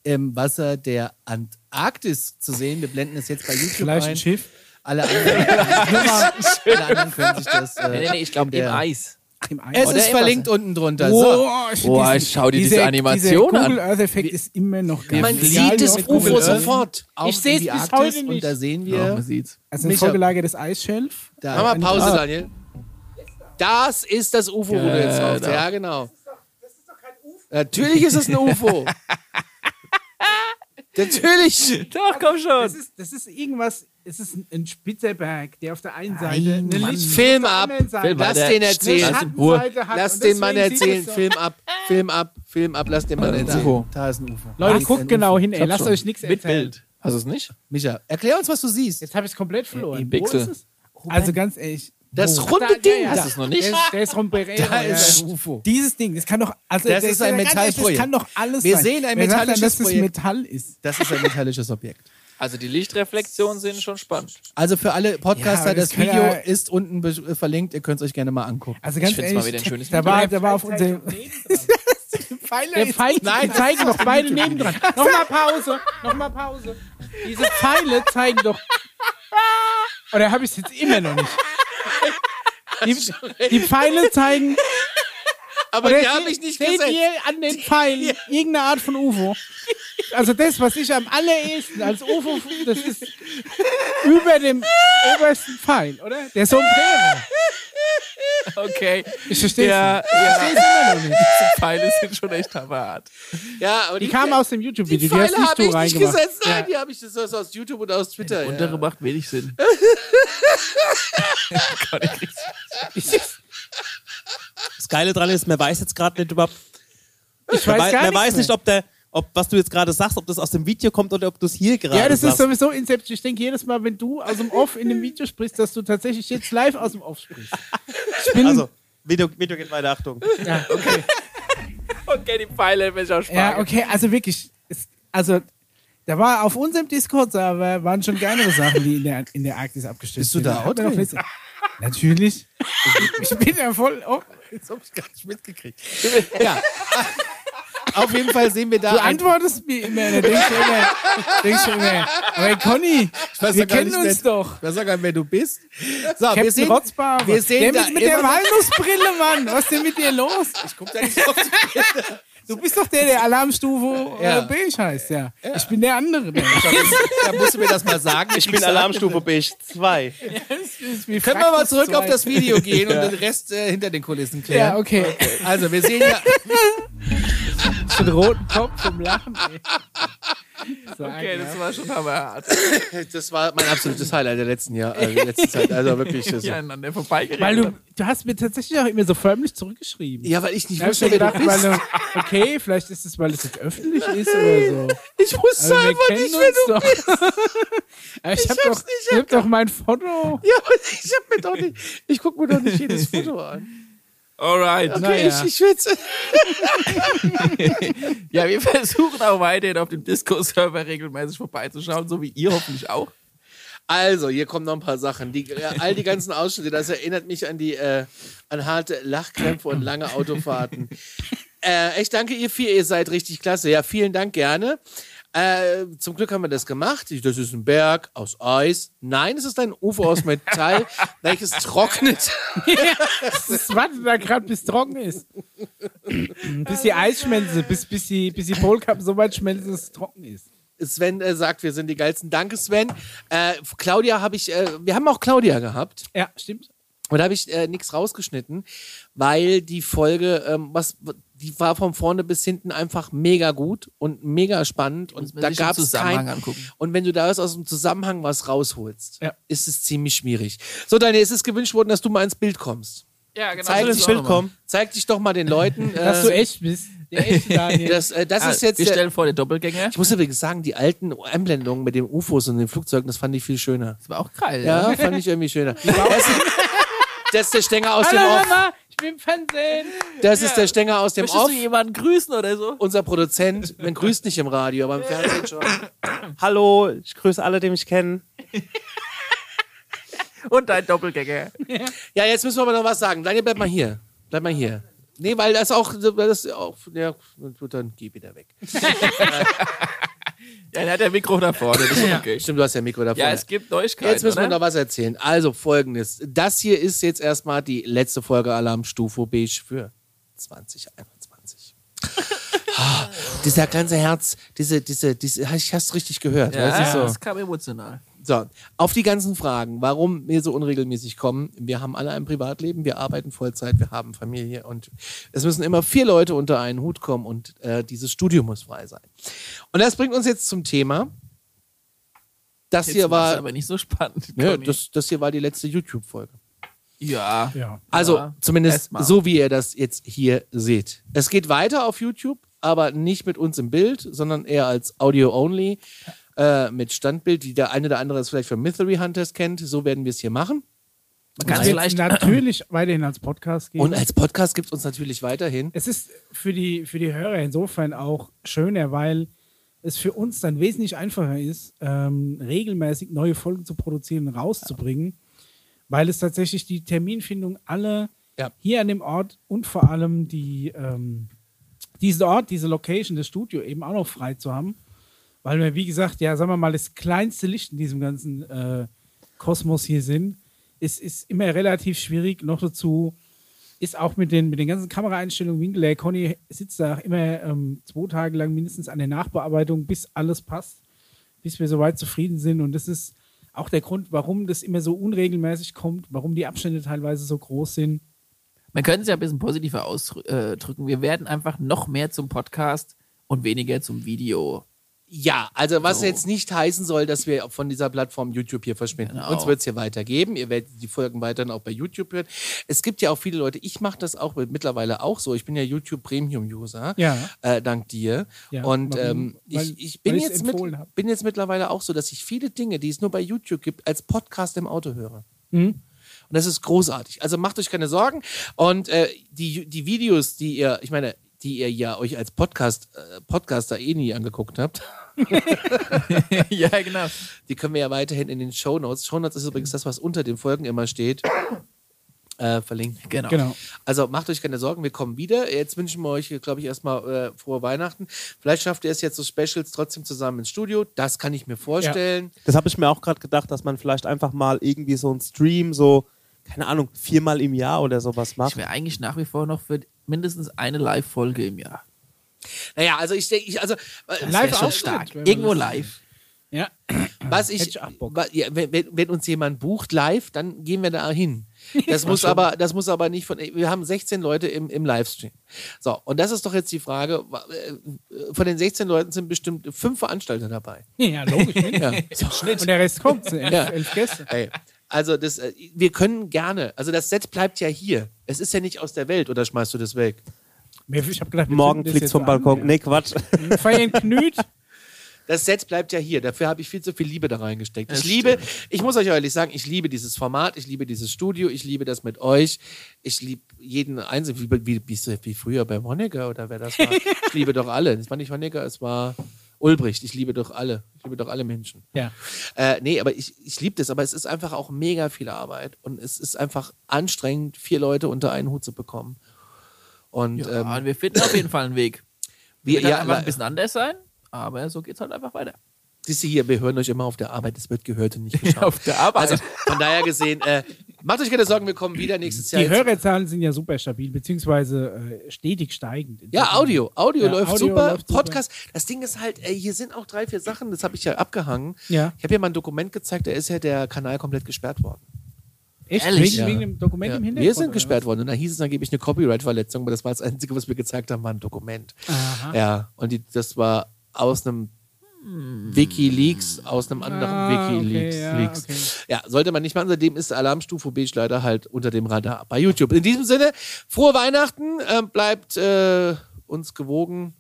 [SPEAKER 21] im Wasser der Antarktis zu sehen. Wir blenden es jetzt bei YouTube
[SPEAKER 4] Vielleicht ein
[SPEAKER 21] ein.
[SPEAKER 4] Schiff.
[SPEAKER 21] Alle anderen, alle anderen können sich das. Äh,
[SPEAKER 1] nee, nee, nee, ich glaube,
[SPEAKER 21] der-
[SPEAKER 1] im Eis.
[SPEAKER 4] Im Eis.
[SPEAKER 21] Es
[SPEAKER 1] Oder
[SPEAKER 21] ist
[SPEAKER 1] im
[SPEAKER 21] verlinkt
[SPEAKER 1] Wasser.
[SPEAKER 21] unten drunter.
[SPEAKER 4] Boah,
[SPEAKER 21] so.
[SPEAKER 4] find
[SPEAKER 1] also- Boah,
[SPEAKER 4] diesen-
[SPEAKER 1] schau dir diese Animation
[SPEAKER 4] dieser
[SPEAKER 1] an.
[SPEAKER 4] Google Earth Effekt ist immer noch geil.
[SPEAKER 21] Man
[SPEAKER 4] Egal,
[SPEAKER 21] sieht
[SPEAKER 4] wie
[SPEAKER 21] das
[SPEAKER 4] oft
[SPEAKER 21] UFO
[SPEAKER 4] Google Earth-
[SPEAKER 21] sofort.
[SPEAKER 4] Ich sehe es bis heute nicht.
[SPEAKER 21] Und da sehen
[SPEAKER 1] Ja,
[SPEAKER 21] wir.
[SPEAKER 1] Oh, man sieht's.
[SPEAKER 4] Also ein
[SPEAKER 21] Micha-
[SPEAKER 4] vorgelagertes Eisschelf.
[SPEAKER 21] Da-
[SPEAKER 2] Mach mal
[SPEAKER 4] Eine-
[SPEAKER 2] Pause,
[SPEAKER 4] Ah.
[SPEAKER 2] Daniel. Das ist das UFO, wo du jetzt drauf
[SPEAKER 1] Genau.
[SPEAKER 2] Ja, genau. Natürlich ist es ein UFO. Natürlich.
[SPEAKER 1] Doch, komm
[SPEAKER 4] Das
[SPEAKER 1] schon.
[SPEAKER 4] ist, das ist irgendwas, es ist ein, ein spitzer Berg, der auf der einen Seite
[SPEAKER 1] Nein,
[SPEAKER 4] eine
[SPEAKER 1] Mann.
[SPEAKER 4] Licht
[SPEAKER 2] Film ab.
[SPEAKER 1] Film
[SPEAKER 2] Lass
[SPEAKER 1] weiter.
[SPEAKER 2] den erzählen.
[SPEAKER 1] Lass ihn in Ruhe.
[SPEAKER 2] Lass den Mann erzählen. Film ab. Film ab. Film ab. Lass den Mann
[SPEAKER 1] Äh,
[SPEAKER 2] erzählen.
[SPEAKER 21] Da ist ein UFO.
[SPEAKER 4] Leute,
[SPEAKER 21] Da ist
[SPEAKER 4] guckt
[SPEAKER 21] ein
[SPEAKER 4] genau
[SPEAKER 21] UFO.
[SPEAKER 4] hin, ey. Lasst euch nichts
[SPEAKER 1] Mit
[SPEAKER 4] erzählen.
[SPEAKER 1] Bild. Hast du es nicht?
[SPEAKER 21] Micha, erklär uns, was du siehst.
[SPEAKER 4] Jetzt habe ich es komplett verloren.
[SPEAKER 1] Im
[SPEAKER 4] Wo
[SPEAKER 1] Pixel.
[SPEAKER 4] ist es? Also ganz ehrlich.
[SPEAKER 2] Das
[SPEAKER 4] Wo?
[SPEAKER 2] runde
[SPEAKER 4] Da- da-
[SPEAKER 2] Ding
[SPEAKER 4] ja,
[SPEAKER 2] da.
[SPEAKER 4] das-
[SPEAKER 1] Hast du es noch nicht?
[SPEAKER 4] Der ist, der ist rum
[SPEAKER 21] Da ist ein UFO.
[SPEAKER 4] Dieses Ding, das kann doch. Also,
[SPEAKER 21] Das ist ein
[SPEAKER 4] ja ganz ehrlich,
[SPEAKER 21] Metallprojekt.
[SPEAKER 4] Das kann doch alles
[SPEAKER 21] Wir
[SPEAKER 4] sein.
[SPEAKER 21] sehen ein
[SPEAKER 4] Wer sagt denn,
[SPEAKER 21] metallisches
[SPEAKER 4] dass das
[SPEAKER 21] Projekt.
[SPEAKER 4] Metall ist.
[SPEAKER 21] Das ist ein metallisches Objekt.
[SPEAKER 1] Also die Lichtreflexionen sind schon spannend.
[SPEAKER 2] Also für alle Podcaster,
[SPEAKER 1] Ja,
[SPEAKER 2] das,
[SPEAKER 1] das
[SPEAKER 2] Video
[SPEAKER 1] kann ja-
[SPEAKER 2] ist unten be- äh, verlinkt. Ihr könnt es euch gerne mal angucken.
[SPEAKER 22] Also ganz ehrlich, da war, da war auf unserem.
[SPEAKER 4] Der Pfeil,
[SPEAKER 2] Nein,
[SPEAKER 4] die zeigen
[SPEAKER 2] das
[SPEAKER 4] doch
[SPEAKER 2] ist auf
[SPEAKER 4] beide
[SPEAKER 2] YouTube.
[SPEAKER 4] nebendran. Nochmal Pause, nochmal Pause. Diese Pfeile zeigen doch. Oder habe ich es jetzt immer noch nicht? Die, die Pfeile zeigen.
[SPEAKER 2] Aber
[SPEAKER 4] Oder
[SPEAKER 2] die
[SPEAKER 4] se-
[SPEAKER 2] habe ich nicht
[SPEAKER 4] seht
[SPEAKER 2] gesetzt.
[SPEAKER 4] ihr an den Pfeilen irgendeine Art von UFO? Also das, was ich am allerersten als UFO, das ist über dem obersten Pfeil, oder? Der Sombrero.
[SPEAKER 1] Okay.
[SPEAKER 4] Ich verstehe
[SPEAKER 1] ja,
[SPEAKER 4] es nicht. Ich versteh's immer noch nicht.
[SPEAKER 1] Diese Pfeile sind schon echt hammerhart.
[SPEAKER 2] Ja, aber
[SPEAKER 4] Die kamen aus dem YouTube-Video, die, hast
[SPEAKER 2] Pfeile
[SPEAKER 4] nicht
[SPEAKER 2] habe ich
[SPEAKER 4] du
[SPEAKER 2] nicht
[SPEAKER 4] reingemacht.
[SPEAKER 2] gesetzt. Nein, die habe ich das ist aus YouTube und aus Twitter. Ja.
[SPEAKER 1] Untere macht wenig Sinn.
[SPEAKER 3] Das Geile dran ist, man weiß jetzt gerade nicht überhaupt.
[SPEAKER 4] Ich
[SPEAKER 3] man
[SPEAKER 4] weiß
[SPEAKER 3] wei-
[SPEAKER 4] gar
[SPEAKER 3] Man
[SPEAKER 4] nichts
[SPEAKER 3] weiß nicht,
[SPEAKER 4] mehr.
[SPEAKER 3] ob der, ob was du jetzt gerade sagst, ob das aus dem Video kommt oder ob du es hier gerade
[SPEAKER 4] Ja, das
[SPEAKER 3] sagst.
[SPEAKER 4] ist sowieso Inception. Ich denke jedes Mal, wenn du aus dem Off in dem Video sprichst, dass du tatsächlich jetzt live aus dem Off sprichst.
[SPEAKER 3] also, Video, Video geht weiter, Achtung.
[SPEAKER 4] Ja, okay.
[SPEAKER 1] Okay, die Pfeile welcher auch
[SPEAKER 4] Ja, okay, also wirklich. Es, also, da war auf unserem Discord-Server waren schon geilere Sachen, die in der, in der Arktis abgestimmt
[SPEAKER 2] Bist du da
[SPEAKER 4] sind.
[SPEAKER 2] out?
[SPEAKER 4] Hat mir doch letzte- Natürlich. ich bin ja voll. Oh,
[SPEAKER 2] Jetzt habe ich gar nicht mitgekriegt. ja. Auf jeden Fall sehen wir da.
[SPEAKER 4] du
[SPEAKER 2] ein-
[SPEAKER 4] antwortest mir immer. Da denkst du immer, denkst du immer aber Conny,
[SPEAKER 2] Ich weiß
[SPEAKER 4] wir
[SPEAKER 2] ja gar
[SPEAKER 4] kennen
[SPEAKER 2] nicht,
[SPEAKER 4] uns
[SPEAKER 2] wer,
[SPEAKER 4] doch.
[SPEAKER 2] Ich weiß ja gar nicht, wer du bist. So,
[SPEAKER 4] Captain
[SPEAKER 2] wir sehen,
[SPEAKER 4] Rotzbauer.
[SPEAKER 2] wir sehen
[SPEAKER 4] der
[SPEAKER 2] da
[SPEAKER 4] mit, mit der
[SPEAKER 2] immer-
[SPEAKER 4] Walnussbrille, Mann. Was ist denn mit dir los? Ich guck da nicht auf Du bist doch der, der Alarmstufe äh,
[SPEAKER 2] Ja.
[SPEAKER 4] B heißt, ja. Ich bin der andere. Der
[SPEAKER 2] Da musst du mir das mal sagen.
[SPEAKER 23] Ich bin Alarmstufe B2.
[SPEAKER 2] Können wir mal zurück auf das Video gehen
[SPEAKER 23] Ja.
[SPEAKER 2] und den Rest äh, hinter den Kulissen klären?
[SPEAKER 4] Ja, okay.
[SPEAKER 2] Also, wir sehen ja.
[SPEAKER 4] Schon roten Kopf vom Lachen. Ey.
[SPEAKER 1] Okay, das war schon hammerhart.
[SPEAKER 2] Das war mein absolutes Highlight der letzten Jahr, äh, der letzten Zeit. Also wirklich. Das
[SPEAKER 1] Ja, aneinander vorbeigeredet.
[SPEAKER 4] Weil du, du hast mir tatsächlich auch immer so förmlich zurückgeschrieben.
[SPEAKER 2] Ja, weil ich nicht
[SPEAKER 4] Da hab
[SPEAKER 2] wusste,
[SPEAKER 4] mir
[SPEAKER 2] wer du
[SPEAKER 4] gedacht,
[SPEAKER 2] bist.
[SPEAKER 4] weil du- okay, vielleicht ist es, weil es jetzt öffentlich ist oder so.
[SPEAKER 2] Ich wusste
[SPEAKER 4] wir
[SPEAKER 2] einfach
[SPEAKER 4] kennen
[SPEAKER 2] nicht, wer du
[SPEAKER 4] uns
[SPEAKER 2] bist.
[SPEAKER 4] Aber ich,
[SPEAKER 2] Ich
[SPEAKER 4] hab
[SPEAKER 2] hab's
[SPEAKER 4] doch,
[SPEAKER 2] nicht
[SPEAKER 4] ich hab doch mein Foto.
[SPEAKER 2] Ja, aber ich hab mir doch nicht. Ich guck mir doch nicht jedes Foto an.
[SPEAKER 1] Alright.
[SPEAKER 2] Okay,
[SPEAKER 1] Naja.
[SPEAKER 2] ich, ich schwitze.
[SPEAKER 1] Ja, wir versuchen auch weiterhin auf dem Disco-Server regelmäßig vorbeizuschauen, so wie ihr hoffentlich auch.
[SPEAKER 2] Also, hier kommen noch ein paar Sachen. Die, äh, all die ganzen Ausschnitte, das erinnert mich an die äh, an harte Lachkrämpfe und lange Autofahrten. Äh, ich danke ihr vier, ihr seid richtig klasse. Ja, vielen Dank gerne. Äh, zum Glück haben wir das gemacht. Ich- Das ist ein Berg aus Eis. Nein, es ist ein Ufer aus Metall, welches trocknet.
[SPEAKER 4] Das wartet da gerade, bis trocken ist. bis die Eisschmelze, bis, bis die, bis die Polkappen so weit schmelzen, dass es trocken ist.
[SPEAKER 2] Sven äh, sagt, wir sind die geilsten. Danke, Sven. Äh, Claudia habe ich, äh, wir haben auch Claudia gehabt.
[SPEAKER 4] Ja, stimmt.
[SPEAKER 2] Und da habe ich äh, nichts rausgeschnitten, weil die Folge, ähm, was, die war von vorne bis hinten einfach mega gut und mega spannend. Und
[SPEAKER 1] man
[SPEAKER 2] da
[SPEAKER 1] sich im
[SPEAKER 2] gab es
[SPEAKER 1] Zusammenhang
[SPEAKER 2] kein,
[SPEAKER 1] angucken.
[SPEAKER 2] Und wenn du da aus dem Zusammenhang was rausholst,
[SPEAKER 4] Ja.
[SPEAKER 2] ist es ziemlich schwierig. So, Daniel, es ist gewünscht worden, dass du mal ins Bild kommst.
[SPEAKER 1] Ja, genau.
[SPEAKER 2] Zeig,
[SPEAKER 1] das
[SPEAKER 2] dich,
[SPEAKER 1] ist
[SPEAKER 2] Bild
[SPEAKER 1] auch nochmal.
[SPEAKER 2] kommen. zeig dich doch mal den Leuten. äh,
[SPEAKER 4] Dass du echt bist. Der echte Daniel.
[SPEAKER 2] das, äh, das
[SPEAKER 1] Ah,
[SPEAKER 2] ist jetzt
[SPEAKER 1] wir
[SPEAKER 2] der-
[SPEAKER 1] stellen vor, der Doppelgänger.
[SPEAKER 2] ich muss übrigens sagen, die alten Einblendungen mit den UFOs und den Flugzeugen, das fand ich viel schöner.
[SPEAKER 1] Das war auch geil.
[SPEAKER 2] Ja,
[SPEAKER 1] ne?
[SPEAKER 2] fand ich irgendwie schöner. Das, das ist der Stänger aus dem
[SPEAKER 4] Hallo
[SPEAKER 2] Off.
[SPEAKER 4] Mama, ich bin im Fernsehen.
[SPEAKER 2] Das ist der Stänger aus dem
[SPEAKER 1] Möchtest
[SPEAKER 2] Off.
[SPEAKER 1] du jemanden grüßen oder so?
[SPEAKER 2] Unser Produzent, man grüßt nicht im Radio, aber im Fernsehen schon.
[SPEAKER 3] Hallo, ich grüße alle, die mich kennen.
[SPEAKER 1] Und dein Doppelgänger.
[SPEAKER 2] Ja, jetzt müssen wir aber noch was sagen. Daniel, bleib mal hier. Bleib mal hier. Nee, weil das auch, das ist auch, ja, gut, dann geh wieder weg.
[SPEAKER 1] Ja, der hat ja Mikro nach vorne. Das ist okay.
[SPEAKER 2] Stimmt, du hast ja ein Mikro davor.
[SPEAKER 1] Ja, es gibt Neuigkeiten.
[SPEAKER 2] Jetzt müssen wir
[SPEAKER 1] oder?
[SPEAKER 2] noch was erzählen. Also folgendes. Das hier ist jetzt erstmal die letzte Folge Alarmstufe Beige für 2021. Ah, Dieser ganze Herz, diese, diese, diese, ich hab's richtig gehört.
[SPEAKER 1] Ja,
[SPEAKER 2] weißt du, so.
[SPEAKER 1] das kam emotional.
[SPEAKER 2] So, auf die ganzen Fragen, warum wir so unregelmäßig kommen. Wir haben alle ein Privatleben, wir arbeiten Vollzeit, wir haben Familie und es müssen immer vier Leute unter einen Hut kommen und äh, dieses Studio muss frei sein. Und das bringt uns jetzt zum Thema. Das
[SPEAKER 1] Jetzt
[SPEAKER 2] hier
[SPEAKER 1] war's
[SPEAKER 2] war,
[SPEAKER 1] aber nicht so spannend.
[SPEAKER 2] ja,
[SPEAKER 1] Conny.
[SPEAKER 2] Ne, das, das hier war die letzte YouTube-Folge.
[SPEAKER 1] ja.
[SPEAKER 4] Ja.
[SPEAKER 2] Also
[SPEAKER 1] Ja,
[SPEAKER 2] zumindest
[SPEAKER 1] erstmal.
[SPEAKER 2] so, wie ihr das jetzt hier seht. Es geht weiter auf YouTube, aber nicht mit uns im Bild, sondern eher als Audio-only äh, mit Standbild, wie der eine oder andere es vielleicht von Mystery Hunters kennt. So werden wir es hier machen.
[SPEAKER 1] Man
[SPEAKER 4] Kannst
[SPEAKER 1] kann
[SPEAKER 4] du
[SPEAKER 1] vielleicht
[SPEAKER 4] vielleicht natürlich weiterhin als Podcast gehen.
[SPEAKER 2] Und als Podcast Mhm. gibt es uns natürlich weiterhin.
[SPEAKER 4] es ist für die, für die Hörer insofern auch schöner, weil es für uns dann wesentlich einfacher ist, ähm, regelmäßig neue Folgen zu produzieren und rauszubringen, weil es tatsächlich die Terminfindung alle
[SPEAKER 2] Ja.
[SPEAKER 4] hier an dem Ort und vor allem die, ähm, diesen Ort, diese Location, das Studio eben auch noch frei zu haben, weil wir, wie gesagt, ja, sagen wir mal, das kleinste Licht in diesem ganzen äh, Kosmos hier sind, ist, ist immer relativ schwierig. Noch dazu ist auch mit den, mit den ganzen Kameraeinstellungen Winkelay. Conny sitzt da immer ähm, zwei Tage lang mindestens an der Nachbearbeitung, bis alles passt, bis wir soweit zufrieden sind. Und das ist auch der Grund, warum das immer so unregelmäßig kommt, warum die Abstände teilweise so groß sind.
[SPEAKER 1] Man könnte es ja ein bisschen positiver ausdrücken. Wir werden einfach noch mehr zum Podcast und weniger zum Video.
[SPEAKER 2] Ja, also was jetzt nicht heißen soll, dass wir von dieser Plattform YouTube hier verschwinden.
[SPEAKER 1] Genau.
[SPEAKER 2] Uns wird es hier weitergeben. Ihr werdet die Folgen weiterhin auch bei YouTube hören. Es gibt ja auch viele Leute, ich mache das auch mittlerweile auch so. Ich bin ja YouTube Premium User.
[SPEAKER 4] Ja.
[SPEAKER 2] Äh, dank dir.
[SPEAKER 4] Ja,
[SPEAKER 2] und
[SPEAKER 4] warum?
[SPEAKER 2] ähm,
[SPEAKER 4] Weil-
[SPEAKER 2] ich, ich bin,
[SPEAKER 4] weil ich's
[SPEAKER 2] jetzt mit,
[SPEAKER 4] empfohlen hab.
[SPEAKER 2] bin jetzt mittlerweile auch so, dass ich viele Dinge, die es nur bei YouTube gibt, als Podcast im Auto höre.
[SPEAKER 4] Mhm.
[SPEAKER 2] Und das ist großartig. Also macht euch keine Sorgen. Und äh, die, die Videos, die ihr, ich meine, die ihr ja euch als Podcast, äh, Podcaster eh nie angeguckt habt.
[SPEAKER 1] ja, genau.
[SPEAKER 2] Die können wir ja weiterhin in den Shownotes. Shownotes ist übrigens das, was unter den Folgen immer steht. Äh, verlinken.
[SPEAKER 1] Genau.
[SPEAKER 4] Genau.
[SPEAKER 2] Also macht euch keine Sorgen, wir kommen wieder. Jetzt wünschen wir euch, glaube ich, erstmal äh, frohe Weihnachten. Vielleicht schafft ihr es jetzt so Specials trotzdem zusammen ins Studio. Das kann ich mir vorstellen.
[SPEAKER 3] Das habe ich mir auch gerade gedacht, dass man vielleicht einfach mal irgendwie so einen Stream, so, keine Ahnung, viermal im Jahr oder sowas macht.
[SPEAKER 1] Ich wäre eigentlich nach wie vor noch für mindestens eine Live-Folge im Jahr.
[SPEAKER 2] Naja, also ich denke, ich, also äh,
[SPEAKER 1] Das wär schon stark. Irgendwo live.
[SPEAKER 4] Ja.
[SPEAKER 2] Was ich, wa- ja, wenn, wenn, wenn uns jemand bucht live, dann gehen wir da hin. Das muss aber, das muss aber nicht von. Wir haben 16 Leute im, im Livestream. So, und das ist doch jetzt die Frage: wa- äh, Von den 16 Leuten sind bestimmt fünf Veranstalter dabei.
[SPEAKER 4] Ja, logisch. ne?
[SPEAKER 2] Ja.
[SPEAKER 4] Und der Rest kommt. Elf,
[SPEAKER 2] Ja.
[SPEAKER 4] elf Gäste.
[SPEAKER 2] Ey, also das, äh, wir können gerne. Also das Set bleibt ja hier. Es ist ja nicht aus der Welt oder schmeißt du das weg?
[SPEAKER 4] Mir- Ich hab gedacht, wir
[SPEAKER 3] Morgen
[SPEAKER 4] zünden das
[SPEAKER 3] fliegt's
[SPEAKER 4] jetzt
[SPEAKER 3] vom
[SPEAKER 4] an.
[SPEAKER 3] Balkon. Nee, Quatsch.
[SPEAKER 4] Mhm. Feiern Knüt.
[SPEAKER 2] Das Set bleibt ja hier. Dafür habe ich viel zu viel Liebe da reingesteckt.
[SPEAKER 1] Das
[SPEAKER 2] Ich liebe, ich muss euch ehrlich sagen, ich liebe dieses Format, ich liebe dieses Studio, ich liebe das mit euch. Ich liebe jeden Einzelnen, wie, wie, wie, so- wie früher bei Honecker oder wer das war. ich liebe doch alle. Das war nicht Honecker, es war Ulbricht. Ich liebe doch alle. Ich liebe doch alle Menschen.
[SPEAKER 4] Ja.
[SPEAKER 2] Äh, nee, aber ich, ich liebe das, aber es ist einfach auch mega viel Arbeit und es ist einfach anstrengend, vier Leute unter einen Hut zu bekommen. Und
[SPEAKER 1] Ja,
[SPEAKER 2] ähm,
[SPEAKER 1] und wir finden auf jeden Fall einen Weg.
[SPEAKER 2] wir,
[SPEAKER 1] Wird halt
[SPEAKER 2] ja,
[SPEAKER 1] einfach
[SPEAKER 2] aber,
[SPEAKER 1] ein bisschen anders sein, aber so geht's halt einfach weiter.
[SPEAKER 2] siehst du hier, wir hören euch immer auf der Arbeit, es wird gehört und nicht geschaut.
[SPEAKER 1] Auf der Arbeit.
[SPEAKER 2] Also von daher gesehen, äh, macht euch keine Sorgen, wir kommen wieder nächstes Jahr.
[SPEAKER 4] Die Hörerzahlen sind ja super stabil, beziehungsweise äh, stetig steigend.
[SPEAKER 2] ja, Audio. Audio
[SPEAKER 4] Ja,
[SPEAKER 2] läuft
[SPEAKER 4] Audio
[SPEAKER 2] super.
[SPEAKER 4] läuft super.
[SPEAKER 2] Podcast. Das Ding ist halt, äh, hier sind auch drei, vier Sachen, das habe ich ja abgehangen.
[SPEAKER 4] Ja.
[SPEAKER 2] Ich habe hier mal ein Dokument gezeigt, da ist ja der Kanal komplett gesperrt worden.
[SPEAKER 4] Echt?
[SPEAKER 1] Ehrlich?
[SPEAKER 4] Wegen,
[SPEAKER 2] Ja.
[SPEAKER 4] wegen dem Dokument im Hintergrund?
[SPEAKER 2] wir sind
[SPEAKER 4] oder
[SPEAKER 2] gesperrt worden und da hieß es angeblich eine Copyright-Verletzung, aber das war das Einzige, was wir gezeigt haben, war ein Dokument.
[SPEAKER 4] Aha.
[SPEAKER 2] Ja, und die, das war aus einem Wikileaks, aus einem anderen
[SPEAKER 4] Ah, okay,
[SPEAKER 2] Wikileaks.
[SPEAKER 4] ja,
[SPEAKER 2] Leaks.
[SPEAKER 4] okay.
[SPEAKER 2] ja, sollte man nicht machen, seitdem ist Alarmstufe Beige leider halt unter dem Radar bei YouTube. In diesem Sinne, frohe Weihnachten, äh, bleibt äh, uns gewogen,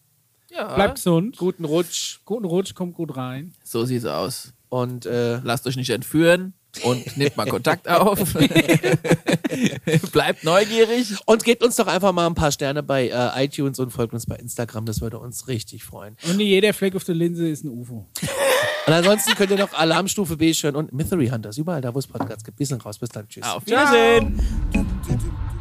[SPEAKER 1] Ja,
[SPEAKER 4] was? Bleibt gesund.
[SPEAKER 2] Ah, guten Rutsch
[SPEAKER 4] Guten Rutsch, kommt gut rein.
[SPEAKER 1] so sieht's aus.
[SPEAKER 2] und äh,
[SPEAKER 1] Lasst euch nicht entführen und nehmt mal Kontakt auf. Bleibt neugierig.
[SPEAKER 2] und gebt uns doch einfach mal ein paar Sterne bei äh, iTunes und folgt uns bei Instagram, das würde uns richtig freuen.
[SPEAKER 4] Und nicht jeder Fleck auf der Linse ist ein UFO.
[SPEAKER 2] Und ansonsten könnt ihr noch Alarmstufe B hören und Mystery Hunters, überall da, wo es Podcasts gibt. Wir sind raus, bis dann, tschüss.
[SPEAKER 1] Auf Wiedersehen.
[SPEAKER 20] Tschüss.